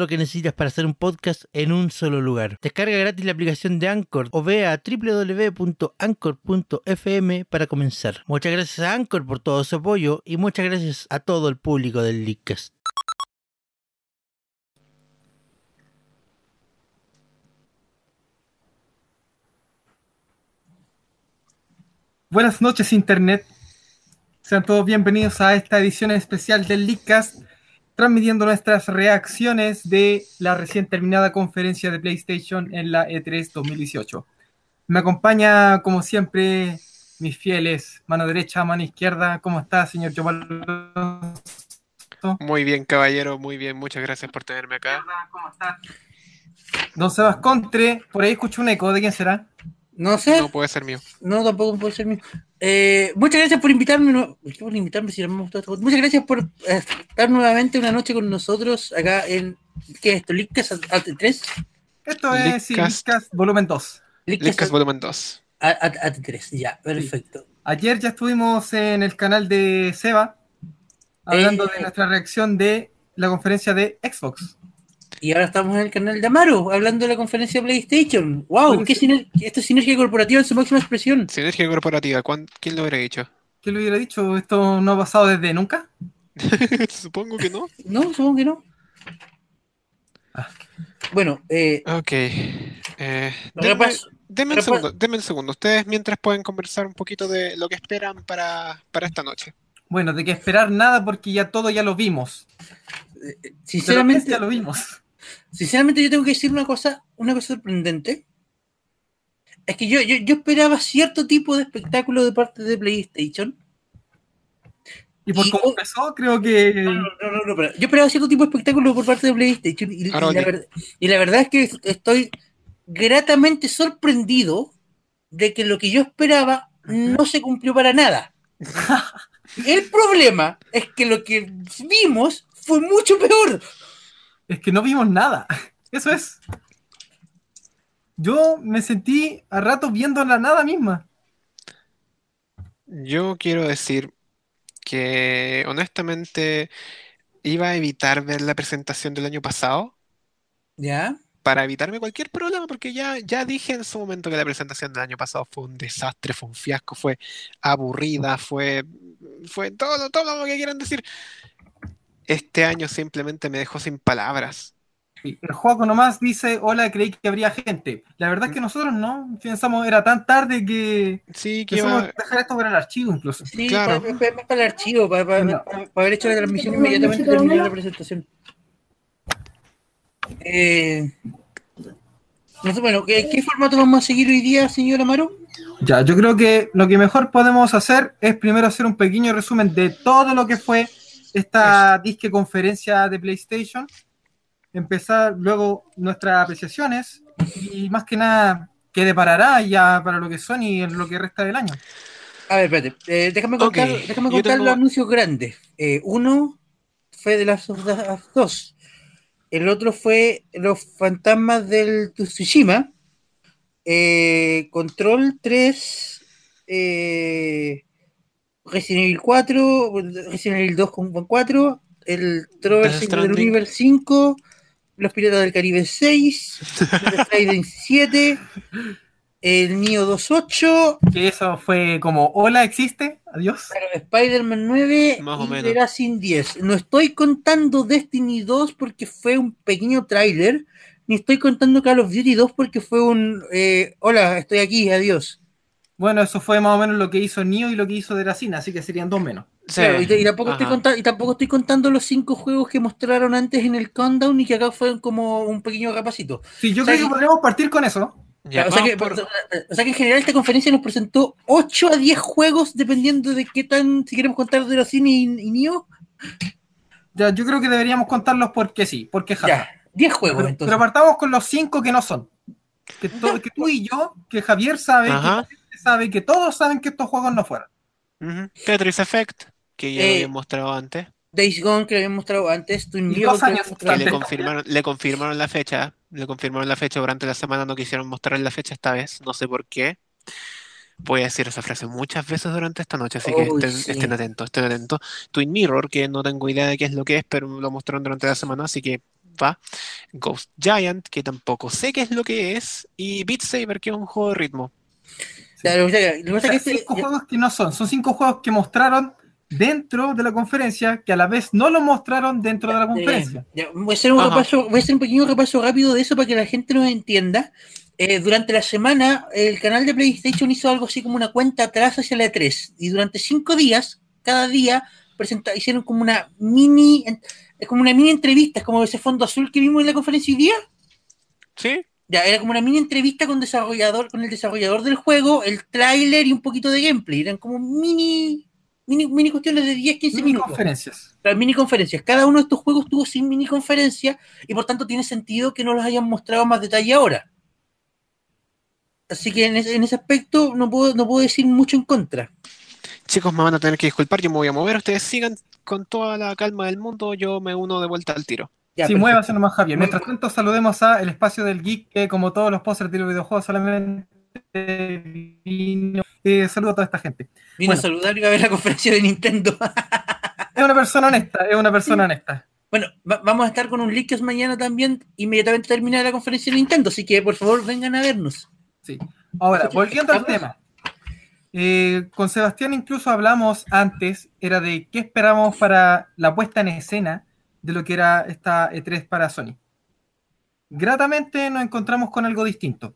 lo que necesitas para hacer un podcast en un solo lugar. Descarga gratis la aplicación de Anchor o ve a www.anchor.fm para comenzar. Muchas gracias a Anchor por todo su apoyo y muchas gracias a todo el público del Leadcast. Buenas noches, Internet. Sean todos bienvenidos a esta edición especial del Leakcast, transmitiendo nuestras reacciones de la recién terminada conferencia de PlayStation en la E E3 2018. Me acompaña, como siempre, mis fieles, mano derecha, mano izquierda. ¿Cómo está, señor Giovanni? Muy bien, caballero, muy bien. Muchas gracias por tenerme acá. Don Sebas Contre, por ahí escucho un eco, ¿de quién será? No sé, No puede ser mío. no, tampoco puede ser mío. Eh, muchas gracias por invitarme. no- ¿por qué por invitarme si no me gustó esta cosa? Muchas gracias por eh, estar nuevamente una noche con nosotros acá en. ¿Qué es esto? ¿Lickas AT3? Esto es sí, Leakcast. Leakcast volumen 2. Linkas ¿Lickas Volumen 2. AT3? Ya, perfecto. Ayer ya estuvimos en el canal de Seba hablando Eh. de nuestra reacción de la conferencia de Xbox. Y ahora estamos en el canal de Amaru, hablando de la conferencia de PlayStation. ¡Wow! ¿Qué siner- esto es sinergia corporativa en su máxima expresión. Sinergia corporativa, ¿cuán- ¿quién lo hubiera dicho? ¿Qué le hubiera dicho? Esto no ha pasado desde nunca. Supongo que no. No, supongo que no. Bueno, eh, Ok. eh, denme, repaso. denme un repa- segundo, denme un segundo. Ustedes mientras pueden conversar un poquito de lo que esperan para, para esta noche. Bueno, de que esperar nada porque ya todo ya lo vimos. De lo que es, Sinceramente, ya lo vimos. sinceramente yo tengo que decir una cosa, una cosa sorprendente. Es que yo, yo, yo esperaba cierto tipo de espectáculo de parte de PlayStation. Y por y- oh. cómo empezó, creo que No, no, no, no, pero yo esperaba cierto tipo de espectáculo por parte de PlayStation. Y, y la, Ahora, ok. verdad, y la verdad es que estoy gratamente sorprendido de que lo que yo esperaba no se cumplió para nada. El problema es que lo que vimos fue mucho peor. es que no vimos nada. Eso es. Yo me sentí a ratos viendo la nada misma. Yo quiero decir que honestamente iba a evitar ver la presentación del año pasado ¿Ya? para evitarme cualquier problema, porque ya, ya dije en su momento que la presentación del año pasado fue un desastre, fue un fiasco, fue aburrida, fue, fue todo, todo lo que quieran decir. Este año simplemente me dejó sin palabras. Sí, El juego nomás dice, hola, creí que habría gente. La verdad es que nosotros no pensamos, era tan tarde que Sí, que quisimos iba- dejar esto para el archivo incluso. Sí, Claro. para, para- para el archivo, para, para- No. para- para haber hecho la transmisión inmediatamente terminar la presentación. Eh, no sé, bueno, ¿qué, qué formato vamos a seguir hoy día, señor Amaro? Ya, yo creo que lo que mejor podemos hacer es primero hacer un pequeño resumen de todo lo que fue esta disque conferencia de PlayStation, empezar luego nuestras apreciaciones y más que nada qué deparará ya para lo que son y en lo que resta del año. A ver, espérate, eh, déjame contar, Ok, déjame yo contar tengo- los anuncios grandes. Eh, uno fue de las dos. El otro fue Los Fantasmas del Tsushima. Eh, Control 3. eh, Resident Evil 4. Resident Evil 2 con con 4. El Traversing del Stranding. Universe 5. Los Piratas del Caribe 6. Death Stranding 7. El Neo 28. Que eso fue como, hola, existe, adiós. Claro, Spider-Man 9 Más o y menos. Veracin 10. No estoy contando Destiny 2 porque fue un pequeño tráiler, ni estoy contando Call of Duty 2 porque fue un eh, hola, estoy aquí, adiós. Bueno, eso fue más o menos lo que hizo Neo y lo que hizo Deracina, así que serían dos menos. Claro, y, y tampoco estoy ajá. conta- y tampoco estoy contando los cinco juegos que mostraron antes en el countdown y que acá fueron como un pequeño capacito. Sí, yo O sea creo que- que podríamos partir con eso. Ya, o, sea vamos que, por- o sea que en general esta conferencia nos presentó 8 a 10 juegos dependiendo de qué tan, si queremos contar Veracin y, y Nioh. Ya, yo creo que deberíamos contarlos porque sí, porque jaja. Ya, 10 juegos, Pero, entonces. pero partamos con los cinco que no son. Que, to- que tú y yo, que Javier sabe, que Ajá. Vicente sabe, que todos saben que estos juegos no fueron. Ujú. Tetris Effect, que ya lo Eh. habían mostrado antes. Days Gone que habían mostrado antes, Twin Y Mirror, dos que años habían Y mostrado le antes. confirmaron, le confirmaron la fecha. Le confirmaron la fecha durante la semana. No quisieron mostrar la fecha esta vez. No sé por qué. Voy a decir esa frase muchas veces durante esta noche, así que Uy, estén, sí. estén atentos, estén atentos. Twin Mirror, que no tengo idea de qué es lo que es, pero lo mostraron durante la semana, así que va. Ghost Giant, que tampoco sé qué es lo que es. Y Beat Saber, que es un juego de ritmo. Claro, o sea, lo que pasa O es sea, que este- cinco juegos que no son. Son cinco juegos que mostraron dentro de la conferencia, que a la vez no lo mostraron dentro de la conferencia. Ya, eh, voy, a hacer un Ajá. repaso- voy a hacer un pequeño repaso rápido de eso para que la gente nos entienda. Eh, durante la semana, el canal de PlayStation hizo algo así como una cuenta atrás hacia la E3. Y durante cinco días, cada día, presenta- hicieron como una mini es como una mini entrevista, es como ese fondo azul que vimos en la conferencia hoy día. ¿Sí? Ya, era como una mini entrevista con desarrollador, con el desarrollador del juego, el tráiler y un poquito de gameplay. Eran como mini, mini, mini cuestiones de 10, 15 Mini minutos. conferencias. Las mini conferencias. Cada uno de estos juegos tuvo sin mini conferencia y por tanto tiene sentido que no los hayan mostrado más detalle ahora. Así que en ese, en ese aspecto no puedo, no puedo decir mucho en contra. Chicos, me van a tener que disculpar, yo me voy a mover. Ustedes sigan con toda la calma del mundo, yo me uno de vuelta al tiro. Ya, sí, perfecto. muévase nomás, Javier. Muy- Mientras tanto, saludemos a El Espacio del Geek, que como todos los posters de los videojuegos, solamente vino. Eh, saludo a toda esta gente. Vino bueno. a saludar y va a ver la conferencia de Nintendo. Es una persona honesta, es una persona honesta. bueno, va- vamos a estar con un Leakers mañana también, inmediatamente terminada la conferencia de Nintendo. Así que por favor vengan a vernos. Ahora, volviendo al Carlos. tema. Eh, con Sebastián incluso hablamos antes, era de qué esperábamos para la puesta en escena de lo que era esta E3 para Sony. Gratamente nos encontramos con algo distinto.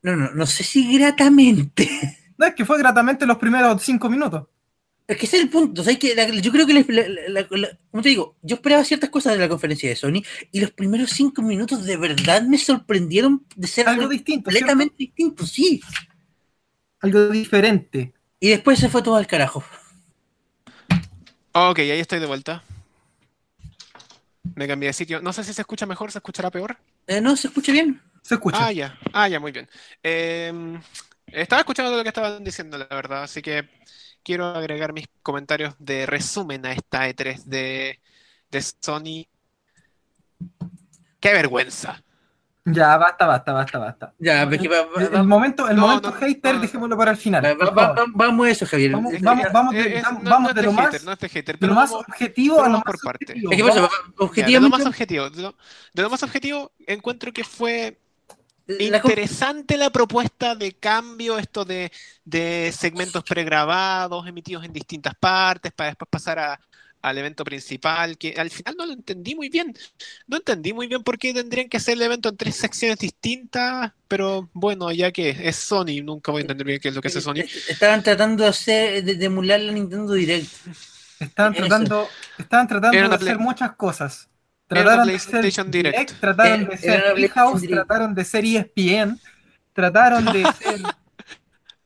No, no, no sé si gratamente. No es que fue gratamente los primeros cinco minutos. Es que ese es el punto. o sea, que la- yo creo que, les- la- la- la- como te digo, yo esperaba ciertas cosas de la conferencia de Sony y los primeros cinco minutos de verdad me sorprendieron de ser Algo algo distinto, ¿cierto? completamente distinto, sí. algo diferente. Y después se fue todo al carajo. Ok, ahí estoy de vuelta. Me cambié de sitio. No sé si se escucha mejor, se escuchará peor. Eh, no, se escucha bien. Se escucha. Ah, ya. Ah, ya, muy bien. Eh, estaba escuchando lo que estaban diciendo, la verdad, así que quiero agregar mis comentarios de resumen a esta E3 de, de Sony. ¡Qué vergüenza! Ya, basta, basta, basta, basta. Ya, porque va- va- El, va- el momento, el No, momento no, hater, no. dejémoslo para el final. va- por va- favor. va- vamos a eso, Javier. Vamos, Es- vamos, vamos, Eh, de, es- vamos- no, vamos no es de de lo más, hater, no es de hater, de pero lo más vamos- objetivo a pero lo más vamos por parte. subjetivo. es que por eso, Vamos- ya, de lo objetivamente, más objetivo, de lo- de lo más objetivo, encuentro que fue la con- Interesante la propuesta de cambio, esto de, de segmentos pregrabados, emitidos en distintas partes, para después pasar a- al evento principal, que al final no lo entendí muy bien. No entendí muy bien por qué tendrían que hacer el evento en tres secciones distintas, pero bueno, ya que es Sony, nunca voy a entender bien qué es lo que hace Eh, Sony. est- estaban tratando de, hacer, de, de emular la Nintendo Direct. Estaban Eso. tratando, estaban tratando Era de una hacer play- muchas cosas. Era una Trataron de ser PlayStation Direct. trataron Eh, Era- de era una ser PlayStation House, Direct. trataron de E ser ESPN, trataron de ser,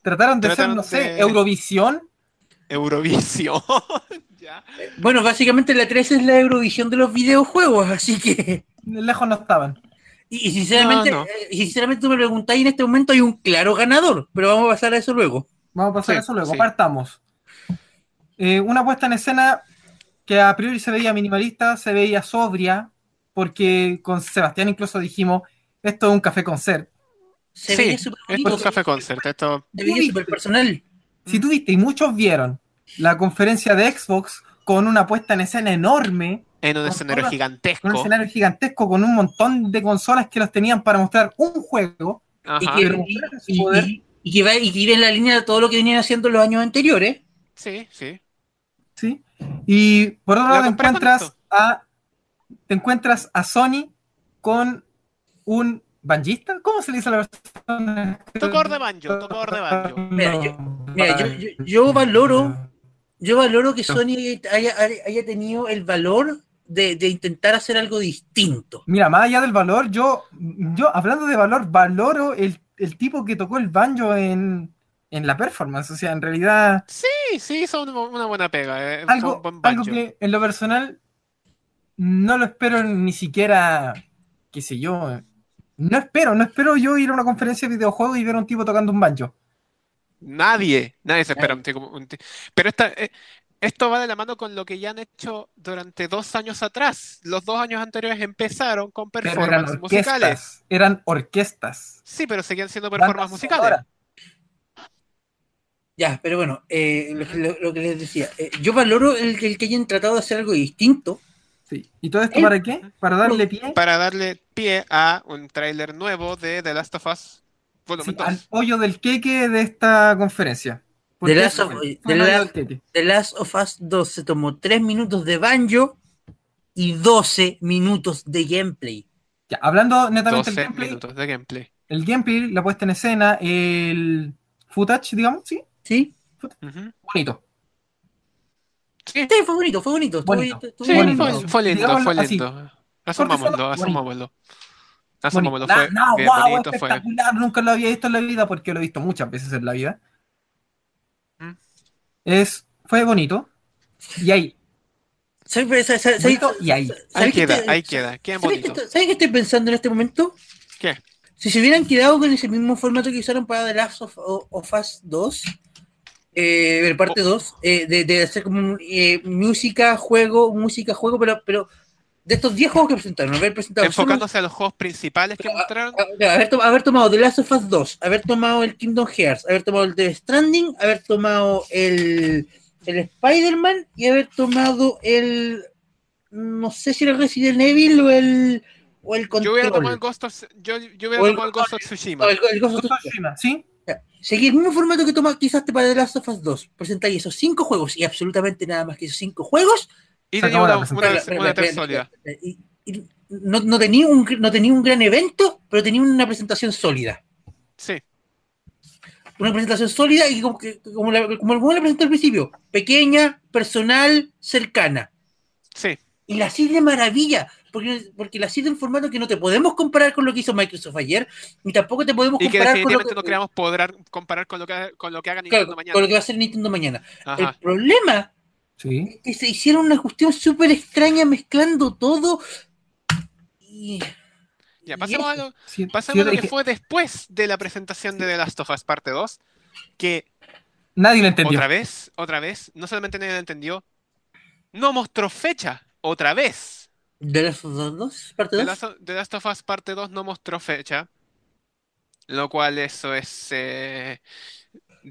trataron de ser, Trataron no sé, de- Eurovisión. Eurovisión. Ya. Bueno, básicamente la 3 es la Eurovisión de los videojuegos, así que... Lejos no estaban. Y, y sinceramente, No, no. eh, y sinceramente tú me preguntáis, en este momento hay un claro ganador, pero vamos a pasar a eso luego. Vamos a pasar Sí, a eso luego. sí. Partamos. Eh, una puesta en escena que a priori se veía minimalista, se veía sobria, porque con Sebastián incluso dijimos, esto es un café concert. Se Sí, veía súper Esto es bonito, un café concert, esto se veía súper personal. Si tú viste, y muchos vieron, la conferencia de Xbox con una puesta en escena enorme, en un Con escenario toda- gigantesco. con un escenario gigantesco, con un montón de consolas que los tenían para mostrar un juego. Y Ajá, que, pero y- mujeres y- sin poder. y- y que va, y que iba en la línea de todo lo que venían haciendo los años anteriores. sí, sí. ¿sí? Y por otro La lado compré con encuentras esto. a te encuentras a Sony con un banjista, ¿cómo se le dice a la persona? Tocador de banjo, tocador de banjo. Mira, yo- mira, yo- yo- yo valoro- Yo valoro que Sony haya, haya tenido el valor de, de intentar hacer algo distinto. Mira, más allá del valor, yo yo hablando de valor, valoro el, el tipo que tocó el banjo en, en la performance, o sea, en realidad Sí, sí, hizo una, una buena pega. eh, fue algo un buen algo banjo. que en lo personal no lo espero ni siquiera qué sé yo. eh. No espero, no espero yo ir a una conferencia de videojuegos y ver a un tipo tocando un banjo. Nadie, nadie se Eh. espera un tío como- un tío. Pero esta, eh, esto va de la mano con lo que ya han hecho durante dos años atrás. Los dos años anteriores empezaron con Pero eran performances orquestas. musicales. Eran orquestas. Sí, pero seguían siendo bandas performances musicales. sonoras. Ya, pero bueno, eh, lo, que- lo- lo que les decía, eh, yo valoro el, que- el que hayan tratado de hacer algo distinto. Sí. ¿Y todo esto Eh, para qué? Para darle pie Para darle pie a un tráiler nuevo de The Last of Us sí, Volumen al 2. pollo del queque de esta conferencia. ¿Por The qué Last eso of- fue? The Fue una Last- del queque. The Last of Us 2 se tomó 3 minutos de banjo y 12 minutos de gameplay. Ya, hablando netamente 12 del gameplay, minutos de gameplay. el gameplay, la puesta en escena, el footage, digamos, sí, ¿Sí? Ujú. bonito. Sí, Sí, Este fue bonito, fue bonito. estuvo- Bonito. estuvo sí, bonito. fue, fue lindo, Digámoslo fue así. lindo. Asumámoslo, asumámoslo. Asumámoslo, Bonito. fue No, no, bien guau, bonito, fue. espectacular, nunca lo había visto en la vida porque lo he visto muchas veces en la vida. Mm. Es, fue bonito. Y ahí, ¿Sabes- sabes- sabes- sabes- bonito y ahí. sabes Ahí que queda, te- ahí queda, queda ¿Sabes qué, bonito. estoy- sabes qué estoy pensando en este momento? ¿Qué? Si se hubieran quedado con ese mismo formato que usaron para The Last of, of Us 2, eh, el parte 2, eh, de, de hacer como un, eh, música, juego, música, juego, pero, pero de estos 10 juegos que presentaron, haber presentado solo- Enfocándose a los juegos principales que Pero, ah, mostraron. a- a- haber, to- haber tomado The Last of Us 2, haber tomado el Kingdom Hearts, haber tomado el The Stranding, haber tomado el, el Spider-Man y haber tomado el. No sé si era Resident Evil o el. O el Yo hubiera tomado el Control. Ghost of, yo, yo O hubiera el- tomado el Ghost of Tsushima. No, el- el Ghost of Tsushima. Tsushima, ¿Sí? Seguir el mismo formato que toma quizás te para The Last of Us 2. Presentáis esos cinco juegos y absolutamente nada más que esos cinco juegos. Y Se tenía acabó la una, presentación. una, Espera, una espera, tercera espera, sólida. espera, y- y no, no tenía un, no tenía un gran evento, pero tenía una presentación sólida. Sí. una presentación sólida y como, que- como, la, como, como la presenté al principio, pequeña, personal, cercana. Sí, Y la hacís de maravilla, porque, porque la hacís de un formato que no te podemos comparar con lo que hizo Microsoft ayer, ni tampoco te podemos y que comparar con lo definitivamente que, no queramos poder comparar con lo que, con lo que hagan claro, Nintendo con lo mañana. que va a hacer Nintendo mañana. El Ajá. problema Sí. es que se hicieron una cuestión súper extraña mezclando todo. Y, Ya, pasemos a lo, sí, pasemos sí, a lo es que que fue después de la presentación de The Last of Us Parte 2, que Nadie lo entendió. otra vez, otra vez, no solamente nadie lo entendió, no mostró fecha, otra vez. ¿De las dos? ¿Parte The dos? Last, of- The Last of Us Parte 2 no mostró fecha, lo cual eso es eh,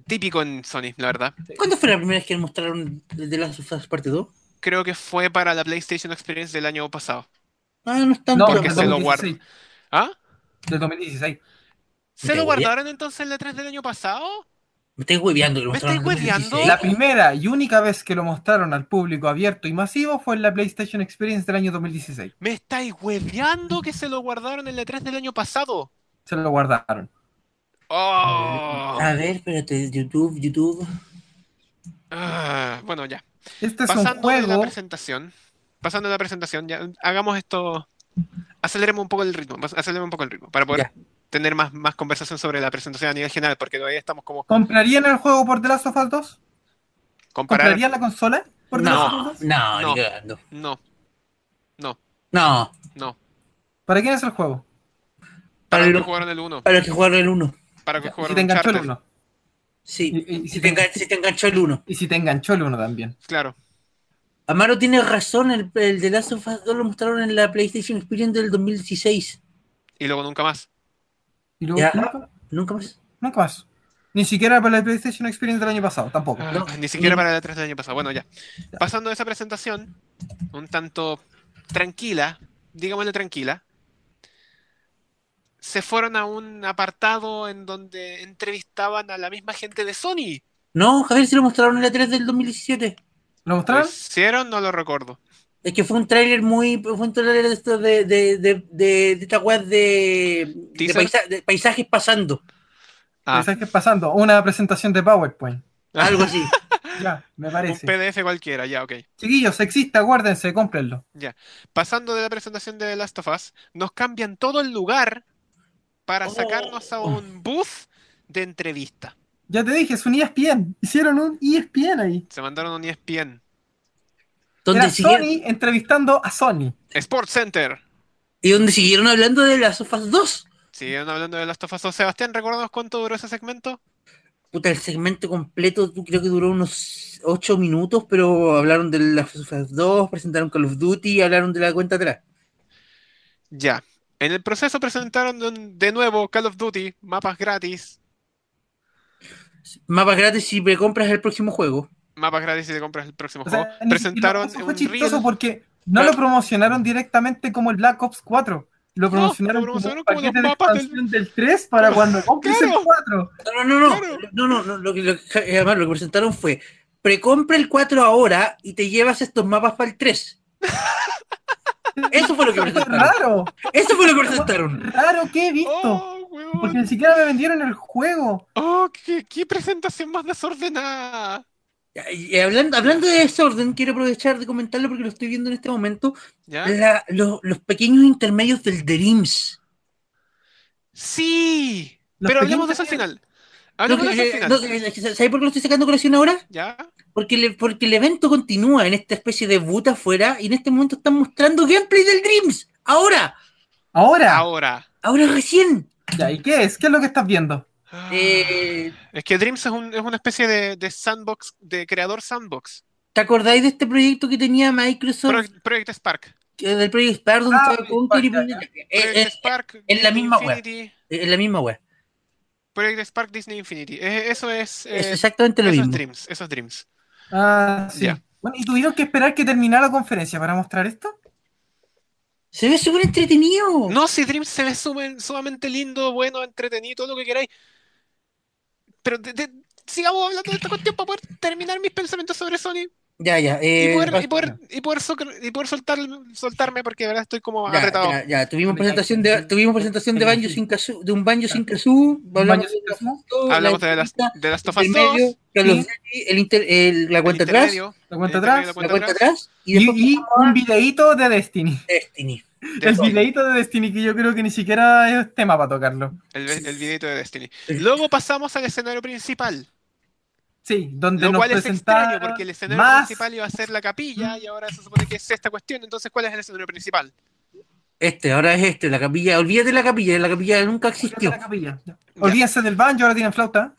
típico en Sony, la verdad. ¿Cuándo fue la primera vez que mostraron de las dos parte 2? Creo que fue para la PlayStation Experience del año pasado. Ah, no es tanto. No, porque del se lo 2016, guarda. ¿Ah? Del 2016. ¿Se Te lo voy a- guardaron entonces el E3 del año pasado? Me estáis hueveando. que lo ¿Me mostraron estáis en el 2016. hueveando? La primera y única vez que lo mostraron al público abierto y masivo fue en la PlayStation Experience del año 2016. ¿Me estáis hueveando que se lo guardaron el E3 del año pasado? Se lo guardaron. Oh. A ver, espérate, YouTube, YouTube. Ah, bueno, ya. Este es un Pasando de la juego. presentación. Pasando de la presentación, ya hagamos esto. Aceleremos un poco el ritmo. pas- Aceleremos un poco el ritmo para poder tener más, más conversación sobre la presentación a nivel general, porque todavía estamos como ¿Comprarían el juego por The Last of Us 2? comparar. ¿Comprarían la consola por The Last of No, Us 2? no, No. ni cagando. No, No, no. ¿Para quién es el juego? para, Para los lo- que jugaron el 1, para los que jugaron el 1. para los que si jugaron te enganchó el Uncharted, 1. Sí, Y, y- y si si te, te, engan- si te enganchó el 1. y si te enganchó el 1 también. claro. Amaro tiene razón, el, el The Last of Us 2 lo mostraron en la PlayStation Experience del 2016. Y luego nunca más. Y luego, Ya. nunca, Nunca más. nunca más. Ni siquiera para la PlayStation Experience del año pasado, tampoco. Ah, No, ni siquiera ni- para el E3 del año pasado. Bueno, ya. Pasando de esa presentación, un tanto tranquila, digámosle tranquila, se fueron a un apartado en donde entrevistaban a la misma gente de Sony. No, Javier, si lo mostraron en la 3 del 2017. ¿Lo ¿Lo mostraron? hicieron? No lo recuerdo. Es que fue un tráiler muy. Fue un tráiler de esto de, de, de, de, de esta web de, de, ¿Teaser? paisa- de paisajes pasando. Ah. ¿Sabes qué es pasando? Una presentación de PowerPoint. Algo así. Ya, me Un parece. PDF cualquiera, ya, ok. Chiquillos, exista, guárdense, cómprenlo. Pasando de la presentación de The Last of Us, nos cambian todo el lugar para Oh. sacarnos a un booth de entrevista. Ya te dije, es un E ESPN. Hicieron un E ESPN ahí. Se mandaron un E ESPN. Donde Era siguieron- Sony entrevistando a Sony. Sports Center. y donde siguieron hablando de las sofas 2. Siguieron hablando de Last of Us. O Sebastián, ¿recuerdas cuánto duró ese segmento? Puta, el segmento completo tú, creo que duró unos 8 minutos, pero hablaron de las sofas 2, presentaron Call of Duty y hablaron de la cuenta atrás. Ya. En el proceso presentaron de un- de nuevo Call of Duty, mapas gratis. Mapas gratis si precompras el próximo juego. Mapas gratis si te compras el próximo O sea, juego. ni Presentaron siquiera- eso un fue chistoso reel. porque no Claro. lo promocionaron directamente como el Black Ops 4. Lo No, promocionaron, lo promocionaron como, como paquete los de mapas del- expansión del... 3 para cuando compres Claro. el 4. No, no, no, no. Claro. No, no, no, Lo que, lo que- eh, además, lo que presentaron fue precompra el 4 ahora y te llevas estos mapas para el 3. Eso fue lo que presentaron. Raro, Eso fue lo que presentaron. raro que he visto. ¡Oh, Porque weón! ni siquiera me vendieron el juego. ¡Oh, qué, qué presentación más desordenada! Y hablando, hablando de desorden, quiero aprovechar de comentarlo porque lo estoy viendo en este momento. ¿Ya? Eh, la- lo- los pequeños intermedios del Dreams. ¡Sí! Los Pero pequeños hablemos de eso al final. No, Hablemos de eso al eh, que- final. no, que- ¿Sabes por qué lo estoy sacando a colación ahora? ¿Ya? Porque, le- porque el evento continúa en esta especie de boot afuera y en este momento están mostrando gameplay del Dreams. Ahora, Ahora, Ahora. ahora recién. ya, ¿y qué es? ¿Qué es lo que estás viendo? Ah. Eh, Es que Dreams es, un- es una especie de, de sandbox, de creador sandbox. ¿Te acordáis de este proyecto que tenía Microsoft? Pro- Project Spark. eh, del proyecto Star, donde Ah, estaba Conquer y ya, ya. Bungie? Eh, Project eh, Spark, en la Disney misma web. Infinity. eh, la misma web. Project Spark, Disney Infinity. Eh, eso es, eh, Es exactamente lo eso es mismo. Dreams. Eso es Dreams. Ah, sí. Ya. Bueno, ¿y tuvieron que esperar que terminara la conferencia para mostrar esto? Se ve súper entretenido. No, si Dreams se ve sumen- sumamente lindo, bueno, entretenido, todo lo que queráis. Pero de- de- sigamos hablando de esta cuestión para poder terminar mis pensamientos sobre Sony Ya, ya. y eh, poder, y basta. poder, y poder, soc- y poder soltar, soltarme porque de verdad estoy como Ya, apretado. ya, ya. Tuvimos presentación de, tuvimos presentación de Banjo sin Kazoo- de un Banjo sin Kazoo. Banjo sin Hablamos de las, de las Tofas el medio, 2, Call of Sí. Duty, el inter- el- la el cuenta atrás, intermedio, La cuenta el atrás. intermedio, la cuenta atrás y después Y, y un videíto de Destiny. Destiny. de- El videíto de Destiny que yo creo que ni siquiera es tema para tocarlo. el, el videito de Destiny. Luego pasamos al escenario principal, Sí, donde lo nos cual es extraño presentaron porque el escenario más- principal iba a ser la capilla y ahora se supone que es esta cuestión. Entonces, ¿cuál es el escenario principal? Este, ahora es este, la capilla. Olvídate de la capilla, la capilla nunca existió. La capilla. Olvídense del banjo, ahora tienen flauta.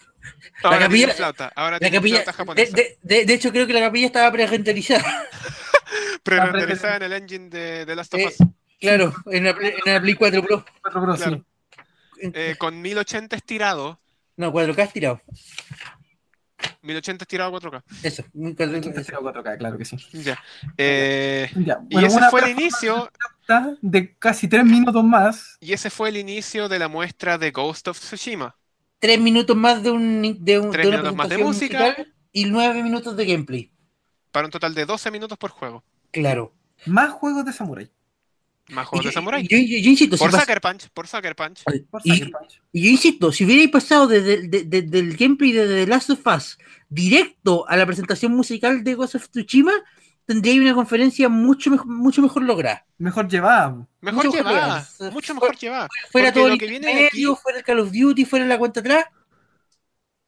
Ahora capilla- tienen flauta, ahora La tienen capilla, flauta de, japonesa, de- de- de hecho, creo que la capilla estaba prerenderizada. prerenderizada en el engine de, de Last of Eh, Us, Claro, en la, Play- en la Play 4 Pro. Cuatro bros, Claro. sí. eh, con 1080 estirado, No, 4K tirado. 1080 estirado a 4K. Eso. un 4K, eso. 4K, claro que sí. Ya. Eh, Ya, y bueno, ese una fue el otra inicio, flauta de casi tres minutos más. y ese fue el inicio de la muestra de Ghost of Tsushima. Tres minutos más de, un, de, un- Tres de una minutos más de presentación música. musical y nueve minutos de gameplay. para un total de 12 minutos por juego. Claro. Más juegos de Samurai. Más Y juegos yo, de Samurai. yo- yo- yo insisto, Por si pas- Sucker Punch, por Sucker Punch. Por y- Sucker Punch. Y yo insisto, si hubierais pasado desde, el- de- de- del gameplay de The Last of Us directo a la presentación musical de Ghost of Tsushima, tendríais una conferencia mucho, mej- mucho mejor lograda. Mejor llevado. Mejor mucho llevada, juegos. mucho mejor llevada. Fuera Porque todo lo el que viene de intermedio, aquí- fuera el Call of Duty, fuera la cuenta atrás.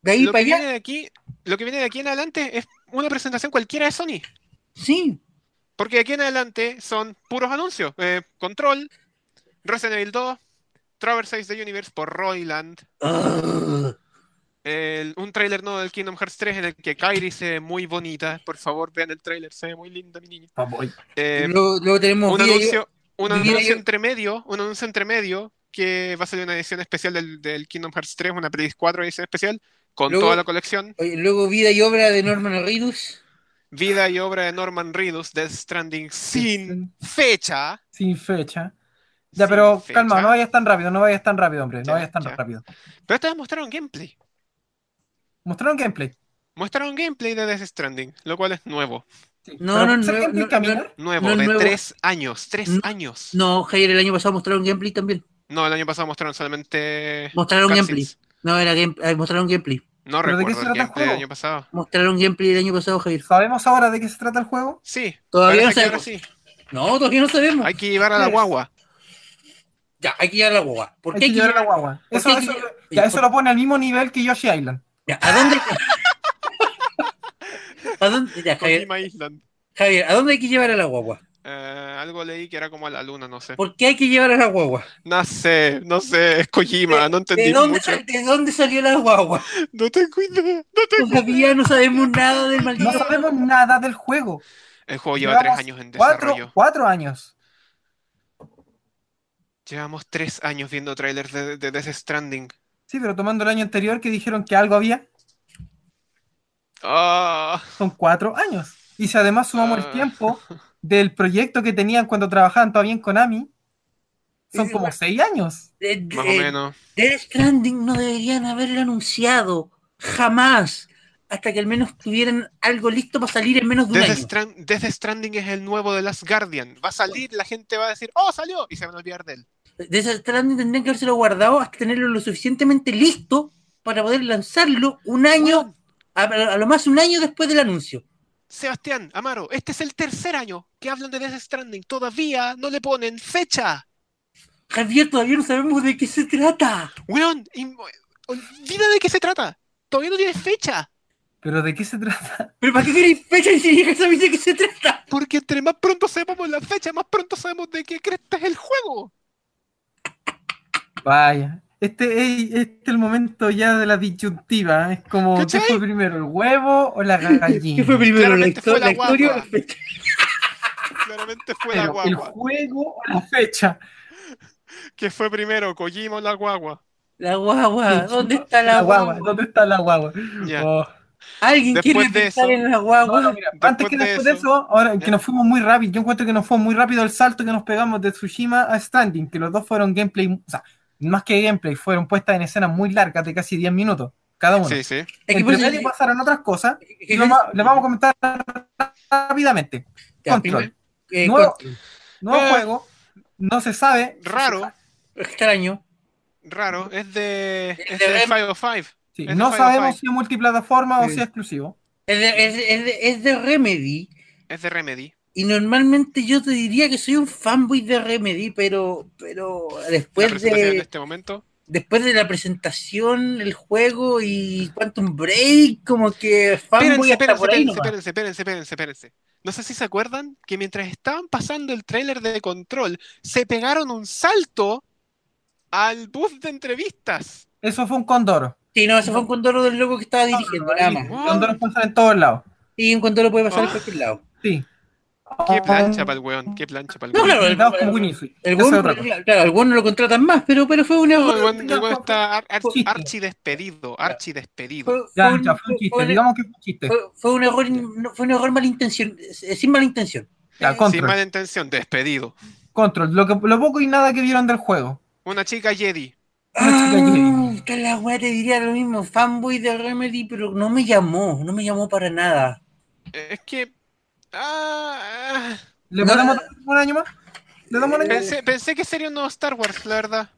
De ahí Lo para que allá, viene de aquí, lo que viene de aquí en adelante es una presentación cualquiera de Sony, sí. porque de aquí en adelante son puros anuncios. Eh, Control, Resident Evil 2, Traverse 6 the Universe por Royland, Ugh. el- un tráiler nuevo del Kingdom Hearts 3 en el que Kairi se ve muy bonita. Por favor, vean el tráiler, se ve muy linda mi niña. Papoy. Eh, luego, luego tenemos un video- anuncio, un diría anuncio yo- entre medio, un anuncio entre medio que va a salir una edición especial del, del Kingdom Hearts 3, una Play 4 edición especial, con Luego- toda la colección, oye, luego vida y obra de Norman Reedus. vida y obra de Norman Reedus, Death Stranding sin fecha. Sin fecha. Ya, sin pero fecha. calma, no vayas tan rápido, no vayas tan rápido, hombre. Ya, No vayas tan ya. rápido. Pero esta vez mostraron gameplay. Mostraron gameplay. Mostraron gameplay de Death Stranding, lo cual es nuevo. No, Pero no, ¿ser no, gameplay no, caminar? Nuevo, No es de nuevo. tres años, tres No- años. No, Jair, el año pasado mostraron gameplay también. No, el año pasado mostraron solamente Mostraron gameplay. cutscenes. No, era game- eh, mostraron gameplay. No ¿Pero de qué se recuerdo el trata el gameplay del juego? año pasado. Mostraron gameplay el año pasado, Jair. ¿Sabemos ahora de qué se trata el juego? Sí, Todavía no parece que ahora sabemos. sí. No, todavía no sabemos. Hay que llevar a la Yes. guagua. Ya, hay que llevar la guagua. ¿Por Hay qué que llevar la guagua. ¿Por Eso, qué hay eso- que llevar- ya, Sí, eso por- lo pone al mismo nivel que Yoshi Island. Ya, ¿A dónde? ¿A dónde? Ya, Con Javier, Lima Island. Javier, ¿a dónde hay que llevar a la guagua? Eh, ¿A Algo leí que era como a la luna, no sé. ¿Por qué hay que llevar a la guagua? No sé, no sé, es Kojima, no entendí ¿De dónde, mucho. sal- ¿De dónde salió la guagua? No tengo idea, no tengo Todavía no sabemos nada del maldito. No sabemos nada del juego. El juego lleva tres Llevamos años en Cuatro, desarrollo. cuatro años. Llevamos tres años viendo trailers de, de Death Stranding. Sí, pero tomando el año anterior que dijeron que algo había, Ah, son cuatro años. Y si además sumamos Ah. el tiempo del proyecto que tenían cuando trabajaban todavía en Konami, son Sí, como bueno. seis años. De- más de- o menos. Eh, Death Stranding no deberían haberlo anunciado jamás hasta que al menos tuvieran algo listo para salir en menos de un Death, año. Stran- Death Stranding es el nuevo de Last Guardian. Va a salir, la gente va a decir, ¡oh, salió! Y se van a olvidar de él. Death Stranding tendrían que haberse guardado hasta tenerlo lo suficientemente listo para poder lanzarlo un año, a, a lo más un año después del anuncio. Sebastián, Amaro, este es el tercer año que hablan de Death Stranding. Todavía no le ponen fecha. Javier, todavía no sabemos de qué se trata. Weón, in- olvida de qué se trata. Todavía no tiene fecha. Pero ¿de qué se trata? ¿Pero para qué queréis fecha y si ni siquiera sabéis de qué se trata? Porque entre más pronto sepamos la fecha, más pronto sabemos de qué cresta es el juego. Vaya. Este ey, este es el momento ya de la disyuntiva. ¿eh? Es como, ¿qué ¿Cachai? fue primero, el huevo o la gallina? ¿Qué fue primero, la, Claramente histo- este fue la la historia o la guagua. fecha? Claramente fue la Pero, ¿El guagua. juego o la fecha? ¿Qué fue primero, Kojima o la guagua? La guagua, Ah, ¿dónde está la, guagua? ¿Dónde está la guagua? Ya. Oh. ¿Alguien Después quiere de pensar eso- en la guagua? No, no, mira, antes que de después de eso- eso, ahora Ya. que nos fuimos muy rápido, yo encuentro que nos fue muy rápido el salto que nos pegamos de Tsushima a Standing, que los dos fueron gameplay, o sea, más que gameplay, fueron puestas en escenas muy largas de casi 10 minutos, cada uno. Sí, sí. Es que Entre por eso- medio pasaron otras cosas, es que- y lo, ma- lo vamos a comentar rápidamente. Ya, Control, eh, nuevo, nuevo Eh. juego, no se sabe, Raro, con- extraño. raro. Es de, es de de Rem- 505. sí, Es de no Final sabemos Fight. si es multiplataforma o Sí. si es exclusivo. Es de, es de- es de- es de Remedy. Es de Remedy. Y normalmente yo te diría que soy un fanboy de Remedy, pero, pero La después presentación en Pues de, este momento. después de la presentación, el juego y Quantum Break, como que fanboy Espérense, hasta espérense, por ahí espérense, nomás. espérense, espérense, espérense, espérense. No sé si se acuerdan que mientras estaban pasando el tráiler de Control, se pegaron un salto al bus de entrevistas. Eso fue un condoro. Sí, no, eso fue un condoro del loco que estaba dirigiendo, nada más. Condoros pasan en todos lados. Y un condoro puede pasar en Ah. cualquier lado. Sí. Ah, Qué plancha para el weón, qué plancha para el No, weón. claro, el- Cuidados con Winifred. El Esa es buen, otra cosa. claro, al buen no lo contratan más, pero, pero fue una. No, el weón, fue- el no, weón no, está ar- ar- chiste. archi despedido, archi despedido. fue- Ya, fue un- ya, fue un fue chiste. un- Digamos que fue un chiste. Fue, fue un error, in- no, fue un error malintención, eh, sin mala intención. Ya, Sin control. mala intención, despedido. Control. Lo, que, lo poco y nada que vieron del juego. Una chica Jedi. Una chica que- Ah, puta la weá, te diría lo mismo, fanboy de Remedy, pero no me llamó, no me llamó para nada. Eh, Es que. ah, ah. ¿Le No, podemos no. dar un año más? ¿Le damos un año más? pensé, pensé que sería un nuevo Star Wars, la verdad.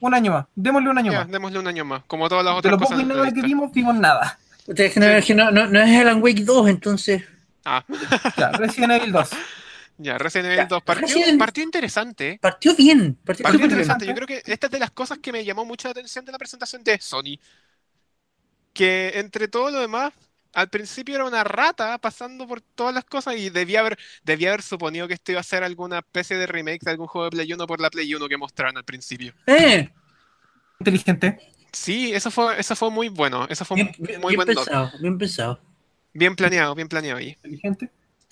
Un año más. Démosle un año Ya, más. démosle un año más, como todas las De otras lo cosas. poco y de nada que entrevista. vimos, vimos nada. O sea, es que no, es que no- no- no es Alan Wake 2, entonces. Ah, Ya, Resident Evil 2. ya, Resident Evil Ya, 2. Partió, Resident- partió interesante. eh. Partió bien, partió Partió súper bien. interesante. Yo creo que esta es de las cosas que me llamó mucho la atención de la presentación de Sony. Que entre todo lo demás, al principio era una rata pasando por todas las cosas y debía haber, debía haber suponido que esto iba a ser alguna especie de remake de algún juego de Play 1 por la Play 1 que mostraron al principio. Eh, Inteligente. Sí, eso fue, eso fue muy bueno. Eso fue bien, muy bien- bien buen doc. pensado, bien pensado. Bien planeado, bien planeado ahí. Inteligente.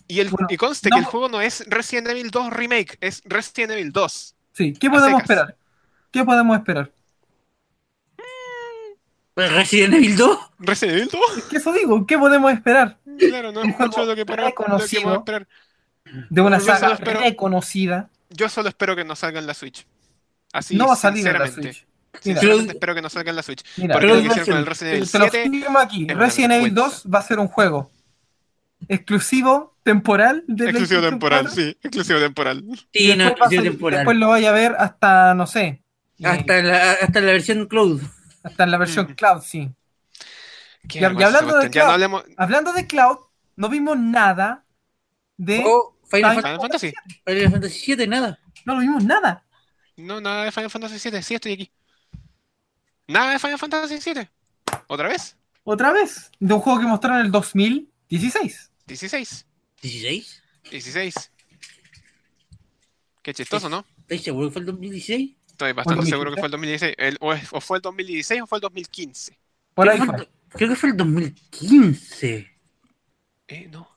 Y, el, Bueno, y conste no- que el juego no es Resident Evil 2 Remake, es Resident Evil 2. Sí. ¿Qué A podemos secas. esperar? ¿Qué podemos esperar? ¿Pero ¿Resident Evil 2? ¿Resident Evil 2? Es que eso digo. ¿Qué podemos esperar Claro, no Un es mucho juego lo que podemos- lo que podemos reconocido. esperar. de una Yo solo saga espero- reconocida? Yo solo espero que no salga en la Switch. Así, No va a salir en la sinceramente. Switch. Mira, Sinceramente Pero- espero que no salga en la Switch. mira. Porque pero lo que hicieron con el Resident- Resident Evil Te lo 7, firmo aquí. Este es una Resident Evil vergüenza. 2 va a ser un juego exclusivo temporal de exclusivo PlayStation temporal, 4. sí, exclusivo temporal. Sí, no, Después va a exclusivo salir- temporal. Después lo vaya a ver hasta, no sé, eh, hasta, Hasta la, hasta la versión Cloud. en la versión Mm. cloud, sí. Y- Qué y vergüenza, hablando de Sebastián. Ya no Cloud- hablemos. Hablando de cloud, no vimos nada de... O Final, Final- Fan- Final Fantasy. Final Fantasy VII, nada. No lo vimos nada. No, nada de Final Fantasy 7, sí estoy aquí. Nada de Final Fantasy 7. ¿Otra vez? Otra vez. De un juego que mostraron en el 2016. 16. 16. 16. Qué chistoso, ¿no? ¿Estáis seguros que fue el 2016? Estoy bastante 2015. seguro que fue el 2016. el- o, es- o fue el 2016 o fue el 2015. Por ahí creo, que fue. fue, creo que fue el 2015. Eh, no.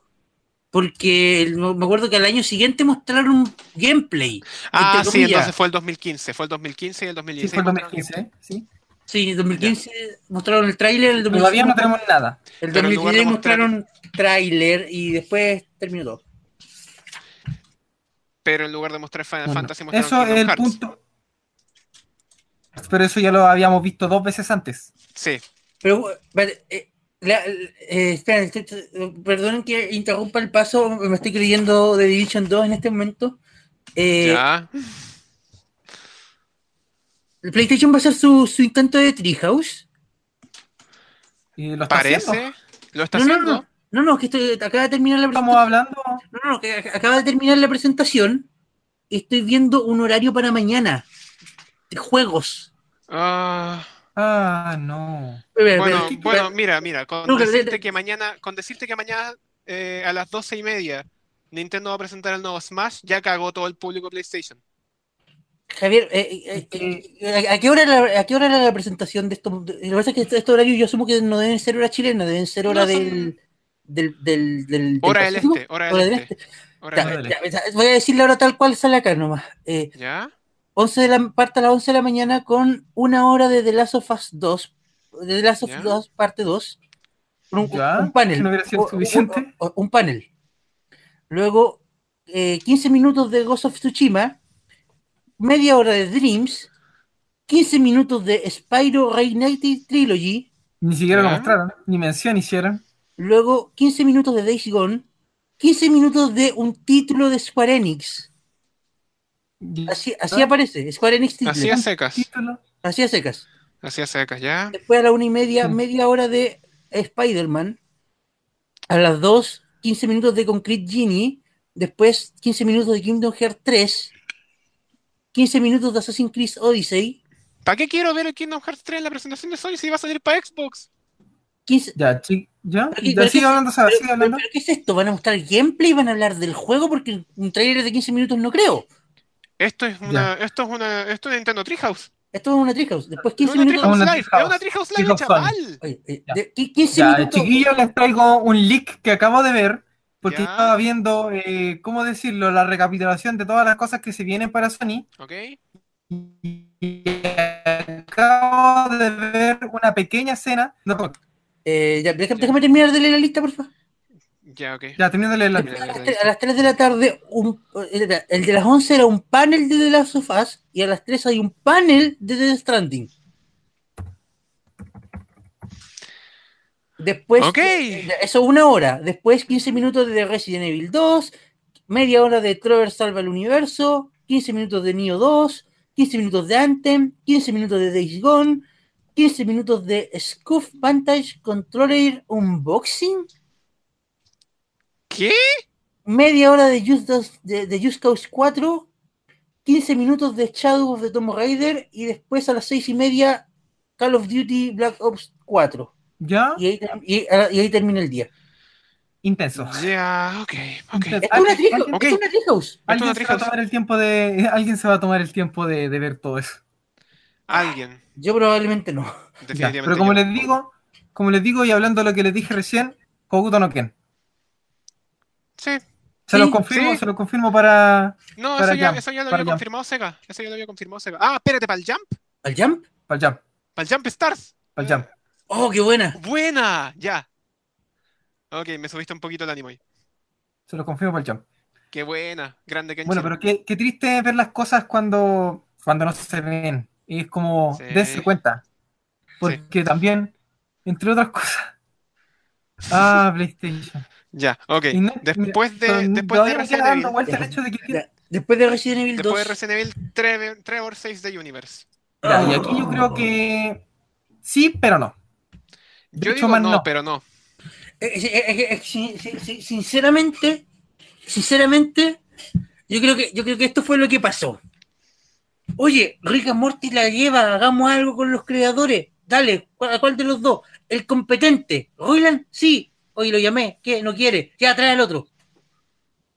Porque el- me acuerdo que al año siguiente mostraron gameplay. Ah, sí, comillas. entonces fue el 2015. Fue el 2015 y el Sí, 2016. fue el 2015, ¿eh? Sí. Sí, en el 2015 mostraron el tráiler, el Todavía no 2016 tenemos nada. El Pero en lugar de 2016 mostraron tráiler y después terminó todo. Pero en lugar de mostrar Final Bueno, Fantasy, mostraron Eso es Kingdom el Hearts. punto. Pero eso ya lo habíamos visto dos veces antes. Sí, Pero, espérate, eh, la- eh, espera, estoy- estoy- perdonen que interrumpa el paso, me estoy creyendo de Division 2 en este momento. Eh, ya. el PlayStation va a hacer su, su intento de Treehouse. Y lo está haciendo. Parece. Lo está No, no, haciendo. no, no, no, que estoy, acaba de terminar la Estamos presentación. hablando. No, no, que ac- acaba de terminar la presentación. y Estoy viendo un horario para mañana. De juegos. Ah, Ah, no. Espera, bueno, espera, bueno, espera. mira, mira, con No, que- decirte que mañana, con decirte que mañana eh, a las doce y media Nintendo va a presentar el nuevo Smash, ya cagó todo el público de PlayStation. Javier, eh, eh, eh, ¿a, a qué hora la, ¿a qué hora era la presentación de estos? de- Lo que pasa es que estos estos horarios yo asumo que no deben ser hora chilena, deben ser hora No, son- del, del, del, del- del Hora del Pacífico, Este, hora del hora del Este, este. hora Ya, del del ya, ya, voy a decir la hora tal cual sale acá nomás. Eh, Este. ¿Ya? 11 de la, parte a las 11 de la mañana con una hora de The Last of Us 2, de The Last of Ya. Us 2, parte 2, con un, Ya, un panel. si no hubiera sido o- o- suficiente. o- un panel. Luego, eh, 15 minutos de Ghost of Tsushima, media hora de Dreams, 15 minutos de Spyro Reignited Trilogy, Ni siquiera lo ¿Ya? mostraron. ¿eh? Ni mención hicieron. luego 15 minutos de Days Gone, 15 minutos de un título de Square Enix. Y- Así, así aparece, Square Enix título. Ah. Así a secas, Título. así a secas. así a secas, ¿ya? Después a la una y media, Mm. media hora de Spider-Man. A las 2, 15 minutos de Concrete Genie. Después 15 minutos de Kingdom Hearts 3. 15 minutos de Assassin's Creed Odyssey. ¿Para qué quiero ver el Kingdom Hearts 3 en la presentación de Sony si va a salir para Xbox? 15... Ya, chi- ya. Pero- ya pero- sigue hablando, Saba, Pero, sigue pero- Ah, hablando. pero ¿qué es esto? ¿Van a mostrar gameplay? ¿Van a hablar del juego? Porque un trailer de 15 minutos no creo. Esto es una, esto es una, esto es Nintendo Treehouse. Esto es una Treehouse. Después Es 15 una minutos... Treehouse Una Live, es una Treehouse. Treehouse Live, Treehouse chaval. Oye, eh, Ya. de- qui- 15 Ya, minutos... chiquillos, les traigo un leak que acabo de ver, porque Ya. estaba viendo, eh, ¿cómo decirlo?, la recapitulación de todas las cosas que se vienen para Sony. ¿Ok? Y acabo de ver una pequeña escena. No, Eh, ya, déjame, déjame terminar de leer la lista, por favor. Ya, ok. ya termino de leer la Mira, A las mira, tre- a las 3 de la tarde, un- el el de las 11 era un panel de The Last of Us y a las 3 hay un panel de Death Stranding. Después, Ok. eh, eso una hora. Después 15 minutos de Resident Evil 2, media hora de Trevor Salva el Universo, 15 minutos de Neo 2, 15 minutos de Anthem, 15 minutos de Days Gone, 15 minutos de Scoof Vantage Controller Unboxing ¿Qué? media hora de Just, Dance- de, de Just Cause 4, 15 minutos de Shadow of the Tomb Raider y después a las 6 y media Call of Duty Black Ops 4. ¿Ya? Y ahí, ter- y- a- y ahí termina el día. Intenso. Ya, ok, ok. Intenso. Esto es una ¿Alguien- Treehouse, Ah, ok. esto es una Treehouse. alguien- Esto alguien se va a es una Treehouse. tomar el tiempo de- Alguien se va a tomar el tiempo de, de ver todo eso. Alguien, Yo probablemente no. Ya, definitivamente Pero como yo. les digo, como les digo y hablando de lo que les dije recién, Koguto no Ken. Sí. Se Sí, los confirmo, sí. se los confirmo para, No, Para eso ya, Jump, eso ya lo para había Jump. confirmado Sega. Eso ya lo había confirmado Sega. Ah, espérate, para el Jump. ¿Al Jump? para el Jump. Para el Jump Stars. Para el Jump. Oh, qué buena. Buena, ya. Ok, me subiste un poquito el ánimo ahí. Se los confirmo para el Jump. Qué buena, grande Kenshi. Bueno, pero qué, qué triste ver las cosas cuando, cuando no se ven. Es como, Sí. dense cuenta. Porque también, entre otras cosas. Ah, PlayStation. Ya, ok. Y no- Eh, Después de, Son- después de todavía me queda Resident Evil, dando vuelta el Ya. hecho de que. Ya, Después de Resident Evil 2. después de Resident Evil, Trevor, Trevor Saves the Universe. Ya, y aquí yo creo que. Sí, pero no. De Yo hecho, digo más no, no. pero no. Eh, eh, eh, eh, sin- sin- sin- sinceramente, sinceramente, yo creo que yo creo que esto fue lo que pasó. Oye, Rick and Morty la lleva, hagamos algo con los creadores. Dale, ¿cu- ¿a cuál de los dos? El competente. Roland, sí. Oye, lo llamé. ¿Qué? No quiere. Ya trae al otro.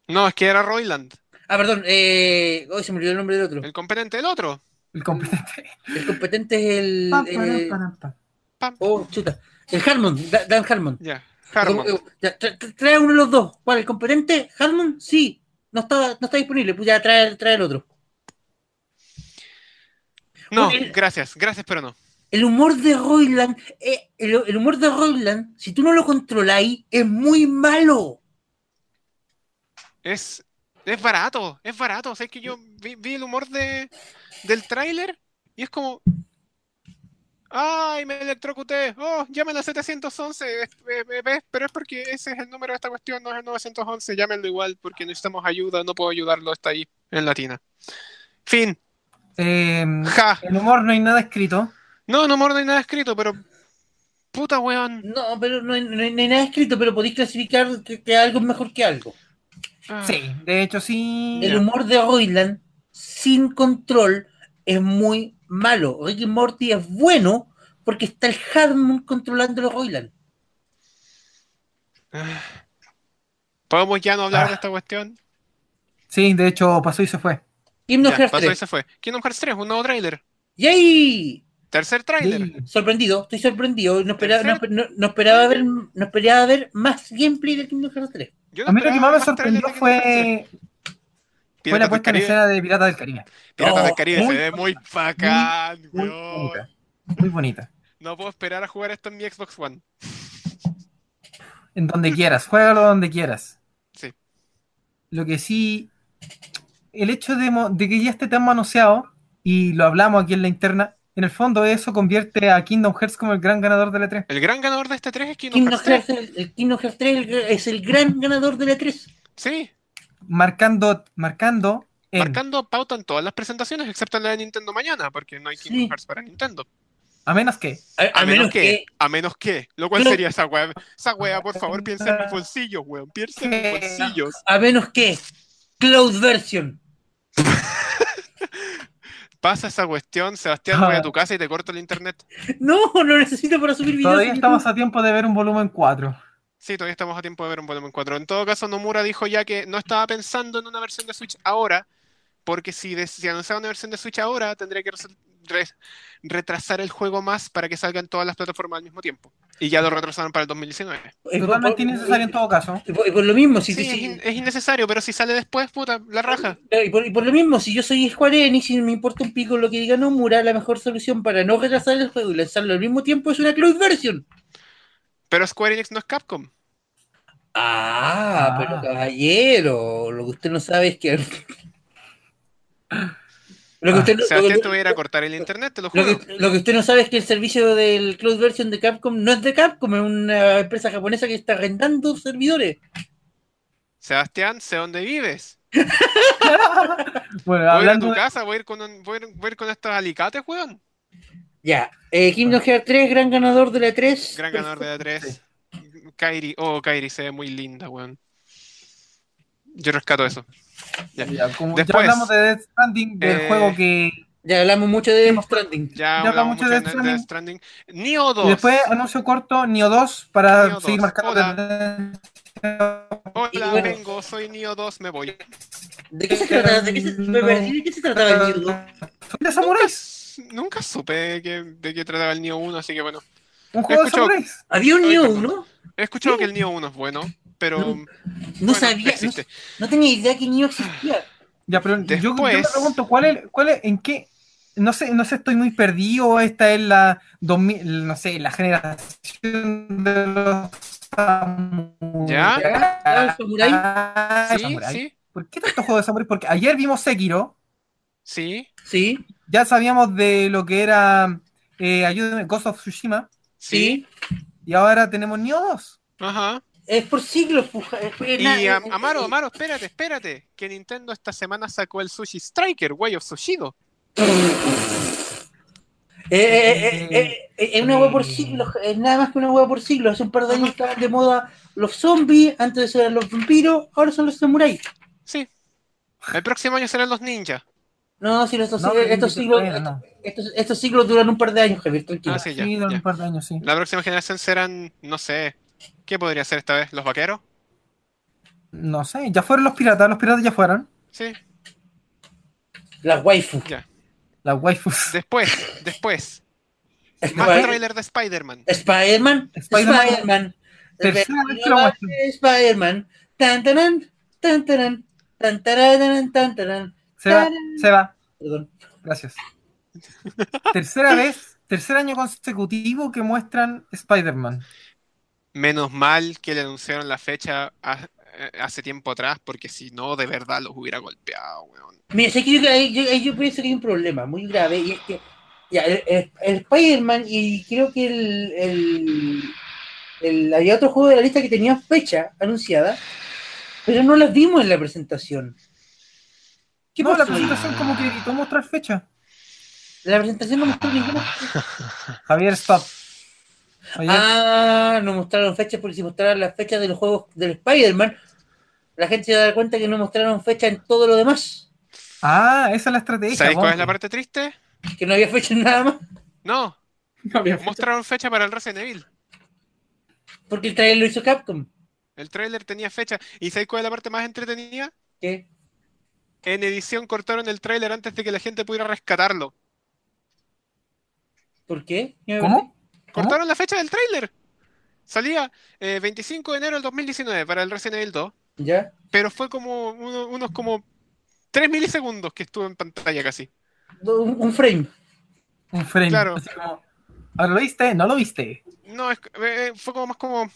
No, es que era Royland. Ah, perdón, eh, hoy se me olvidó el nombre del otro. El competente del otro. El competente. El competente es el. Ah, Pam, pam, eh, pam, pam. Pam. oh, chuta. El Harmon, Da- Dan Harmon. Ya. Harmon. Eh, ya, tra- tra- Trae uno de los dos. ¿Cuál? ¿El competente? ¿Harmon? Sí. No está, no está disponible. Pues ya trae, trae el otro. No, eh. gracias, gracias, pero no. El humor de Roiland, eh, el, el humor de Roiland, si tú no lo controláis, es muy malo. Es, es barato, es barato. O sea, es que yo vi, vi el humor de, del tráiler y es como. ¡Ay, me electrocuté! ¡Oh, llamen al 711! Es- eh, eh, ¿Ves? Pero es porque ese es el número de esta cuestión, no es el 911. Llámenlo igual porque necesitamos ayuda, no puedo ayudarlo, está ahí, en latina. Fin. Eh, Ja. en humor no hay nada escrito. No, no, amor, no hay nada escrito, pero. Puta weón. No, pero no hay, no hay- no hay nada escrito, pero podéis clasificar que, que algo es mejor que algo. Ah. Sí, de hecho sí. El humor de Roiland, sin control, es muy malo. Ricky Morty es bueno porque está el Harmon controlando a Roiland. ¿Podemos ya no hablar Ah. de esta cuestión? Sí, de hecho pasó y se fue. Kingdom Ya, Hearts pasó y 3. se fue. Kingdom Hearts 3, un nuevo tráiler. ¡Yay! Tercer tráiler. Sí. Sorprendido, estoy sorprendido. No esperaba, no, Tercer- no- no esperaba, ver, no esperaba ver más gameplay de Kingdom Hearts 3. Yo no A mí lo que más esperaba me tráiler sorprendió de Kingdom Hearts 3. fue, fue la Piratas del puesta en Caribe. escena de Piratas del Caribe. Piratas del Oh, Caribe muy se ve muy bacán, Muy weón. bonita. Muy bonita. No puedo esperar a jugar esto en mi Xbox One. En donde quieras, juégalo donde quieras. Sí. Lo que sí, el hecho de, mo- de que ya esté tan manoseado, y lo hablamos aquí en la interna, en el fondo eso convierte a Kingdom Hearts como el gran ganador de la 3. El gran ganador de este 3 es Kingdom Kingdom Hearts 3. Hearts, el, el Kingdom Hearts 3 el- es el gran ganador de la 3. Sí, Marcando, marcando en marcando pauta en todas las presentaciones, excepto en la de Nintendo mañana, porque no hay Kingdom Sí. Hearts para Nintendo. A menos que. A, A, a menos, que, A menos que. Lo cual Claro. sería esa wea. Esa wea, por favor, piensa en mis bolsillos, weón. Piensa en mis Que- bolsillos. a menos que Cloud Version. Pasa esa cuestión, Sebastián, voy a tu casa y te corto el internet. No, no necesito para subir videos. Todavía en estamos YouTube. a tiempo de ver un volumen 4. Sí, todavía estamos a tiempo de ver un volumen 4. En todo caso, Nomura dijo ya que no estaba pensando en una versión de Switch ahora, porque si, des- si anunciaba una versión de Switch ahora, tendría que res- res- retrasar el juego más para que salgan todas las plataformas al mismo tiempo. Y ya lo retrasaron para el 2019. Y por- Totalmente por- innecesario en todo caso. y por- y por lo mismo, si, Sí, es, si- eh, in- es innecesario, pero si sale después, puta, la raja. y, por, y por lo mismo, si yo soy Square Enix y me importa un pico lo que diga Nomura, la mejor solución para no retrasar el juego y lanzarlo al mismo tiempo es una Cloud Version. Pero Square Enix no es Capcom. Ah, Ah. pero caballero, lo que usted no sabe es que. Lo que, usted no, lo, Ah, Sebastián, que- te voy a ir a cortar el internet, te lo lo juro. que- lo que usted no sabe es que el servicio del Cloud Version de Capcom no es de Capcom, es una empresa japonesa que está arrendando servidores. Sebastián, sé dónde vives. Bueno, Voy a ir a hablando tu de- casa, voy a ir con, un- voy a ir- voy a ir con estos alicates, weón. Ya, eh, Kingdom Hearts 3, gran ganador de la 3. Gran ganador de la 3. Kairi, oh, Kairi se ve muy linda, weón. Yo rescato eso. ya, como ya Después. hablamos de Death Stranding, del Eh, juego que. Ya hablamos mucho de Death Stranding. Ya Ya hablamos hablamos mucho de de Death Death Stranding. Neo Y 2. después anuncio corto, Nio 2, para Nioh seguir 2, marcando hola. tendencia. y Hola, bueno. vengo, soy Neo 2, me voy. ¿De qué se trataba? ¿De qué se, me perdí, ¿de qué se trataba el Nioh 2? Son de samuráis. Nunca supe de qué, de qué trataba el Neo 1, así que bueno. Un juego de Escucho- samuráis. Había un Ay, Neo perdón. 1. He escuchado que el Neo 1 es bueno, pero No, bueno, No sabía, no, existe. no tenía idea que Neo existía. Ya, pero yo- yo, me Después. pregunto, ¿cuál es, cuál es, en qué? No sé, no sé, estoy muy perdido. Esta es la 2000, no sé, la generación de los samuráis. Ya, los Sí, Samuráis. sí, ¿Por qué tanto juego de samuráis? Porque ayer vimos Sekiro, sí, Sí, ya sabíamos de lo que era eh, ayúdame, Ghost of Tsushima, sí. sí. y ahora tenemos Nioh 2. Ajá. Es por siglos. puja, es- es Y na- eh, a- es- Amaro, Amaro, espérate, espérate. Que Nintendo esta semana sacó el Sushi Striker, Way of Sushido. Eh, eh, eh, eh, eh, es una hueá por siglos, es nada más que una hueá por siglos. Hace un par de años estaban de moda los zombies, antes eran los vampiros, ahora son los samuráis. Sí. El próximo año serán los ninjas. No, si los- estos, No, estos sí, siglos, bueno, no. estos, estos siglos duran un par de años, Javier, tranquilo. Ah, sí, ya, Sí, durante ya. un par de años, sí. La próxima generación serán, no sé, ¿qué podría ser esta vez? ¿Los vaqueros? No sé, ya fueron los piratas, los piratas ya fueron. Sí, Las waifu. ya. Las waifus. Después, después. Más eh. Spider- tráiler de Spider-Man. Spider-Man. Spider-Man. Spider-Man. Tercera vez que lo Spider-Man. Spider-Man. Tan, tarán, tan, tarán, tan, tararán, tan, tarán. Se va, se va. Perdón. Gracias. Tercera vez, tercer año consecutivo que muestran Spider-Man. Menos mal que le anunciaron la fecha ha- eh, hace tiempo atrás, porque si no, de verdad los hubiera golpeado, weón. Mira, sé que yo, ahí yo, ahí yo pienso que hay un problema muy grave y es que ya, el, el- el Spider-Man y creo que el, el, el- había otro juego de la lista que tenía fecha anunciada, pero no las vimos en la presentación. ¿Qué No, pasó la ahí? presentación como que evitó mostrar fecha. La presentación no mostró ninguna. Javier, stop. Javier, Ah, no mostraron fechas porque si mostraran las fechas de los juegos del Spider-Man, la gente se da cuenta que no mostraron fecha en todo lo demás. ah, esa es la estrategia. ¿Sabéis cuál es la guapo. parte triste? Que no había fecha en nada más. No, No había fecha. mostraron fecha para el Resident Evil. Porque el trailer lo hizo Capcom. El tráiler tenía fecha. ¿Y sabéis cuál es la parte más entretenida? ¿Qué? En edición cortaron el tráiler antes de que la gente pudiera rescatarlo. ¿Por qué? ¿Cómo? ¿Cómo? Cortaron la fecha del tráiler. Salía eh, 25 de enero del 2019 para el Resident Evil 2, ¿Ya? pero fue como uno- unos como 3 milisegundos que estuvo en pantalla casi. Un, un frame. Un frame. Claro. Así como, ¿Ahora lo viste? ¿No lo viste? No, es- eh, fue como más como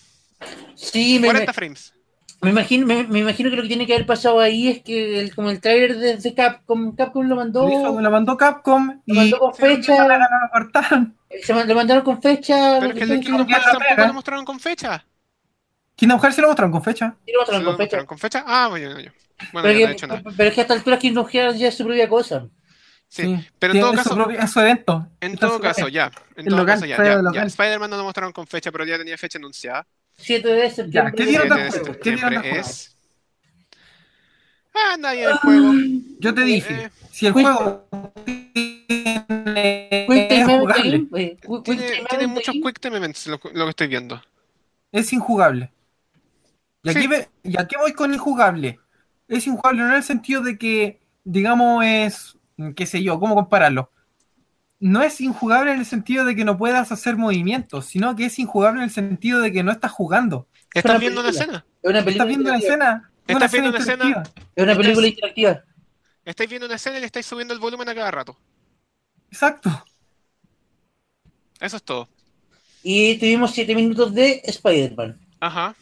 Sí, me, 40 frames. me imagino, me, me imagino que lo que tiene que haber pasado ahí es que el, como el trailer de, de Capcom, Capcom lo mandó, Lo hizo- la mandó Capcom lo y mandó con fecha, la la cortaron. se ma- lo mandaron con fecha, Pero lo que es que el sea, de Kingdom y Hearts la tampoco pega. lo mostraron con fecha. Kingdom Hearts sí lo mostraron con fecha. lo ¿Se mandaron lo con fecha. mostraron con fecha? Ah, bueno, no, yo. Pero, Bueno, yo no he que- hecho nada. pero es que a esta altura Kingdom Hearts ya es su propia cosa. Sí, pero en Tiene- todo es su caso, propio- es su evento. en Está todo su- caso, ya. En El todo local, caso, ya, fuera ya, del ya. local. Spider-Man no lo mostraron con fecha, pero ya tenía fecha anunciada. 7 de Ya, septiembre. ¿qué dieron Siete del de juego? ¿Qué dieron del juego? este septiembre es... Ah, nadie del juego. Yo eh, te dije, si el Cuenta- juego tiene- Quick Time es Event jugable, Game, eh, Quick Tiene, Time tiene Event muchos Game. quick time events lo, lo que estoy viendo. es injugable. Y aquí, Sí. ve- y aquí voy con injugable. Es injugable no en el sentido de que, digamos, es, mm, qué sé yo, ¿cómo compararlo? No es injugable en el sentido de que no puedas hacer movimientos, sino que es injugable en el sentido de que no estás jugando. ¿Estás una viendo una película. escena? Es una película Estás viendo una interactiva. escena. Estás una escena viendo una escena. interactiva. Es una película interactiva. Estáis viendo una escena y le estáis subiendo el volumen a cada rato. Exacto. Eso es todo. Y tuvimos 7 minutos de Spider-Man. Ajá.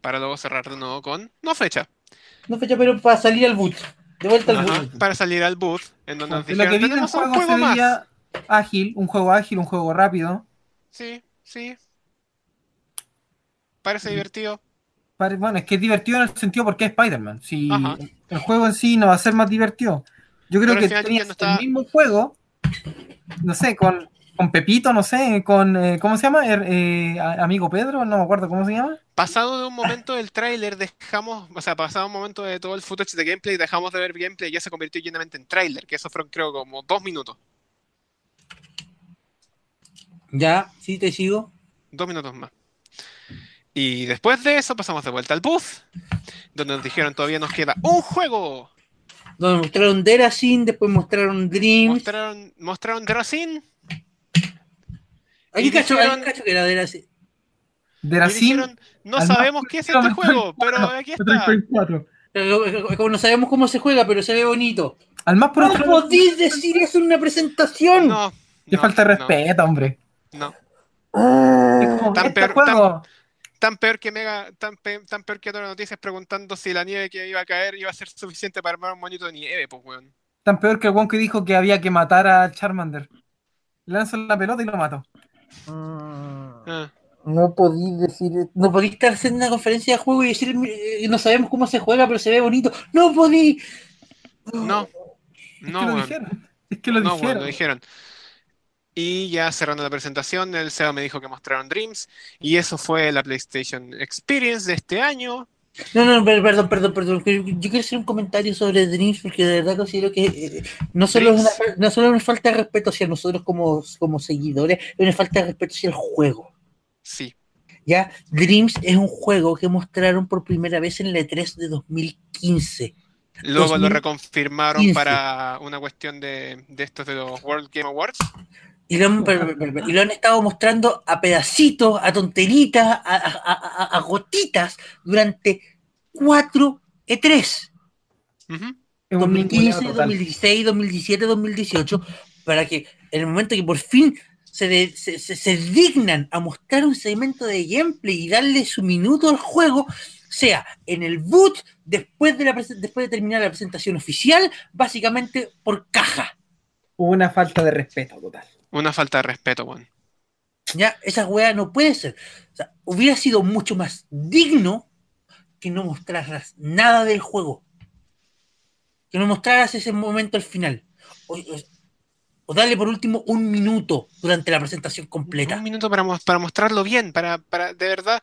Para luego cerrar de nuevo con. No fecha. No fecha, pero para salir al boot. De vuelta al Ajá, boot. Para salir al booth, en donde nos Lo que dijeron, viene el tenemos un juego se juego más. veía ágil, un juego ágil, un juego rápido. Sí, sí. Parece divertido. Pare- Bueno, es que es divertido en el sentido porque es Spider-Man. Si Ajá. el juego en sí no va a ser más divertido. Yo creo Pero al que final tenías ya no está- el mismo juego, no sé, con, con Pepito, no sé, con, eh, ¿cómo se llama? Er- eh, a- amigo Pedro, no me acuerdo cómo se llama. Pasado de un momento del tráiler, dejamos, o sea, pasado un momento de todo el footage de gameplay, dejamos de ver gameplay y ya se convirtió llenamente en tráiler, que eso fueron creo como dos minutos, Ya, sí, te sigo. dos minutos más. Y después de eso pasamos de vuelta al booth, donde nos dijeron todavía nos queda un juego. Donde mostraron Deracin, después mostraron Dreams. Mostraron, mostraron Drasin Ahí y cacho, dijeron- ahí cacho que era Deracin. De y la Sim, dijeron, no al sabemos más qué es parecido este a Metroid juego, pero 4, aquí Metroid está. Prime 4. Pero, eh, Como no sabemos cómo se juega, pero se ve bonito. Al más ¡No pues, pronto. podéis decir eso en una presentación! No, Qué no, falta de no, respeto, hombre. no. Es como, Ah, Tan este peor- juego, Tan peor que Mega, tan, pe- tan peor que todas las noticias preguntando si la nieve que iba a caer iba a ser suficiente para armar un monito de nieve, pues weón. tan peor que el one que dijo que había que matar a Charmander. Le lanzan la pelota y lo mató. Ah. No podéis decir, no podéis estar haciendo una conferencia de juego y decir, "Eh, no sabemos cómo se juega, pero se ve bonito. No podéis. No, Es no, que lo weón. dijeron. Es que lo No, dijeron. weón, lo dijeron. Y ya cerrando la presentación, el SEO me dijo que mostraron Dreams. Y eso fue la PlayStation Experience de este año. No, no, per- perdón, perdón, perdón. que- Yo quiero hacer un comentario sobre Dreams porque de verdad considero que eh, no, solo es una, fal- no solo es una falta de respeto hacia nosotros como, como seguidores, es una falta de respeto hacia el juego. Sí. ¿ya? Dreams es un juego que mostraron por primera vez en la E3 de 2015. Luego lo 2015. reconfirmaron para una cuestión de, de estos de los World Game Awards. Y lo, han, pero- pero- pero- y lo han estado mostrando a pedacitos, a tonteritas, a, a- a- a- a gotitas durante cuatro E E3. Ujú. Es un 2015, ninguneo total. 2016, 2017, 2018, para que en el momento que por fin se, de- se, se- se dignan a mostrar un segmento de gameplay y darle su minuto al juego, sea en el boot, después de, la, presen- después de terminar la presentación oficial, básicamente por caja. Una falta de respeto total. Una falta de respeto, Juan. Ya, esa weá no puede ser. O sea, hubiera sido mucho más digno que no mostraras nada del juego. Que no mostraras ese momento al final. O, o- o darle por último un minuto durante la presentación completa. Un minuto para, mos- para mostrarlo bien, para, para de verdad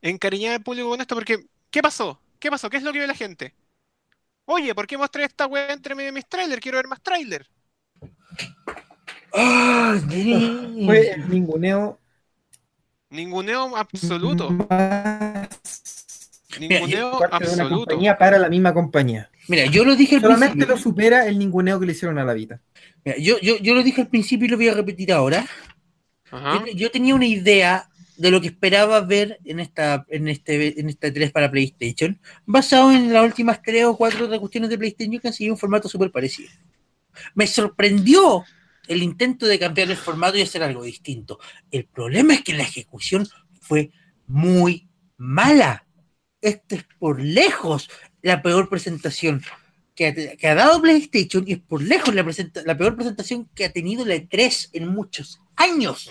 encariñar al público con esto, porque ¿qué pasó? ¿Qué pasó? ¿Qué es lo que vio la gente? Oye, ¿por qué mostré esta weá entre medio de mis trailers? Quiero ver más trailers. ¡Ah, Dreams! Fue el ninguneo Ninguneo absoluto. más Ninguneo parte de una absoluto. compañía para la misma compañía. Mira, yo lo dije al Solamente principio. lo supera el ninguneo que le hicieron a la vida. Mira, yo, yo- yo lo dije al principio y lo voy a repetir ahora. Ajá. Yo, yo tenía una idea de lo que esperaba ver en esta en este en esta 3 para PlayStation, basado en las últimas tres o cuatro otras cuestiones de PlayStation que han sido un formato súper parecido. Me sorprendió el intento de cambiar el formato y hacer algo distinto. El problema es que la ejecución fue muy mala. Esta es por lejos la peor presentación que ha, que ha dado PlayStation y es por lejos la, presenta- la peor presentación que ha tenido la E3 en muchos años.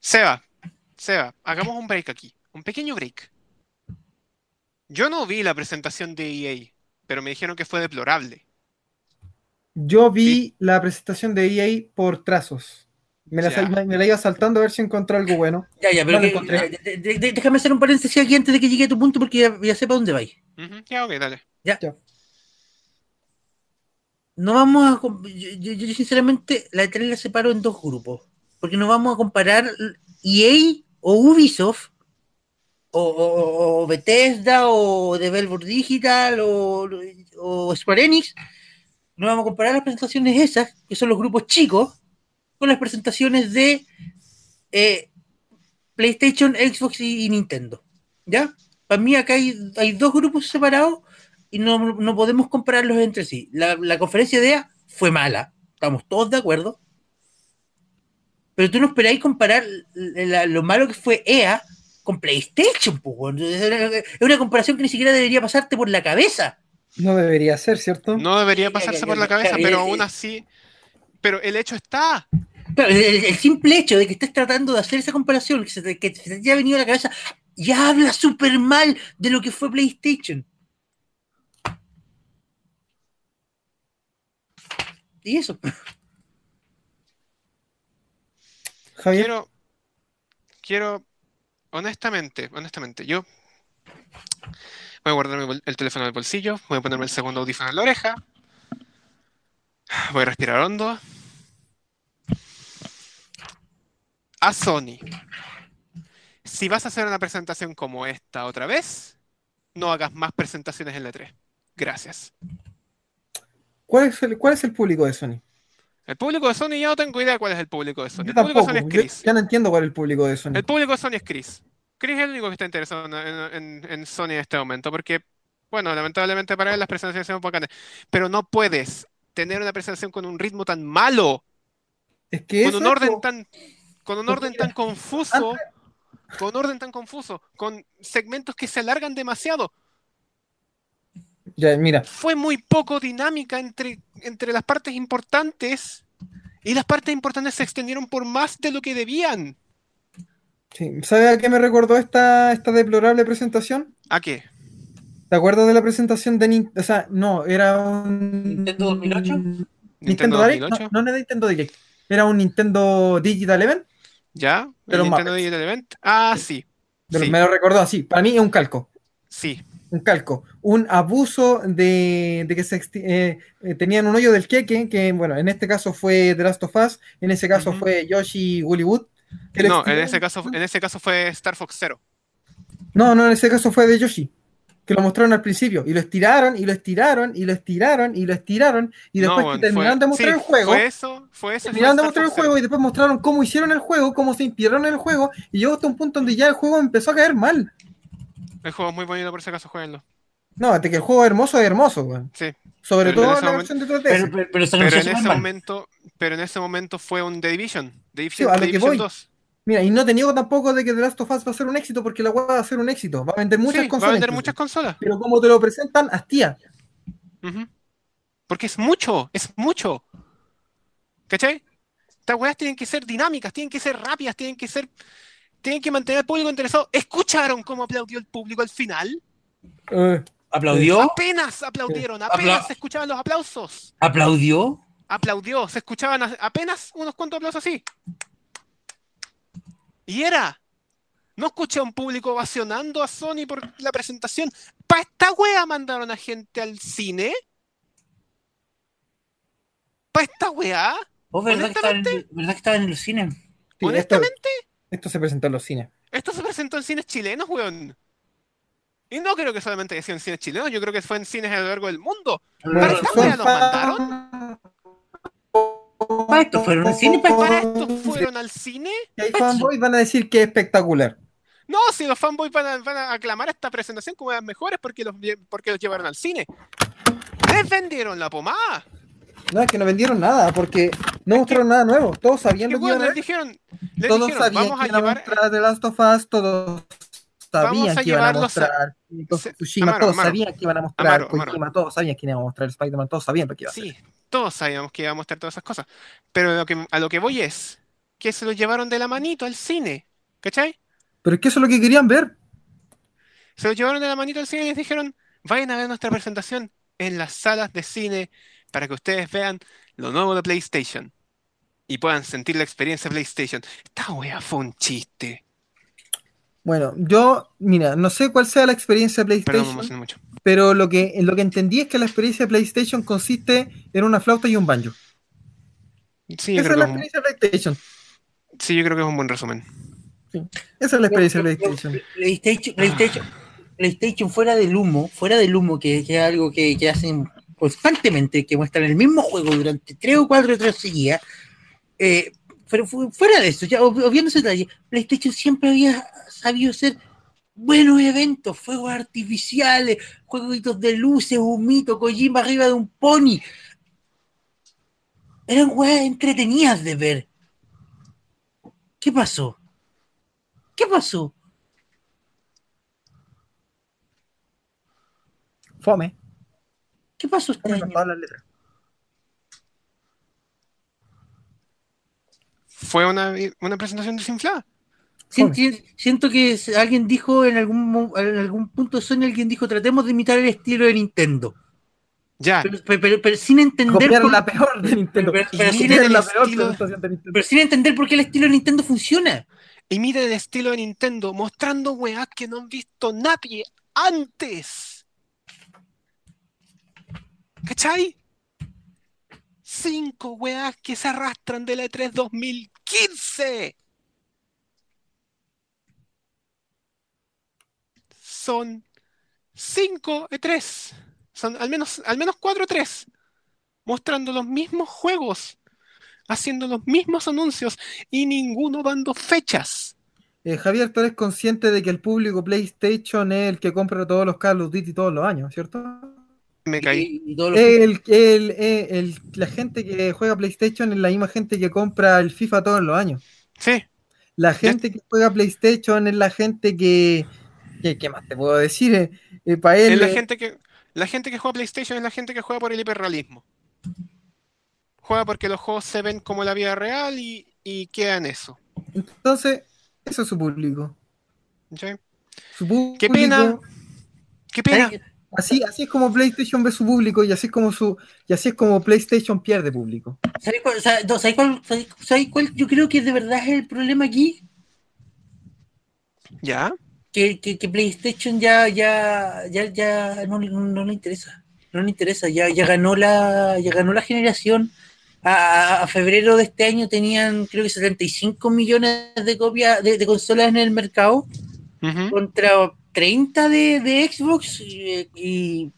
Seba, Seba, hagamos un break aquí, un pequeño break. Yo no vi la presentación de EA, pero me dijeron que fue deplorable. Yo vi la presentación de EA por trazos. Me la, Ya. sal- me la iba saltando a ver si encontré algo bueno. Ya, ya, pero No lo que- encontré. de- de- de- déjame hacer un paréntesis aquí antes de que llegue a tu punto porque ya, ya sé para dónde vais. Ujú, Ya, ok, dale. No vamos a... com- Yo, yo- yo sinceramente la E3 la separo en dos grupos. Porque no vamos a comparar EA o Ubisoft o, o- o Bethesda o Devolver Digital o, o Square Enix. No vamos a comparar las presentaciones esas, que son los grupos chicos, con las presentaciones de eh, PlayStation, Xbox y, y Nintendo. ¿Ya? Para mí acá hay, hay dos grupos separados y no, no podemos compararlos entre sí. La, la conferencia de EA fue mala, estamos todos de acuerdo. Pero tú no esperáis comparar l- la- lo malo que fue EA con PlayStation, pues, weón. es una- es una comparación que ni siquiera debería pasarte por la cabeza. No debería ser, ¿cierto? No debería Ya, ya, pasarse ya, por ya, la cabeza, ya, pero ya, aún ya. así, pero el hecho está. Claro, el, el- el simple hecho de que estés tratando de hacer esa comparación, que se te, que se te haya venido a la cabeza, ya habla súper mal de lo que fue PlayStation. Y eso. Javier, Quiero, quiero, honestamente, honestamente, yo voy a guardarme bol- el teléfono en el bolsillo, voy a ponerme el segundo audífono en la oreja, voy a respirar hondo. A Sony, si vas a hacer una presentación como esta otra vez, no hagas más presentaciones en la 3. Gracias. ¿cuál, es el, cuál es el público de Sony? El público de Sony, ya no tengo idea cuál es el público de Sony. Yo El público de tampoco. Sony es yo- Chris. ya no entiendo cuál es el público de Sony. El público de Sony es Chris. Chris es el único que está interesado en, en- en Sony en este momento, porque, bueno, lamentablemente para él las presentaciones son bacanas, pero no puedes tener una presentación con un ritmo tan malo, Es que con eso un es, orden po. tan, con un Porque orden mira, tan confuso, con un orden tan confuso, con segmentos que se alargan demasiado. Ya, mira, Fue muy poco dinámica entre, entre las partes importantes y las partes importantes se extendieron por más de lo que debían. sí, ¿sabe a qué me recordó esta, esta deplorable presentación? ¿A qué? ¿Te acuerdas de la presentación de Nintendo? O sea, no, era un... ¿Nintendo 2008? ¿Nintendo, ¿Nintendo Direct? 2008? No, no era Nintendo Direct. Era un Nintendo Digital Event. ¿Ya? ¿El De los Nintendo Muppets. Digital Event? Ah, sí. de los- Sí. Me lo recordó así. Para mí es un calco. Sí. un calco, un abuso de, de que se exti- eh, eh, tenían un hoyo del queque, que bueno, en este caso fue The Last of Us, en ese caso Ujú. fue Yoshi Woollywood, El No, en exterior- ese caso, en ese caso fue Star Fox Zero. No, no, en ese caso fue de Yoshi. Que lo mostraron al principio. Y lo estiraron, y lo estiraron, y lo estiraron, y lo estiraron. Y No, después que weón, terminaron fue- de mostrar sí, el juego. Fue eso, fue eso. y fue Terminaron de Star mostrar el Fox Zero. juego y después mostraron cómo hicieron el juego, cómo se inspiraron en el juego. Y llegó hasta un punto donde ya el juego empezó a caer mal. El juego es muy bonito, por ese caso, jueguenlo. No, hasta que el juego es hermoso, es hermoso, weón. Sí. Sobre Pero en todo ese la momento- versión de 3DS. Pero, pero, pero se Pero anunció en ese Superman. momento, pero en ese momento fue un The Division. The Sí, a lo Division, que Division voy. 2. Mira, y no te niego tampoco de que The Last of Us va a ser un éxito, porque la weá va a ser un éxito. Va a vender muchas Sí, consolas. va a vender incluso. muchas consolas. Pero como te lo presentan, hastía. Ujú. Porque es mucho, es mucho. ¿Cachai? Estas weas tienen que ser dinámicas, tienen que ser rápidas, tienen que ser. Tienen que mantener al público interesado. ¿Escucharon cómo aplaudió el público al final? ¿Aplaudió? Apenas aplaudieron, Apla- apenas se escuchaban los aplausos. ¿Aplaudió? Aplaudió, se escuchaban a- apenas unos cuantos aplausos así. Y era. No escuché a un público ovacionando a Sony por la presentación. Pa' esta wea mandaron a gente al cine. Pa' esta wea. ¿Vos verdad que, estaba en, verdad que estaba en el cine? Sí, esto, Honestamente, esto se presentó en los cines. esto se presentó en cines chilenos, weón. Y no creo que solamente haya sido en cines chilenos, yo creo que fue en cines a lo largo del mundo. ¿Para esta wea los mandaron? Para esto fueron al cine, para- ¿Para esto fueron al cine? Y hay fanboys van a decir que es espectacular. No, si los fanboys van a, van a aclamar esta presentación como las mejores porque los, lle- porque los llevaron al cine. Les vendieron la pomada. No, es que no vendieron nada, porque no mostraron nada nuevo. Todos sabían Y, lo que weón, iban a les ver. dijeron, les Todos dijeron, sabían vamos que a iban a llevar, mostrar The Last of Us, todos sabían a que iban a llevarlos a- mostrar Ghost of Se- Tsushima, Amaro, todos Amaro. sabían que iban a mostrar Amaro, Amaro. Kojima, todos sabían que iban a mostrar Spider-Man, todos sabían lo que iba a hacer. Sí, todos sabíamos que iba a mostrar todas esas cosas. Pero lo que, a lo que voy es que se lo llevaron de la manito al cine. ¿Cachai? Pero es que eso es lo que querían ver. Se lo llevaron de la manito al cine y les dijeron, vayan a ver nuestra presentación en las salas de cine para que ustedes vean lo nuevo de PlayStation y puedan sentir la experiencia de PlayStation. Esta wea fue un chiste. Bueno, yo, mira, no sé cuál sea la experiencia de Perdón, me PlayStation, emocioné mucho. pero lo que, lo que entendí es que la experiencia de PlayStation consiste en una flauta y un banjo. Sí, yo Esa es creo la que es un, experiencia de PlayStation. sí, yo creo que es un buen resumen. Esa es la experiencia de PlayStation. PlayStation, PlayStation, PlayStation fuera del humo, fuera del humo, que, que es algo que, que hacen constantemente, que muestran el mismo juego durante tres o cuatro tres seguidas, eh, pero fu- fuera de eso, ya ob- obviando ese detalle, PlayStation siempre había sabido hacer buenos eventos, fuegos artificiales, jueguitos de luces, humito, Kojima arriba de un pony. Eran weas entretenidas de ver. ¿Qué pasó? ¿Qué pasó? Fome. ¿Qué pasó este Fome con año? todas las letras. Fue una, una presentación desinflada. Sien- sien- siento que s- alguien dijo en algún, mo- en algún punto de Sony, alguien dijo, tratemos de imitar el estilo de Nintendo. Ya, Pero, pero- pero- pero sin entender Copiaron por- la peor de Nintendo. Pero- pero sí Copiaron del la peor estilo- presentación de Nintendo. pero sin entender por qué el estilo de Nintendo funciona. imiten el estilo de Nintendo, mostrando weas que no han visto nadie antes. ¿Cachai? Cinco weas que se arrastran de la E E3 2015. Son cinco E3. Son al menos, al menos cuatro E3. Mostrando los mismos juegos. Haciendo los mismos anuncios y ninguno dando fechas. Eh, Javier, tú eres consciente de que el público PlayStation es el que compra todos los Call of Duty todos los años, ¿cierto? Me caí. Y, y todos los- El, el- eh, el- la gente que juega PlayStation es la misma gente que compra el FIFA todos los años. Sí, La gente que juega PlayStation es la gente que... que- ¿Qué más te puedo decir? Eh, eh, pa' él, es la eh, gente que la gente que juega PlayStation es la gente que juega por el hiperrealismo. Juega porque los juegos se ven como la vida real y, y queda en eso. Entonces, eso es su público. ¿cachai? Su público Qué pena. Qué pena. ¿Sabes Así, así es como PlayStation ve su público y así es como su y así es como PlayStation pierde público. ¿Sabes cuál, sabes- no, ¿sabes cuál- sabes- sabes cuál yo creo que de verdad es el problema aquí? Ya. Que, que- que PlayStation ya, ya, ya, ya no, le- no le interesa. No le interesa, ya, ya ganó la, ya ganó la generación a, a febrero de este año tenían creo que 75 millones de copias de, de consolas en el mercado contra 30 de, de Xbox y, y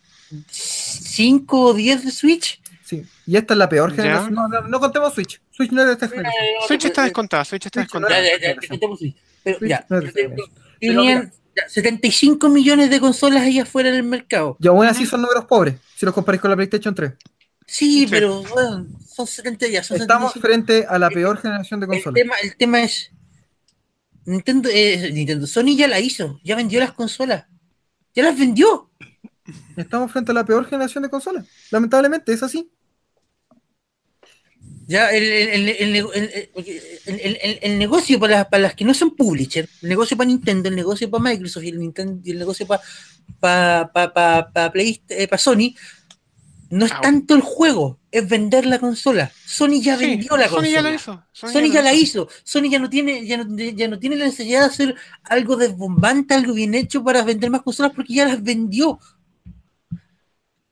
5 o 10 de Switch. Sí. Y esta es la peor Ya. generación. No, no, no contemos Switch. Switch no es de este esta generación. Switch está descontada, Switch está Switch no descontada. es- Ya, ya, ya, te contamos Switch. Pero Switch ya, no es de esta te- generación. tenían ya, 75 millones de consolas allá afuera en el mercado. Y aún así son números pobres, si los comparáis con la PlayStation 3. Sí, Sí. pero bueno, son 70 ya, son Estamos 75. frente a la peor generación de el consolas. tema, el tema es Nintendo, eh, Nintendo, Sony ya la hizo, ya vendió las consolas. Ya las vendió. Estamos frente a la peor generación de consolas. Lamentablemente, es así. Ya el, el- el- el- el- el- el- el- el negocio para las, para las que no son publisher, el negocio para Nintendo, el negocio para Microsoft y el, Ninten- y el negocio para para eh, Sony, no es Au. tanto el juego, es vender la consola. Sony ya Sí, vendió la Sony consola. ya lo hizo. Sony ya lo la hizo. Sony ya no tiene, ya no, ya no tiene la necesidad de hacer algo desbombante, algo bien hecho para vender más consolas porque ya las vendió.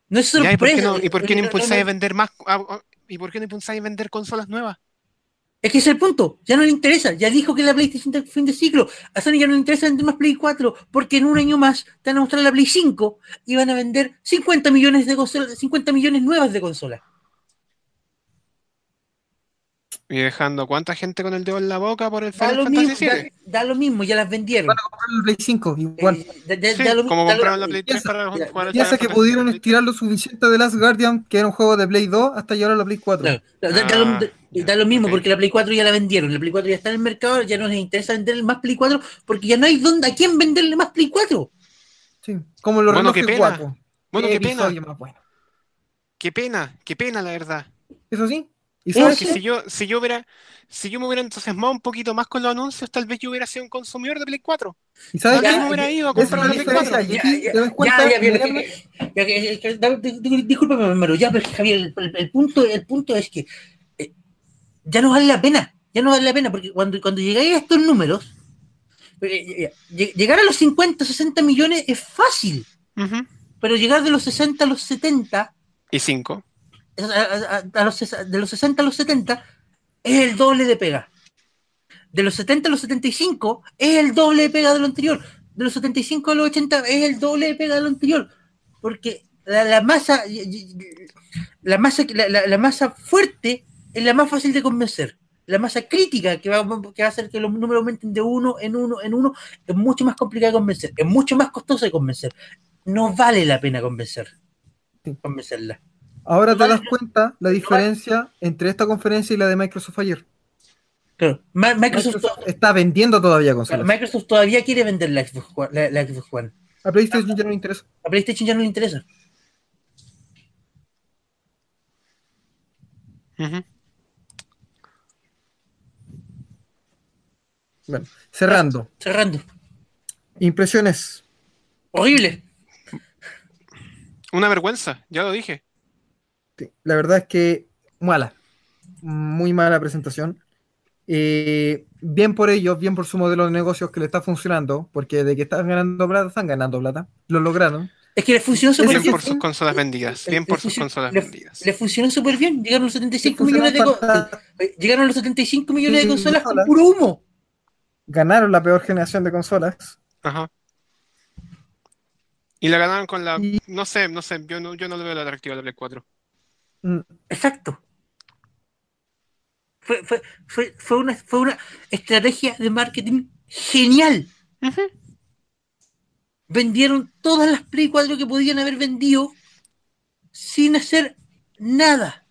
No es Ya, sorpresa. ¿Y por qué no, y por qué no No, no, impulsáis no. vender más? ah, ah, ¿Y por qué no impulsáis vender consolas nuevas? Es que ese es el punto. Ya no le interesa. Ya dijo que la PlayStation está en fin de ciclo. A Sony ya no le interesa vender más Play 4 porque en un año más te van a mostrar la Play 5 y van a vender 50 millones de consolas, 50 millones nuevas de consolas. Y dejando cuánta gente con el dedo en la boca por el Da Final lo, mismo, Fantasy ya, VII. da lo mismo, ya las vendieron. Compraron el Play 5, igual. Eh, da- da- Sí, da lo mismo, como da lo- compraron la Play 3 piensa- para mira, jugar al Piensa Final que Fantasy pudieron este VII. estirar lo suficiente de Last Guardian, que era un juego de Play 2, hasta llegar a la Play 4. Claro, claro, da, da lo, Ah, da- ya, da lo mismo ok. porque la Play 4 ya la vendieron, la Play 4 ya está en el mercado, ya no les interesa vender más Play 4 porque ya no hay dónde a quién venderle más Play 4. Sí. Como los Bueno, qué relojes pena. guapos. Bueno, qué pena, episodio más bueno. qué pena, qué pena, la verdad. Eso sí. ¿Y sabes Porque qué? si yo, si yo hubiera, si yo me hubiera entusiasmado un poquito más con los anuncios, tal vez yo hubiera sido un consumidor de Play 4. ¿Y sabes Tal vez Ya, me qué? hubiera ido a Esa es comprar la la Play 4. diferencia. Y aquí te das cuenta. Ya, ya, bien, inmediatamente- ya, ya, ya, ya, ya, di- di- Discúlpame, hermano, ya, pero Javier, el, el- el punto, el punto es que eh, ya no vale la pena, ya no vale la pena, porque cuando, cuando llegáis a estos números, eh, ya, ya, lleg- llegar a los 50, 60 millones es fácil, Ujú. pero llegar de los 60 a los 70 Y 5. a- a- a- a los sesa- de los 60 a los 70 es el doble de pega. De los 70 a los 75 es el doble de pega de lo anterior. De los 75 a los 80 es el doble de pega de lo anterior. Porque la, la masa y- y- y- la masa que- la, la- la masa fuerte es la más fácil de convencer. La masa crítica que va, que va a hacer que los números aumenten de uno en uno en uno es mucho más complicada de convencer. Es mucho más costosa de convencer. No vale la pena convencer. Convencerla. Ahora te No, das no, cuenta la diferencia entre esta conferencia y la de Microsoft ayer. Claro. Ma- Microsoft, Microsoft está vendiendo todavía consolas. Microsoft todavía quiere vender la Xbox, One- la, la Xbox One. A PlayStation ya no le interesa. A PlayStation ya no le interesa. Bueno, cerrando. Cerrando. Impresiones. Horrible. Una vergüenza, ya lo dije. Sí, La verdad es que mala. Muy mala presentación. Eh, bien por ellos, bien por su modelo de negocios que le está funcionando, porque de que están ganando plata, están ganando plata. Lo lograron. Es que le funcionó súper Bien bien. por sus consolas vendidas. Bien por sus consolas le, vendidas. le funcionó súper bien. Llegaron los 75 Funcionó millones de co- fantástico. eh, Llegaron los 75 millones de Sí, consolas con consolas. puro humo. Ganaron la peor generación de consolas. Ajá. Y la ganaron con la. Y- No sé, no sé. Yo no, yo no le veo la atractiva a la Play 4. Mm, Exacto. Fue, fue, fue, fue una, fue una estrategia de marketing genial. Vendieron todas las Play 4 que podían haber vendido sin hacer nada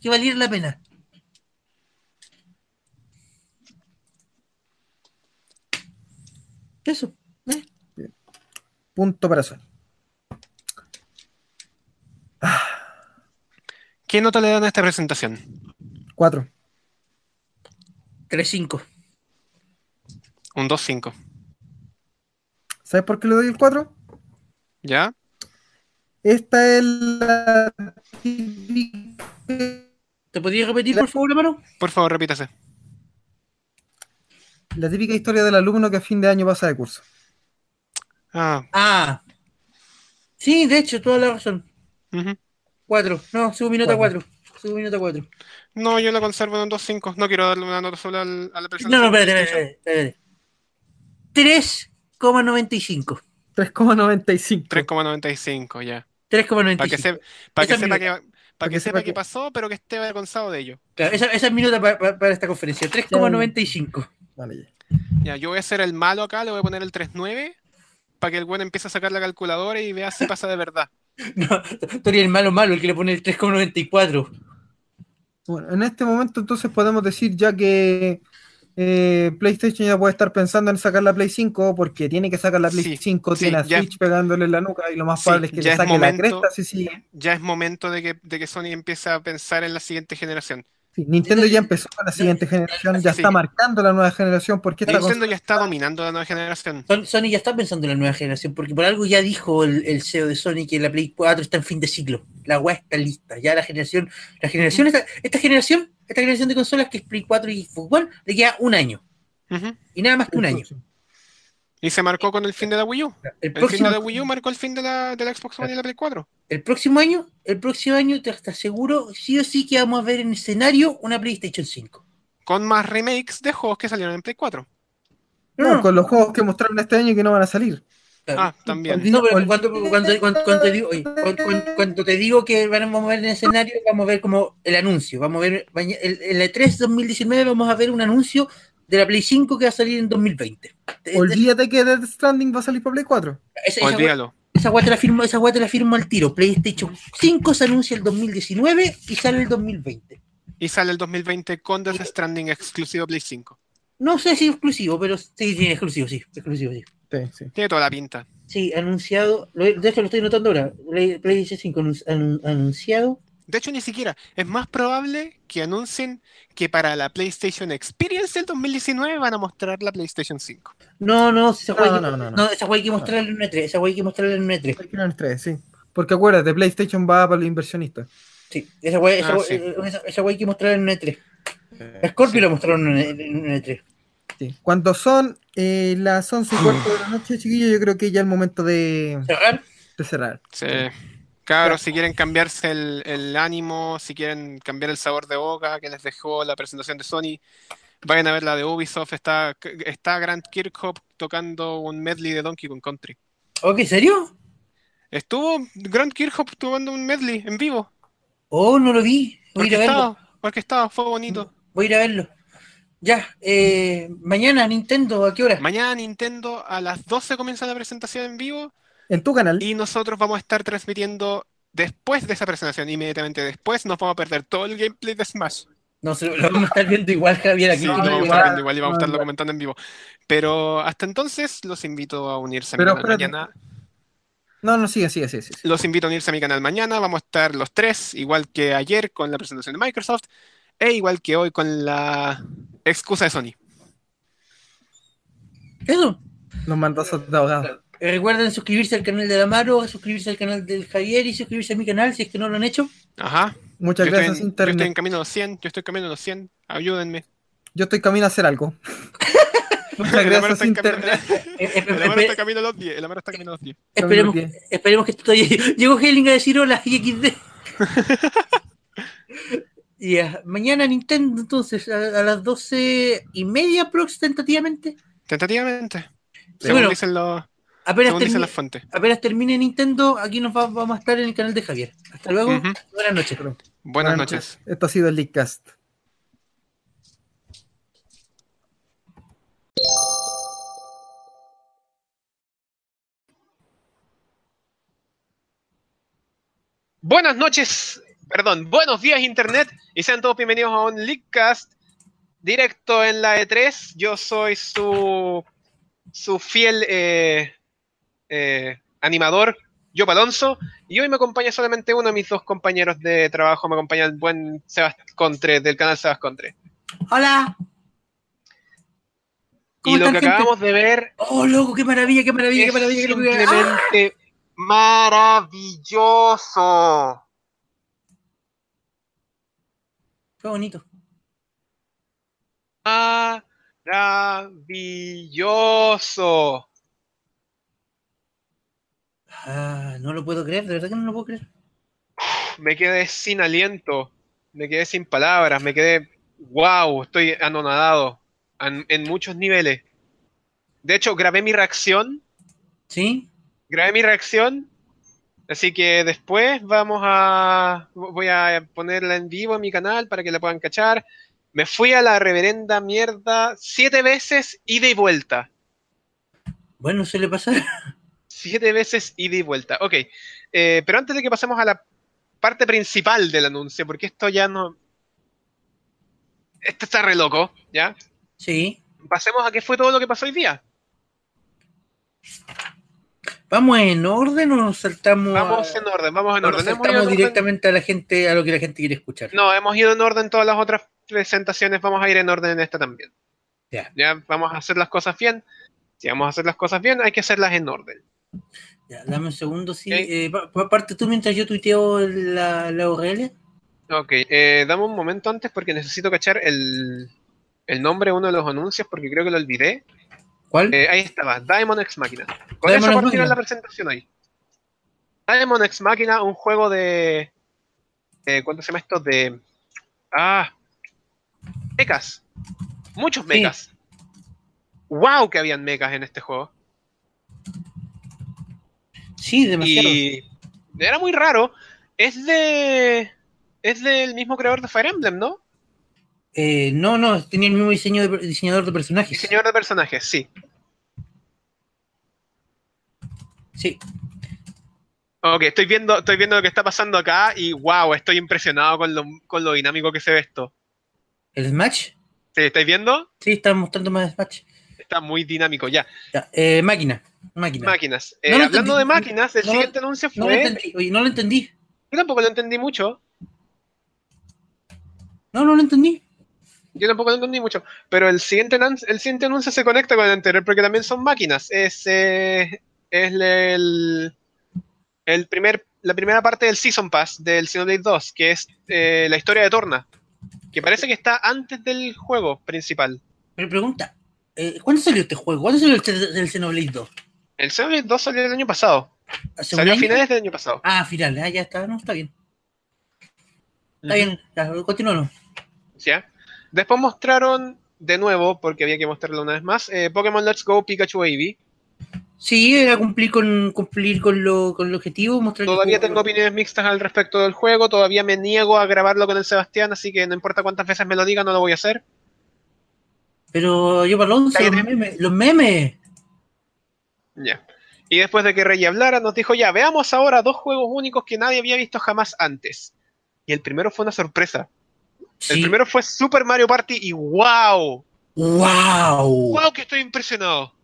que valiera la pena. Eso. ¿eh? Punto para Sony. ¿Qué nota le dan a esta presentación? Cuatro. 3-5. Un 2-5. ¿Sabes por qué le doy el 4? ¿Ya? Esta es la típica- ¿Te podías repetir, por favor, hermano? Por favor, repítase. la típica historia del alumno que a fin de año pasa de curso. Ah. Ah. Sí, de hecho, toda la razón. ujú. 4. No, subo mi nota Cuatro. 4. su minuto 4. No, yo la conservo en un 2.5. No quiero darle una nota sola al- a la persona. No, no, espérate, espérate, espérate, espérate. 3,95. 3,95. 3,95 ya. Para que, 3,95. se- para que Esa es sepa mi- que, para que sepa sepa que- que pasó, pero que esté avergonzado de ello. Claro, esa, esa es mi nota pa- pa- para esta conferencia. 3,95. Vale, ya. Ya, yo voy a ser el malo acá, le voy a poner el 3.9 para que el bueno empiece a sacar la calculadora y vea si pasa de verdad. No, tú eres el malo malo, el que le pone el 3,94. Bueno, en este momento entonces podemos decir ya que eh, PlayStation ya puede estar pensando en sacar la Play 5 porque tiene que sacar la Play Sí, 5, sí, tiene a ya- Switch pegándole en la nuca y lo más Sí, probable es que ya le es saque la momento- cresta si sigue. Ya es momento de que, de que Sony empiece a pensar en la siguiente generación. Sí, Nintendo ya empezó con la siguiente generación, ya Sí. está marcando la nueva generación porque esta Nintendo ya está dominando la nueva generación. Son- Sony ya está pensando en la nueva generación, porque por algo ya dijo el, el CEO de Sony que la Play 4 está en fin de ciclo. La weá está lista. Ya la generación, la generación, esta, esta generación, esta generación de consolas que es Play 4 y fútbol, le queda un año. Ujú. Y nada más que un año. Y se marcó con el fin de la Wii U. El El fin próximo, de la Wii U marcó el fin de la, de la Xbox One y la Play 4. el próximo año, el próximo año te te aseguro sí o sí que vamos a ver en escenario una PlayStation 5. Con más remakes de juegos que salieron en Play 4. No, con los juegos que mostraron este año y que no van a salir. Claro. Ah, también. No, pero cuando, cuando- cuando- cuando te digo, oye, cuando- cuando- cuando te digo que van- vamos a ver en el escenario, vamos a ver como el anuncio. Vamos a ver maña- el, el E E3 2019, vamos a ver un anuncio de la Play 5 que va a salir en 2020. Es- Olvídate que Death Stranding va a salir para Play 4. es- esa- esa Olvídalo. esa guata la firmo, esa guata la firmo al tiro. PlayStation 5 se anuncia el 2019 y sale el 2020. Y sale el 2020 con Death Stranding exclusivo Play 5. No sé si exclusivo, pero sí, sí, exclusivo, sí, exclusivo, sí. Sí, sí. Tiene toda la pinta. Sí, anunciado, lo- de hecho lo estoy notando ahora, Play- PlayStation 5 anun- anun- anunciado. De hecho, ni siquiera. Es más probable que anuncien que para la PlayStation Experience del 2019 van a mostrar la PlayStation 5. No, no, esa No, guay que- no, no, no. no, esa guay hay que mostrarle en un E3, esa guay hay que mostrarle en un E E3. Play 3, sí. Porque acuérdate, PlayStation va para los inversionistas. Sí, esa guay, esa Ah, guay- sí. Eh, eh, esa- esa guay hay que mostrarle en un E3. A Scorpio lo mostraron en un- en un E E3. Sí. Cuando son eh, las 11 y cuarto de la noche, chiquillos, yo creo que ya es el momento de, Cerrar, de cerrar. Sí. Cabros, si quieren cambiarse el, el ánimo, si quieren cambiar el sabor de boca que les dejó la presentación de Sony, vayan a ver la de Ubisoft. Está, está Grant Kirchhoff tocando un medley de Donkey Kong Country. ¿ok? ¿Serio? Estuvo Grant Kirchhoff tocando un medley en vivo. Oh, no lo vi. Voy a ir a verlo. Orquestado, orquestado, fue bonito. Voy a ir a verlo. Ya, eh, mañana Nintendo, ¿a qué hora? Mañana Nintendo a las 12 comienza la presentación en vivo. En tu canal, Y nosotros vamos a estar transmitiendo después de esa presentación, inmediatamente después, nos vamos a perder todo el gameplay de Smash. No sé, lo vamos a estar viendo igual, Javier, aquí. Sí, lo vamos a estar igual. viendo igual y vamos a estarlo comentando en vivo. Pero hasta entonces, los invito a unirse a mi Pero canal espérate. mañana. No, no, sigue, sigue, sigue. sigue. Los invito a unirse a mi canal mañana. Vamos a estar los tres, igual que ayer con la presentación de Microsoft, e igual que hoy con la excusa de Sony. Eso. Nos mandó de abogado. Eh, Recuerden suscribirse al canal de Damaro, suscribirse al canal del Javier y suscribirse a mi canal si es que no lo han hecho. Ajá. Yo Muchas estoy gracias, en, yo estoy en Internet. camino a los 100, yo estoy camino a los 100. Ayúdenme. Yo estoy camino a hacer algo. Muchas El Amaro gracias, está en camino- Internet. Eh, eh, el Amaro está espe- camino a los 10. El Amaro está camino a los 10. esperemos, Bien. esperemos que esto llegue. Llegó Helling a decir hola y XD. Mm. Ya, Mañana Nintendo, entonces, a, a las doce y media prox tentativamente. Tentativamente. Según bueno, dicen los, Apenas, según dicen termine- las fuentes. apenas termine Nintendo, aquí nos va- vamos a estar en el canal de Javier. Hasta luego, Ujú. buenas noches. Buenas noches. Esto ha sido el Leadcast. Buenas noches, perdón, buenos días Internet y sean todos bienvenidos a un Leakcast directo en la E3. Yo soy su, su fiel eh, eh, animador, yo Alonso, y hoy me acompaña solamente uno de mis dos compañeros de trabajo, me acompaña el buen Sebas Contre del canal Sebas Contre. Hola. ¿Cómo Y lo están, que gente? acabamos de ver Oh, loco, qué maravilla, qué maravilla, qué es maravilla. qué maravilla. ¡Ah! simplemente maravilloso. Qué bonito. Maravilloso. Ah, no lo puedo creer, de verdad que no lo puedo creer. Me quedé sin aliento. me quedé sin palabras, me quedé, wow, estoy anonadado en, en muchos niveles. De hecho, grabé mi reacción. ¿Sí? Grabé mi reacción. Así que después vamos a. Voy a ponerla en vivo en mi canal para que la puedan cachar. Me fui a la reverenda mierda siete veces ida y vuelta. Bueno, suele pasar. Siete veces ida y vuelta. Ok. Eh, pero antes de que pasemos a la parte principal del anuncio, porque esto ya no. Esto está re loco, ¿ya? Sí. Pasemos a qué fue todo lo que pasó hoy día. ¿Vamos en orden o nos saltamos? a- Vamos en orden, vamos en o orden. eh, nos Hemos ido en saltamos orden- directamente a la gente, a lo que la gente quiere escuchar. No, hemos ido en orden todas las otras presentaciones, vamos a ir en orden en esta también. Ya. vamos a hacer las cosas bien. Si vamos a hacer las cosas bien, hay que hacerlas en orden. Ya, dame un segundo, sí. Ok. Eh, pa- pa- parte tú mientras yo tuiteo la, la URL. Ok, eh, dame un momento antes porque necesito cachar el, el nombre de uno de los anuncios porque creo que lo olvidé. ¿Cuál? Eh, ahí estaba, Diamond X Máquina. Con Diamond X eso partirá Machina. la presentación hoy. Diamond X Máquina, un juego de. eh, ¿Cuánto se llama esto? De. Ah. Mechas. Muchos mechas. ¡Wow! Que habían mechas en este juego. Sí, demasiado. Y. Era muy raro. Es de. Es del mismo creador de Fire Emblem, ¿no? Eh, no, no, tenía el mismo diseño de, diseñador de personajes. Diseñador de personajes, sí. Sí. Ok, estoy viendo, estoy viendo lo que está pasando acá y wow, estoy impresionado con lo, con lo dinámico que se ve esto. ¿El Smash? ¿Sí, ¿Estáis viendo? Sí, está mostrando más Smash. Está muy dinámico ya. Ya, eh, máquina, máquina. Máquinas. Eh, No lo entendí. hablando de máquinas, el No lo- siguiente anuncio No lo fue. entendí, oye, no lo entendí. yo tampoco lo entendí mucho. No, no lo entendí. Yo tampoco lo entendí mucho. Pero el siguiente, anun- el siguiente anuncio se conecta con el anterior porque también son máquinas. Es, eh, es el, el primer, la primera parte del Season Pass del Xenoblade 2, que es eh, la historia de Torna. Que parece que está antes del juego principal. Pero pregunta, eh, ¿cuándo salió este juego? ¿Cuándo salió el, el Xenoblade 2? El Xenoblade 2 salió el año pasado. ¿Hace un Salió a año? finales del año pasado. Ah, final, ah, ya está, no, está bien. Está bien, ya, continúalo. ¿ya? Después mostraron de nuevo, porque había que mostrarlo una vez más, eh, Pokémon Let's Go Pikachu Eevee. Sí, era cumplir con cumplir con lo con el objetivo, mostrar el Todavía juego. tengo opiniones mixtas al respecto del juego, todavía me niego a grabarlo con el Sebastián, así que no importa cuántas veces me lo diga, no lo voy a hacer. Pero yo para el once, los Cállate. memes, los memes. Ya. Y después de que Rey hablara, nos dijo, ya, veamos ahora dos juegos únicos que nadie había visto jamás antes. Y el primero fue una sorpresa. El Sí. primero fue Super Mario Party y wow, ¡Wow! wow que estoy impresionado.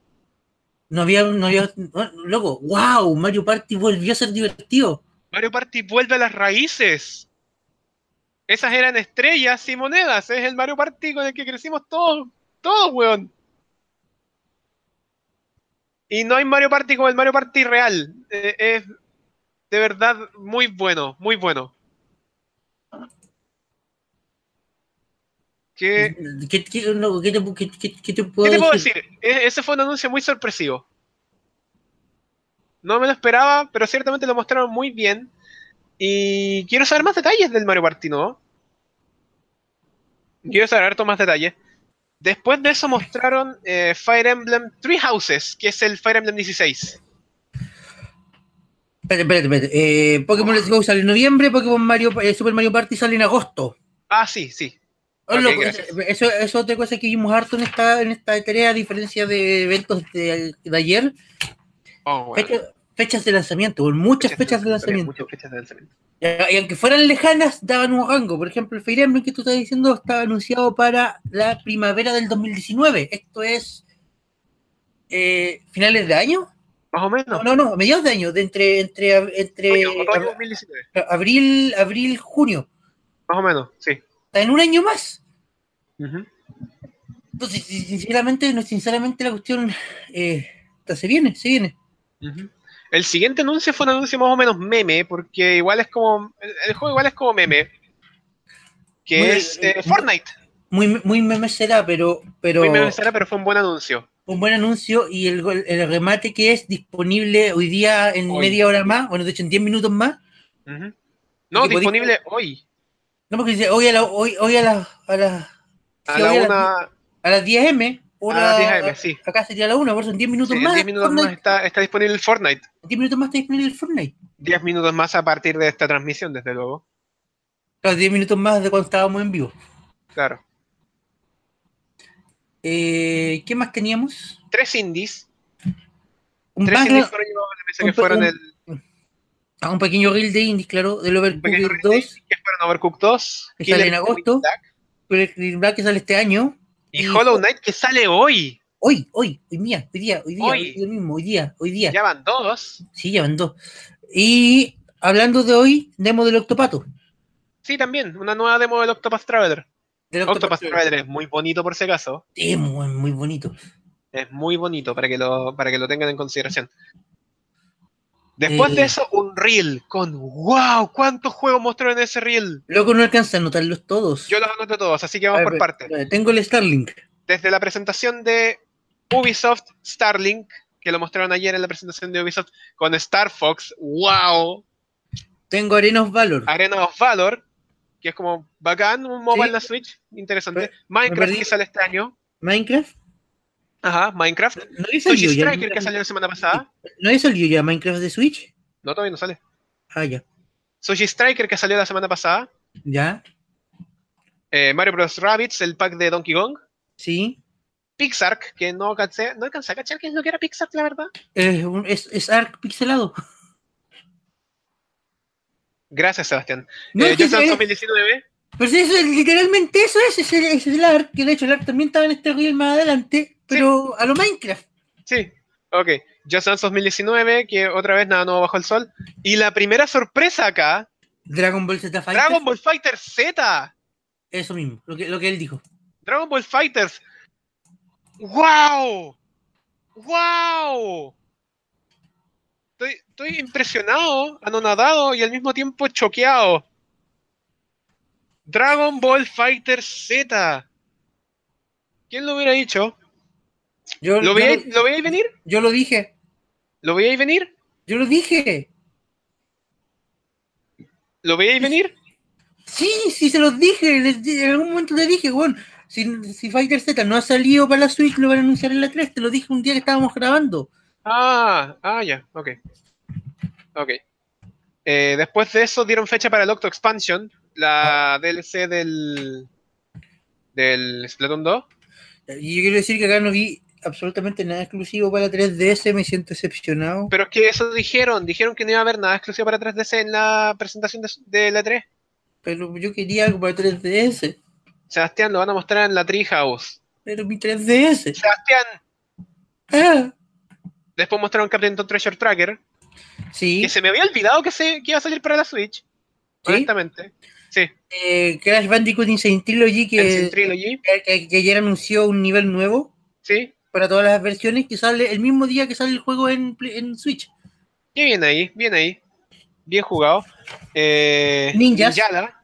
No había, no había. no, Loco, wow, Mario Party volvió a ser divertido. Mario Party vuelve a las raíces. Esas eran estrellas y monedas. Es el Mario Party con el que crecimos todos, todos, weón. Y no hay Mario Party como el Mario Party real. Eh, es de verdad muy bueno, muy bueno. ¿Qué, ¿Qué, qué- loco, qué te, qué- qué- qué te puedo Eh. qué te puedo decir? decir? E- ese fue un anuncio muy sorpresivo. No me lo esperaba, pero ciertamente lo mostraron muy bien. Y quiero saber más detalles del Mario Party, ¿no? Quiero saber harto más detalles. Después de eso mostraron eh, Fire Emblem Three Houses, que es el Fire Emblem 16. Espérate, espérate, espérate. Eh, Pokémon Let's Go sale en noviembre, Pokémon Mario, eh, Super Mario Party sale en agosto. Ah, sí, sí. Oh, Ok, loco, gracias. eso, eso es otra cosa que vimos harto en esta, en esta tarea, a diferencia de eventos de, de ayer. Oh, bueno. Fecha- fechas de lanzamiento, muchas fechas de lanzamiento. Muchas fechas de lanzamiento. Y aunque fueran lejanas, daban un rango. Por ejemplo, el Fire Emblem que tú estás diciendo estaba anunciado para la primavera del 2019. Esto es eh, finales de año. Más o menos. No, no, no, mediados de año, de entre, entre, entre Otoño, otoño 2019. ab- abril, abril, junio. Más o menos, sí. Está en un año más. Ujú. Entonces, si- sinceramente, no, sinceramente la cuestión eh, está- se viene, se viene. Ujú. El siguiente anuncio fue un anuncio más o menos meme, porque igual es como. El, el juego igual es como meme. Que Muy- es eh, muy- Fortnite. Muy, muy meme será, pero, pero Muy meme será, pero fue un buen anuncio. un buen anuncio y el, gol- el remate que es disponible hoy día en Hoy. media hora más, bueno, de hecho en 10 minutos más. Ujú. No, Y que podéis- disponible hoy. No, porque dice, hoy a, la- hoy, hoy a, la- a, la- A sí, la hoy a una, a las 10 M. hora- a las 10 AM, sí. Acá sería la 1, por eso en 10 minutos Sí, en más. 10 minutos Fortnite- más está, está disponible el Fortnite. en 10 minutos más está disponible el Fortnite. 10 minutos más a partir de esta transmisión, desde luego. Los 10 minutos más de cuando estábamos en vivo. Claro. Eh, ¿Qué más teníamos? Tres indies. Un, tres background- indies fueron llevados a la mesa un que pe- fueron un- el ah, un pequeño reel de indies, claro, del pequeño Overcooked release, 2, que fueron Overcooked 2, Que sale en Killer agosto. Instinct Black Overcooked Black que sale este año. y Hollow Knight que sale hoy. Hoy, hoy, hoy día, hoy día, hoy día, Hoy. hoy, día mismo, hoy día, hoy día. Ya van dos. Sí, ya van dos. Y hablando de hoy, demo del Octopato. Sí, también, una nueva demo del Octopath Traveler. Del Octopath Traveler. Traveler es muy bonito por si acaso. Sí, muy, muy bonito. Es muy bonito para que lo, para que lo tengan en consideración. Después Eh. de eso, un reel con wow, ¿cuántos juegos mostraron en ese reel? Loco, no alcanza a anotarlos todos. Yo los anoto todos, así que vamos A ver, por partes. espera, Tengo el Starlink. desde la presentación de Ubisoft Starlink, que lo mostraron ayer en la presentación de Ubisoft con Star Fox, wow, Tengo Arena of Valor. Arena of Valor, que es como bacán, un mobile Sí. en la Switch, interesante. Me- Minecraft perdí. que sale este año, Minecraft. ajá, Minecraft. ¿No había Sushi salido ya? Striker que salió la semana pasada, ¿No había salido ya Minecraft de Switch? no, todavía no sale. Ah, ya. Sushi Striker que salió la semana pasada, Ya. eh, Mario Bros. Rabbids, el pack de Donkey Kong, Sí. Pixar, que no alcancé, no alcancé a cachar qué es lo que era Pixar, la verdad. Es, un- es, es Ark pixelado. Gracias, Sebastián. No, Eh, es que Just Dance es- 2019, Pero si eso es- literalmente eso es, es el, es el Ark, que de hecho el Ark también estaba en este reel más adelante, pero a lo Minecraft. Sí, ok. Just Dance 2019, que otra vez nada nuevo bajo el sol. Y la primera sorpresa acá, Dragon Ball Z Fighter. Dragon Ball Fighter Z. Eso mismo, lo que, lo que él dijo. Dragon Ball Fighters. ¡Wow! ¡Wow! Estoy, estoy impresionado, anonadado y al mismo tiempo choqueado. Dragon Ball Fighter Z. ¿Quién lo hubiera dicho? Yo yo ¿Lo veíais lo veíais venir? yo lo dije, ¿Lo veíais venir? yo lo dije. ¿Lo veíais venir? Sí, sí, se los dije. les di- en algún momento te dije, weón. Si, si Fighter Z no ha salido para la Switch, lo van a anunciar en la 3. Te lo dije un día que estábamos grabando. Ah, ah, ya, ok. Ok. Eh, después de eso dieron fecha para el Octo Expansion, la DLC del, del Splatoon 2. Y yo quiero decir que acá no vi absolutamente nada exclusivo para la 3DS. Me siento decepcionado. Pero es que eso dijeron, dijeron que no iba a haber nada exclusivo para 3DS en la presentación de, de la 3. Pero yo quería algo para 3DS. Sebastián, lo van a mostrar en la Treehouse. Pero mi 3DS. Sebastián, Ah, después mostraron Captain Toad Treasure Tracker, sí. que se me había olvidado que, se, que iba a salir para la Switch, ¿Sí? honestamente. Sí, Eh, Crash Bandicoot Insane Trilogy, el Sin que, Trilogy, que- que ayer anunció un nivel nuevo sí. para todas las versiones que sale el mismo día que sale el juego en, Play- en Switch. Y bien ahí, bien ahí. Bien jugado. Eh, Ninjas. Ninjala.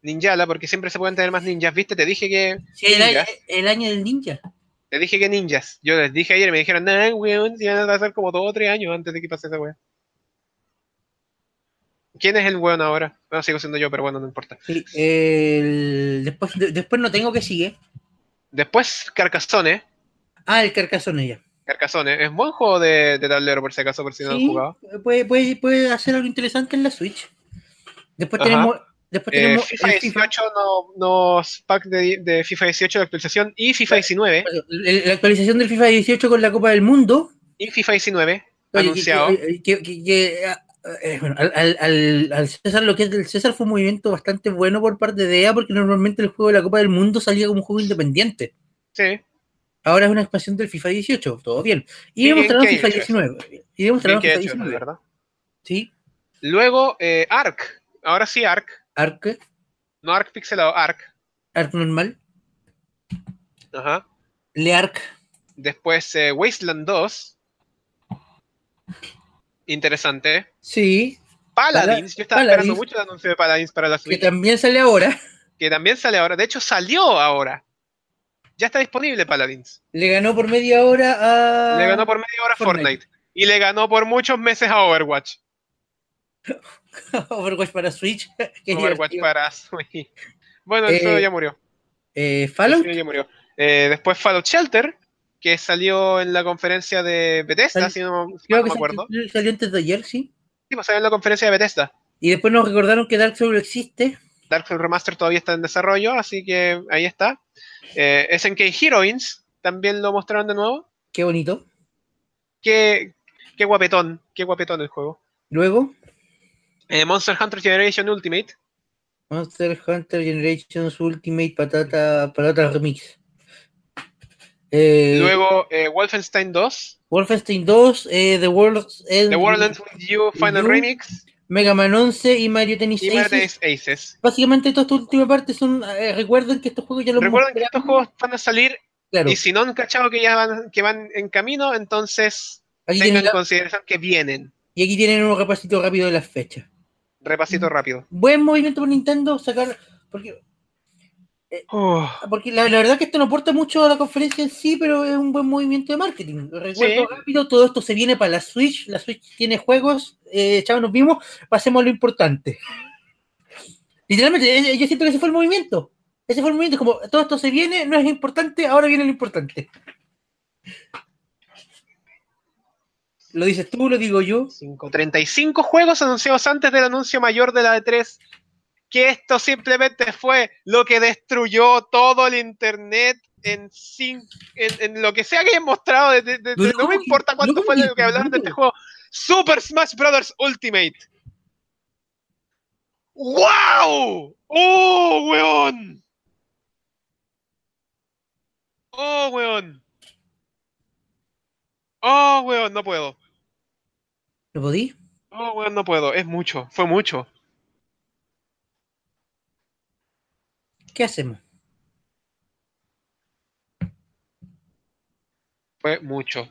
Ninjala, porque siempre se pueden tener más ninjas. ¿Viste? Te dije que. Sí, el, año- Ninjas. el año del ninja. Te dije que ninjas. Yo les dije ayer, me dijeron, nah, weón, si van a pasar como dos o tres años antes de que pase esa weón. ¿Quién es el weón ahora? Bueno, sigo siendo yo, pero bueno, no importa. Sí, el- después, de- después no tengo que sigue. Después, Carcassonne. Ah, el Carcassonne ya. Carcassonne. Es buen juego de, de tablero, por si acaso, por si no lo han Sí, jugado. puede, puede, puede hacer algo interesante en la Switch. Después Ajá. tenemos, después Eh, tenemos FIFA el 18, no, nos pack de, de FIFA 18 de actualización y FIFA 19. el- la actualización del FIFA 18 con la Copa del Mundo. Y FIFA 19. Oye, anunciado. que- que- que- que- ah, eh, bueno, al, al- al- al César, lo que es del César fue un movimiento bastante bueno por parte de EA, porque normalmente el juego de la Copa del Mundo salía como un juego independiente. Sí, Ahora es una expansión del FIFA 18, todo bien. Y Bien demostraron que FIFA hecho eso. 19. Y bien demostraron que FIFA ha hecho, la 19. verdad. Sí, Luego, eh, Ark. Ahora sí, Ark. Ark, No Ark pixelado, Ark. Ark normal, Ajá. Leark, Después, eh, Wasteland 2. Interesante. sí, Paladins. Yo estaba Paladins. esperando mucho el anuncio de Paladins para la que Switch, también sale ahora. que también sale ahora. De hecho, salió ahora. Ya está disponible Paladins. Le ganó por media hora a. Le ganó por media hora a Fortnite. Fortnite. Y le ganó por muchos meses a Overwatch. Overwatch para Switch. Qué Overwatch divertido. para Switch. Bueno, el Eh, sueño ya murió. Eh, El Fallout. sueño ya murió. Eh, después Fallout Shelter, que salió en la conferencia de Bethesda, Sal- si no, si Creo mal no que me acuerdo. salió, salió antes de ayer, sí. Sí, pues salió en la conferencia de Bethesda. Y después nos recordaron que Dark Souls existe. Dark Souls Remaster todavía está en desarrollo, así que ahí está. Eh, SNK Heroines también lo mostraron de nuevo. Qué bonito. Qué, qué guapetón, qué guapetón el juego. Luego, Eh, Monster Hunter Generation Ultimate. Monster Hunter Generations Ultimate Patata, Patata Remix. Eh, Luego eh, Wolfenstein 2. Wolfenstein 2, eh, The World Ends, The World Ends With You Final You, Remix. Mega Man 11 y Mario Tennis Y 6. Marvel's Aces. Básicamente toda esta última parte son, eh, recuerden que estos juegos ya los Recuerden que mostramos, estos juegos van a salir claro, y si no han cachado que ya van, que van en camino, entonces aquí tengan tienen en la- consideración que vienen. y aquí tienen un repasito rápido de las fechas. Mm. Repasito rápido. Buen movimiento por Nintendo sacar, porque, porque la, la verdad que esto no aporta mucho a la conferencia en sí, pero es un buen movimiento de marketing. Recuerdo Sí. rápido, todo esto se viene para la Switch, la Switch tiene juegos, eh, chavos, nos vimos, pasemos a lo importante. Literalmente, eh, yo siento que ese fue el movimiento. Ese fue el movimiento, como todo esto se viene, no es importante, ahora viene lo importante. Lo dices tú, lo digo yo. 5, 35 juegos anunciados antes del anuncio mayor de la E3. Que esto simplemente fue lo que destruyó todo el internet en, cin- en, en lo que sea que hayan mostrado. de- de- de- No, de- no, no me importa no, cuánto no, fue no, lo que hablaron de no. este juego. Super Smash Bros. Ultimate. ¡Wow! ¡Oh, weón! ¡Oh, weón! ¡Oh, weón! No puedo. ¿Lo podí? No, weón, no puedo. Es mucho. Fue mucho. ¿Qué hacemos? Fue mucho.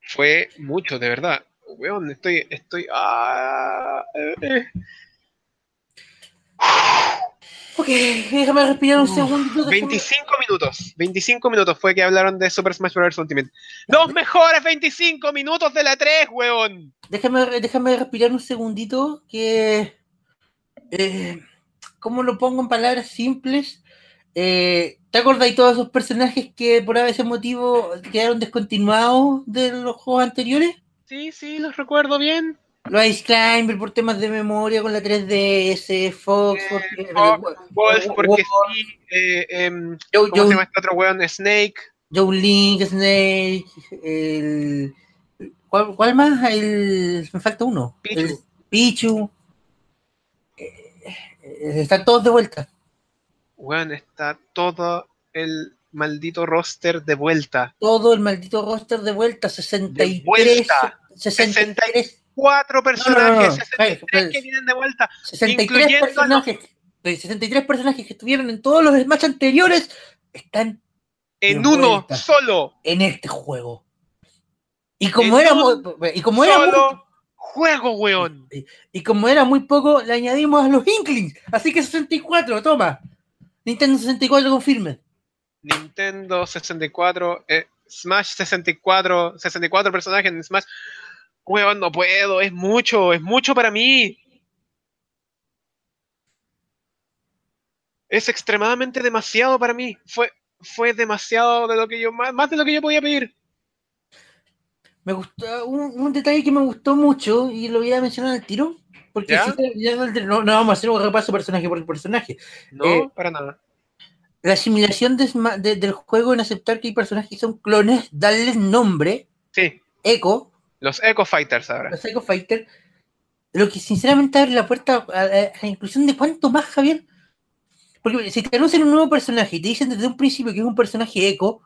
Fue mucho, de verdad. Weón, estoy. Estoy. Ah, eh, eh. Ok, déjame respirar un segundo. 25 minutos. 25 minutos fue que hablaron de Super Smash Bros. Ultimate. ¡Los mejores 25 minutos de la 3, weón! Déjame, déjame respirar un segundito que... eh, ¿Cómo lo pongo en palabras simples? Eh, ¿Te acordáis todos esos personajes que por ese motivo quedaron descontinuados de los juegos anteriores? Sí, sí, los recuerdo bien. Los Ice Climber por temas de memoria con la 3DS, Fox, Eh, porque- Fox, Wolf, porque Wolf, sí. eh, em, Joe- ¿Cómo Joe- se llama este otro weón? Snake. Joe Link, Snake, el... ¿Cuál, cuál más? El... Me falta uno. Pichu. El Pichu. Eh, eh, están todos de vuelta. Weón, está todo el maldito roster de vuelta. Todo el maldito roster de vuelta. 63. De vuelta. 63, Cuatro personajes. no, no. 63 Ay, que vienen de vuelta. 63 Incluyendo personajes. De 63 personajes que estuvieron en todos los Smash anteriores están en De uno vuelta. solo. en este juego. Y como En era muy, un y como era muy- solo juego, weón. Y como era muy poco, le añadimos a los Inklings. Así que 64, toma. Nintendo 64 confirme. Nintendo 64, eh, Smash 64, 64 personajes en Smash. Weón, no puedo, es mucho, es mucho para mí. Es extremadamente demasiado para mí. Fue, fue demasiado de lo que yo, más, más de lo que yo podía pedir. Me gustó un, un detalle que me gustó mucho y lo voy a mencionar al tiro. Porque ¿Ya? si- ya no, no vamos a hacer un repaso personaje por personaje. No, Eh, para nada. La asimilación de Sma- de- del juego en aceptar que hay personajes que son clones, darles nombre, Sí, eco, los Echo Fighters ahora. los Echo Fighter, lo que sinceramente abre la puerta a, a- a la inclusión de cuánto más, Javier. Porque si te anuncian un nuevo personaje y te dicen desde un principio que es un personaje eco,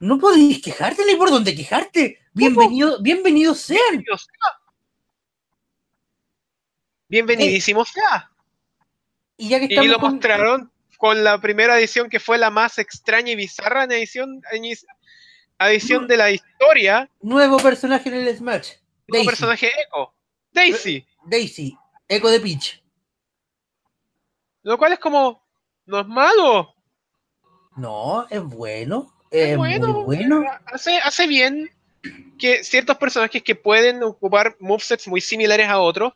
no podéis quejarte, no hay por dónde quejarte. Bienvenido, bienvenidos sean. Bienvenido sea. Bienvenidísimo sea. Y ya que Y estamos lo con- mostraron con la primera edición que fue la más extraña y bizarra en edición, en is- Mm. edición de la historia. nuevo personaje en el Smash. Un Daisy, personaje eco. Daisy. Daisy, eco de Peach. Lo cual es como. No es malo. No, es bueno. Es Es muy bueno. bueno. Hace, hace bien que ciertos personajes que pueden ocupar movesets muy similares a otros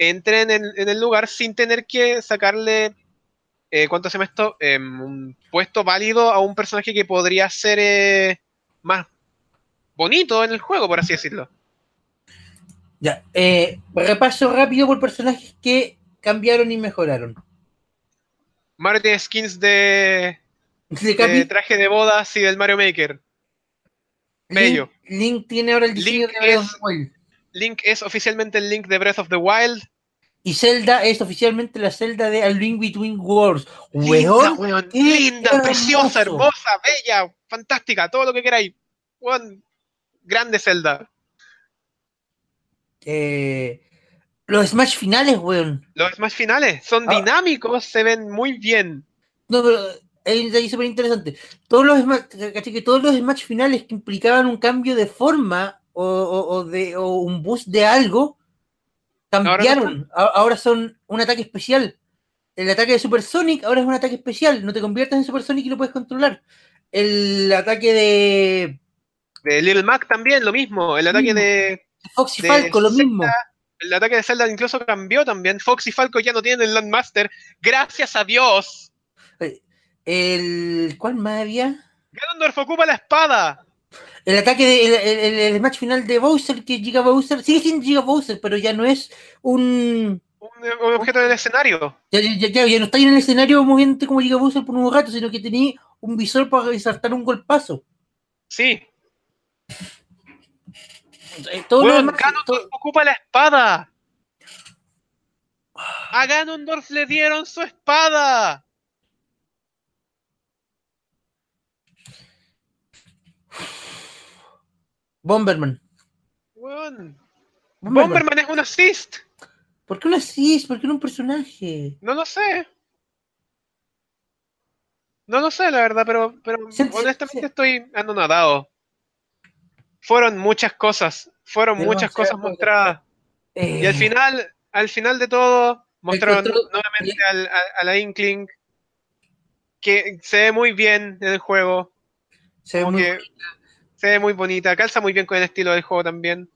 entré en el, en el lugar sin tener que sacarle, eh, ¿cuánto se llama esto? Em, un puesto válido a un personaje que podría ser eh, más bonito en el juego, por así decirlo. Ya, eh, repaso rápido por personajes que cambiaron y mejoraron. Mario tiene skins de, De de Capi- traje de bodas y del Mario Maker. Bello. Link, Link tiene ahora el diseño Link de Breath of es- the Wild. Link es oficialmente el Link de Breath of the Wild. Y Zelda es oficialmente la Zelda de A Link Between Worlds. Linda, Weón, weón, qué linda, hermoso. preciosa, hermosa, bella, fantástica, todo lo que queráis. Weón, grande Zelda. eh, los Smash finales, weón. Los Smash finales son Ah. dinámicos, se ven muy bien. No, pero hay un detalle súper interesante. Todos los Smash, ¿cachai? que todos los Smash finales que implicaban un cambio de forma o, o- o de, o un boost de algo, no cambiaron. A- Ahora, son un ataque especial. El ataque de Super Sonic ahora es un ataque especial. No te conviertas en Super Sonic y lo puedes controlar. El ataque de De Little Mac también, lo mismo. El ataque Mismo. de. Foxy De Falco, lo mismo. El ataque de Zelda incluso cambió también. Fox y Falco ya no tienen el Landmaster. Gracias a Dios. El, ¿Cuál más había? Ganondorf ocupa la espada. El ataque de el, el- el Smash final de Bowser, que Giga Bowser, sigue siendo Giga Bowser, pero ya no es un Un, un objeto del escenario. Ya, ya, ya, ya no estáis en el escenario moviéndote como Giga Bowser por un rato, sino que tenéis un visor para saltar un golpazo. Sí. Eh, Todo lo Weón, demás- Ganondorf todo- ocupa la espada. Ah. A Ganondorf le dieron su espada. Bomberman. Weón. Bomberman. Bomberman es un assist. ¿Por qué no así? ¿Por qué no un personaje? No lo sé. No lo sé, la verdad, pero, pero Sí, sí, honestamente sí. estoy anonadado. Fueron muchas cosas. Fueron muchas Demasiadas cosas cosas. mostradas. Eh, Y al final, al final de todo, mostraron control- nuevamente al- a, a la Inkling. Que se ve muy bien en el juego. se ve como muy- que se ve muy bonita. Calza muy bien con el estilo del juego también.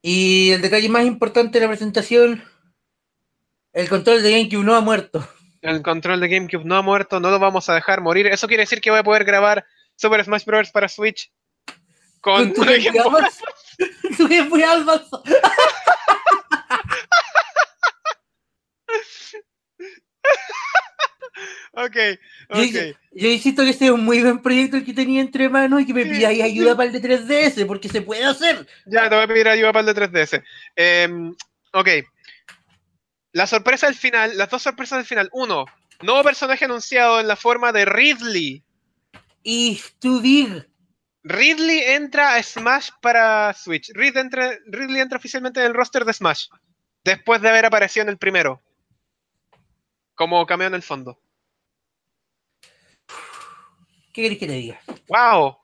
Y el detalle más importante de la presentación: el control de GameCube no ha muerto. El control de GameCube no ha muerto, no lo vamos a dejar morir. Eso quiere decir que voy a poder grabar Super Smash Bros. para Switch con tu una Game Game Boy Boy. Advance. Tu Game Boy Advance. Ok, Yo, ok. yo insisto que este es un muy buen proyecto el que tenía entre manos y que me Sí, pidáis sí. ayuda para el de 3DS, porque se puede hacer. Ya te voy a pedir ayuda para el de 3DS. Em, ok. La sorpresa del final, las dos sorpresas del final. Uno, nuevo personaje anunciado en la forma de Ridley. If too big. Ridley entra a Smash para Switch. Rid entra- Ridley entra oficialmente en el roster de Smash. Después de haber aparecido en el primero. Como cameo en el fondo. ¿Qué queréis que te diga? ¡Wow!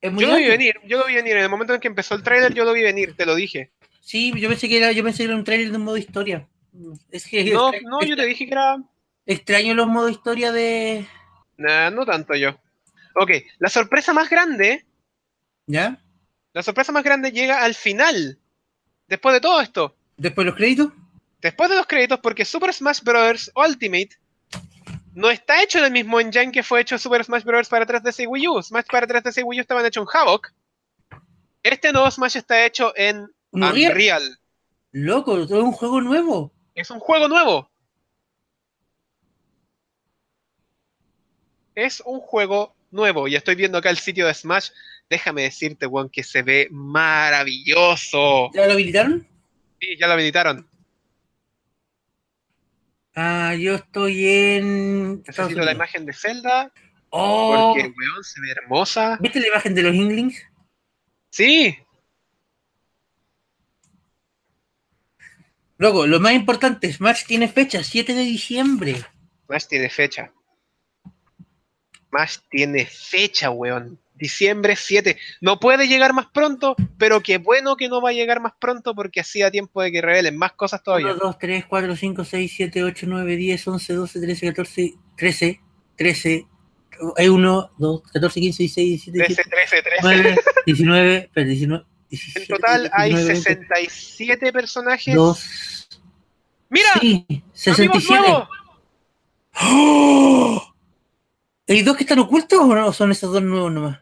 Es muy Yo lo vi grande. venir, yo lo vi venir. En el momento en que empezó el tráiler, yo lo vi venir, te lo dije. Sí, yo pensé que era, yo pensé que era un trailer de un modo historia. Es que No, extra- no, yo te dije que era. extraño los modos historia de. Nah, no tanto yo. Ok, la sorpresa más grande, ¿Ya? la sorpresa más grande llega al final. Después de todo esto. Después de los créditos. Después de los créditos, porque Super Smash Bros. Ultimate no está hecho en el mismo engine que fue hecho Super Smash Bros. para 3DS y Wii U. Smash para 3DS y Wii U estaban hechos en Havoc. Este nuevo Smash está hecho en Unreal. Unreal. Loco, todo es un juego nuevo. Es un juego nuevo. Es un juego nuevo. Y estoy viendo acá el sitio de Smash. Déjame decirte, Juan, que se ve maravilloso. ¿Ya lo habilitaron? Sí, ya lo habilitaron. Ah, yo estoy en. Estados Necesito la Unidos. imagen de Zelda. Oh, Porque, weón, se ve hermosa. ¿Viste la imagen de los Inglings? Sí, Loco, lo más importante, Smash tiene fecha, 7 de diciembre. Smash tiene fecha. Smash tiene fecha, weón. Diciembre 7. No puede llegar más pronto, pero qué bueno que no va a llegar más pronto porque así da tiempo de que revelen más cosas 1, todavía. 2, 3, 4, 5, 6, 7, 8, 9, 10, 11, 12, 13, 14, 13, 13. Hay 1, 2, 14, 15, 16, 17, 18. 13, 13, 13. 19, 19, espera, 19, En total hay 67 personajes. Dos. ¡Mira! Sí, 67. nuevos! ¡Oh! ¿Hay dos que están ocultos o no son esos dos nuevos nomás?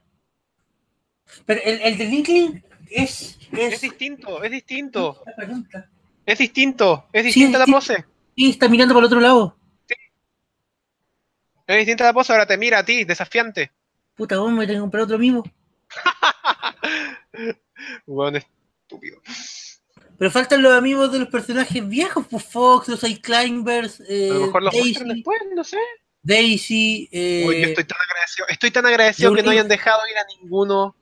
Pero el, el de Linkling es. Es es distinto, es distinto. la pregunta. Es distinto, es distinta la sí. pose. Sí, está mirando para el otro lado. Es distinta la pose, ahora te mira a ti, desafiante. Puta, vos me tengo que comprar otro mismo. Weón, estúpido. Pero faltan los amigos de los personajes viejos, pues Fox, los iClimbers, eh, A lo mejor los muestran Daisy, después, no sé. Daisy eh, Uy, yo estoy tan agradecido, estoy tan agradecido yo que no creo- hayan dejado ir a ninguno.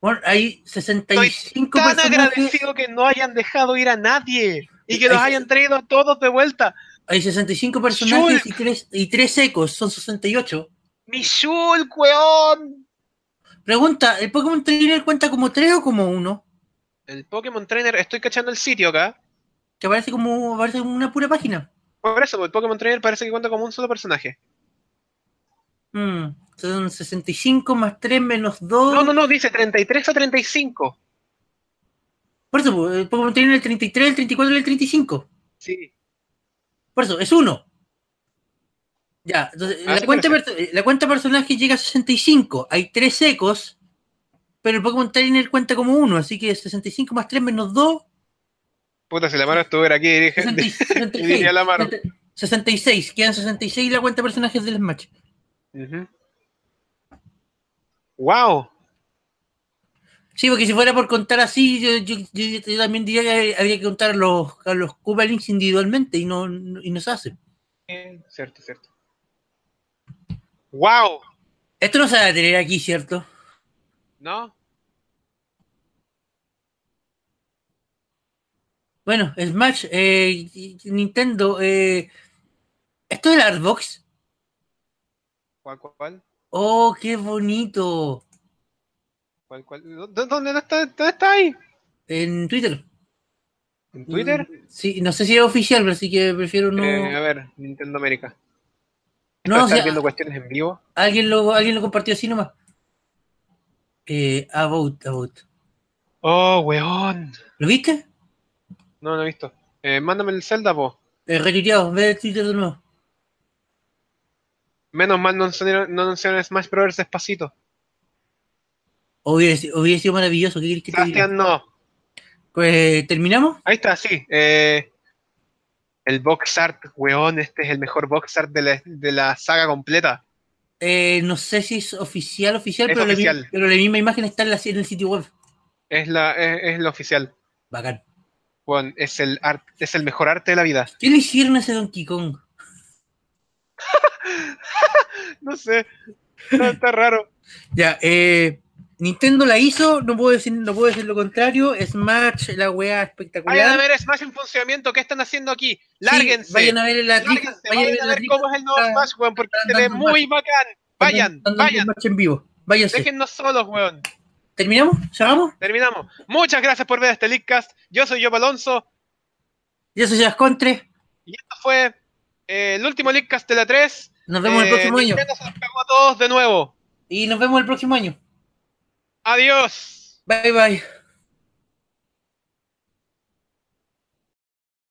bueno, hay 65 Tan personajes, agradecido que no hayan dejado ir a nadie y que los Ahí- hayan traído a todos de vuelta. hay 65 personajes Shulk. y tres, y tres ecos, son 68. Mi Shulk, weón. Pregunta, ¿el Pokémon Trainer cuenta como tres o como uno? El Pokémon Trainer, estoy cachando el sitio acá. Que aparece como, aparece como una pura página. Por eso, el Pokémon Trainer parece que cuenta como un solo personaje. Mm, son 65 más 3 menos 2. No, no, no, dice 33 a 35. Por eso, pues, el Pokémon Trainer el 33, el 34 y el 35. Sí. Por eso, es uno. Ya, entonces, Ah, la, sí, cuenta, perso- la cuenta personaje llega a 65. Hay tres ecos, pero el Pokémon Trainer cuenta como uno, así que 65 más 3 menos 2, Puta, si la mano estuviera aquí, dirige. 66. diría la mano. 66, quedan 66 la cuenta personajes del Smash. Wow. Sí, porque si fuera por contar así, yo, yo- yo- yo también diría que habría que contar a los, a los Koopa Links individualmente y no, no- y no se hace. Cierto, cierto. Wow. Esto no se va a tener aquí, ¿cierto? ¿No? Bueno, Smash, eh, y- y Nintendo, eh, ¿esto es el Artbox? ¿Cuál, cuál? Oh, qué bonito. ¿Cuál, cuál? ¿Dó- dó- ¿Dónde, no está, dónde está ahí? En Twitter. ¿En Twitter? Sí, no sé si es oficial, pero sí que prefiero Mm, no. Eh, a ver, Nintendo América. no, ¿Estás o sea, ah. viendo cuestiones en vivo? alguien lo, alguien lo compartió así nomás. Eh, about, about. Oh, weón. ¿Lo viste? No, no he visto. Eh, mándame el Zelda, po. Eh, retuiteado, ve el Twitter de nuevo. Menos mal no anunciaron, no anunciaron Smash Brothers despacito. Hubiese, hubiese sido maravilloso. ¿Qué quieres que te diga? Sebastián, no. Pues, ¿terminamos? Ahí está, sí. eh, el box art, weón, este es el mejor box art de la, de la saga completa. Eh, no sé si es oficial, oficial, Es pero, La, oficial. mi- pero la misma imagen está en, la- en el sitio web. Es la, es, es la oficial. Bacán. Weón, es el art, es el mejor arte de la vida. ¿Qué le hicieron a ese Donkey Kong? No sé. Está, está raro. Ya, eh, Nintendo la hizo, no puedo decir, no puedo decir lo contrario. Smash, la weá Vayan a espectacular. ver Smash en funcionamiento. ¿qué están haciendo aquí? Sí, Lárguense. vayan a ver la Lárguense, trija, vayan, a ver cómo es el nuevo Smash, weón, porque se ve dando muy bacán. Vayan, vayan. Smash en vivo. Váyanse. Déjennos solos, weón. ¿Terminamos? ¿Cerramos? Terminamos. Muchas gracias por ver este Leadcast. Yo soy Yo Alonso. Yo soy Jazz Contre. Y esto fue eh, el último Leadcast de la 3. Nos vemos el Eh, próximo año. Nintendo se los cagó a todos de nuevo. Y nos vemos el próximo año. Adiós. Bye bye.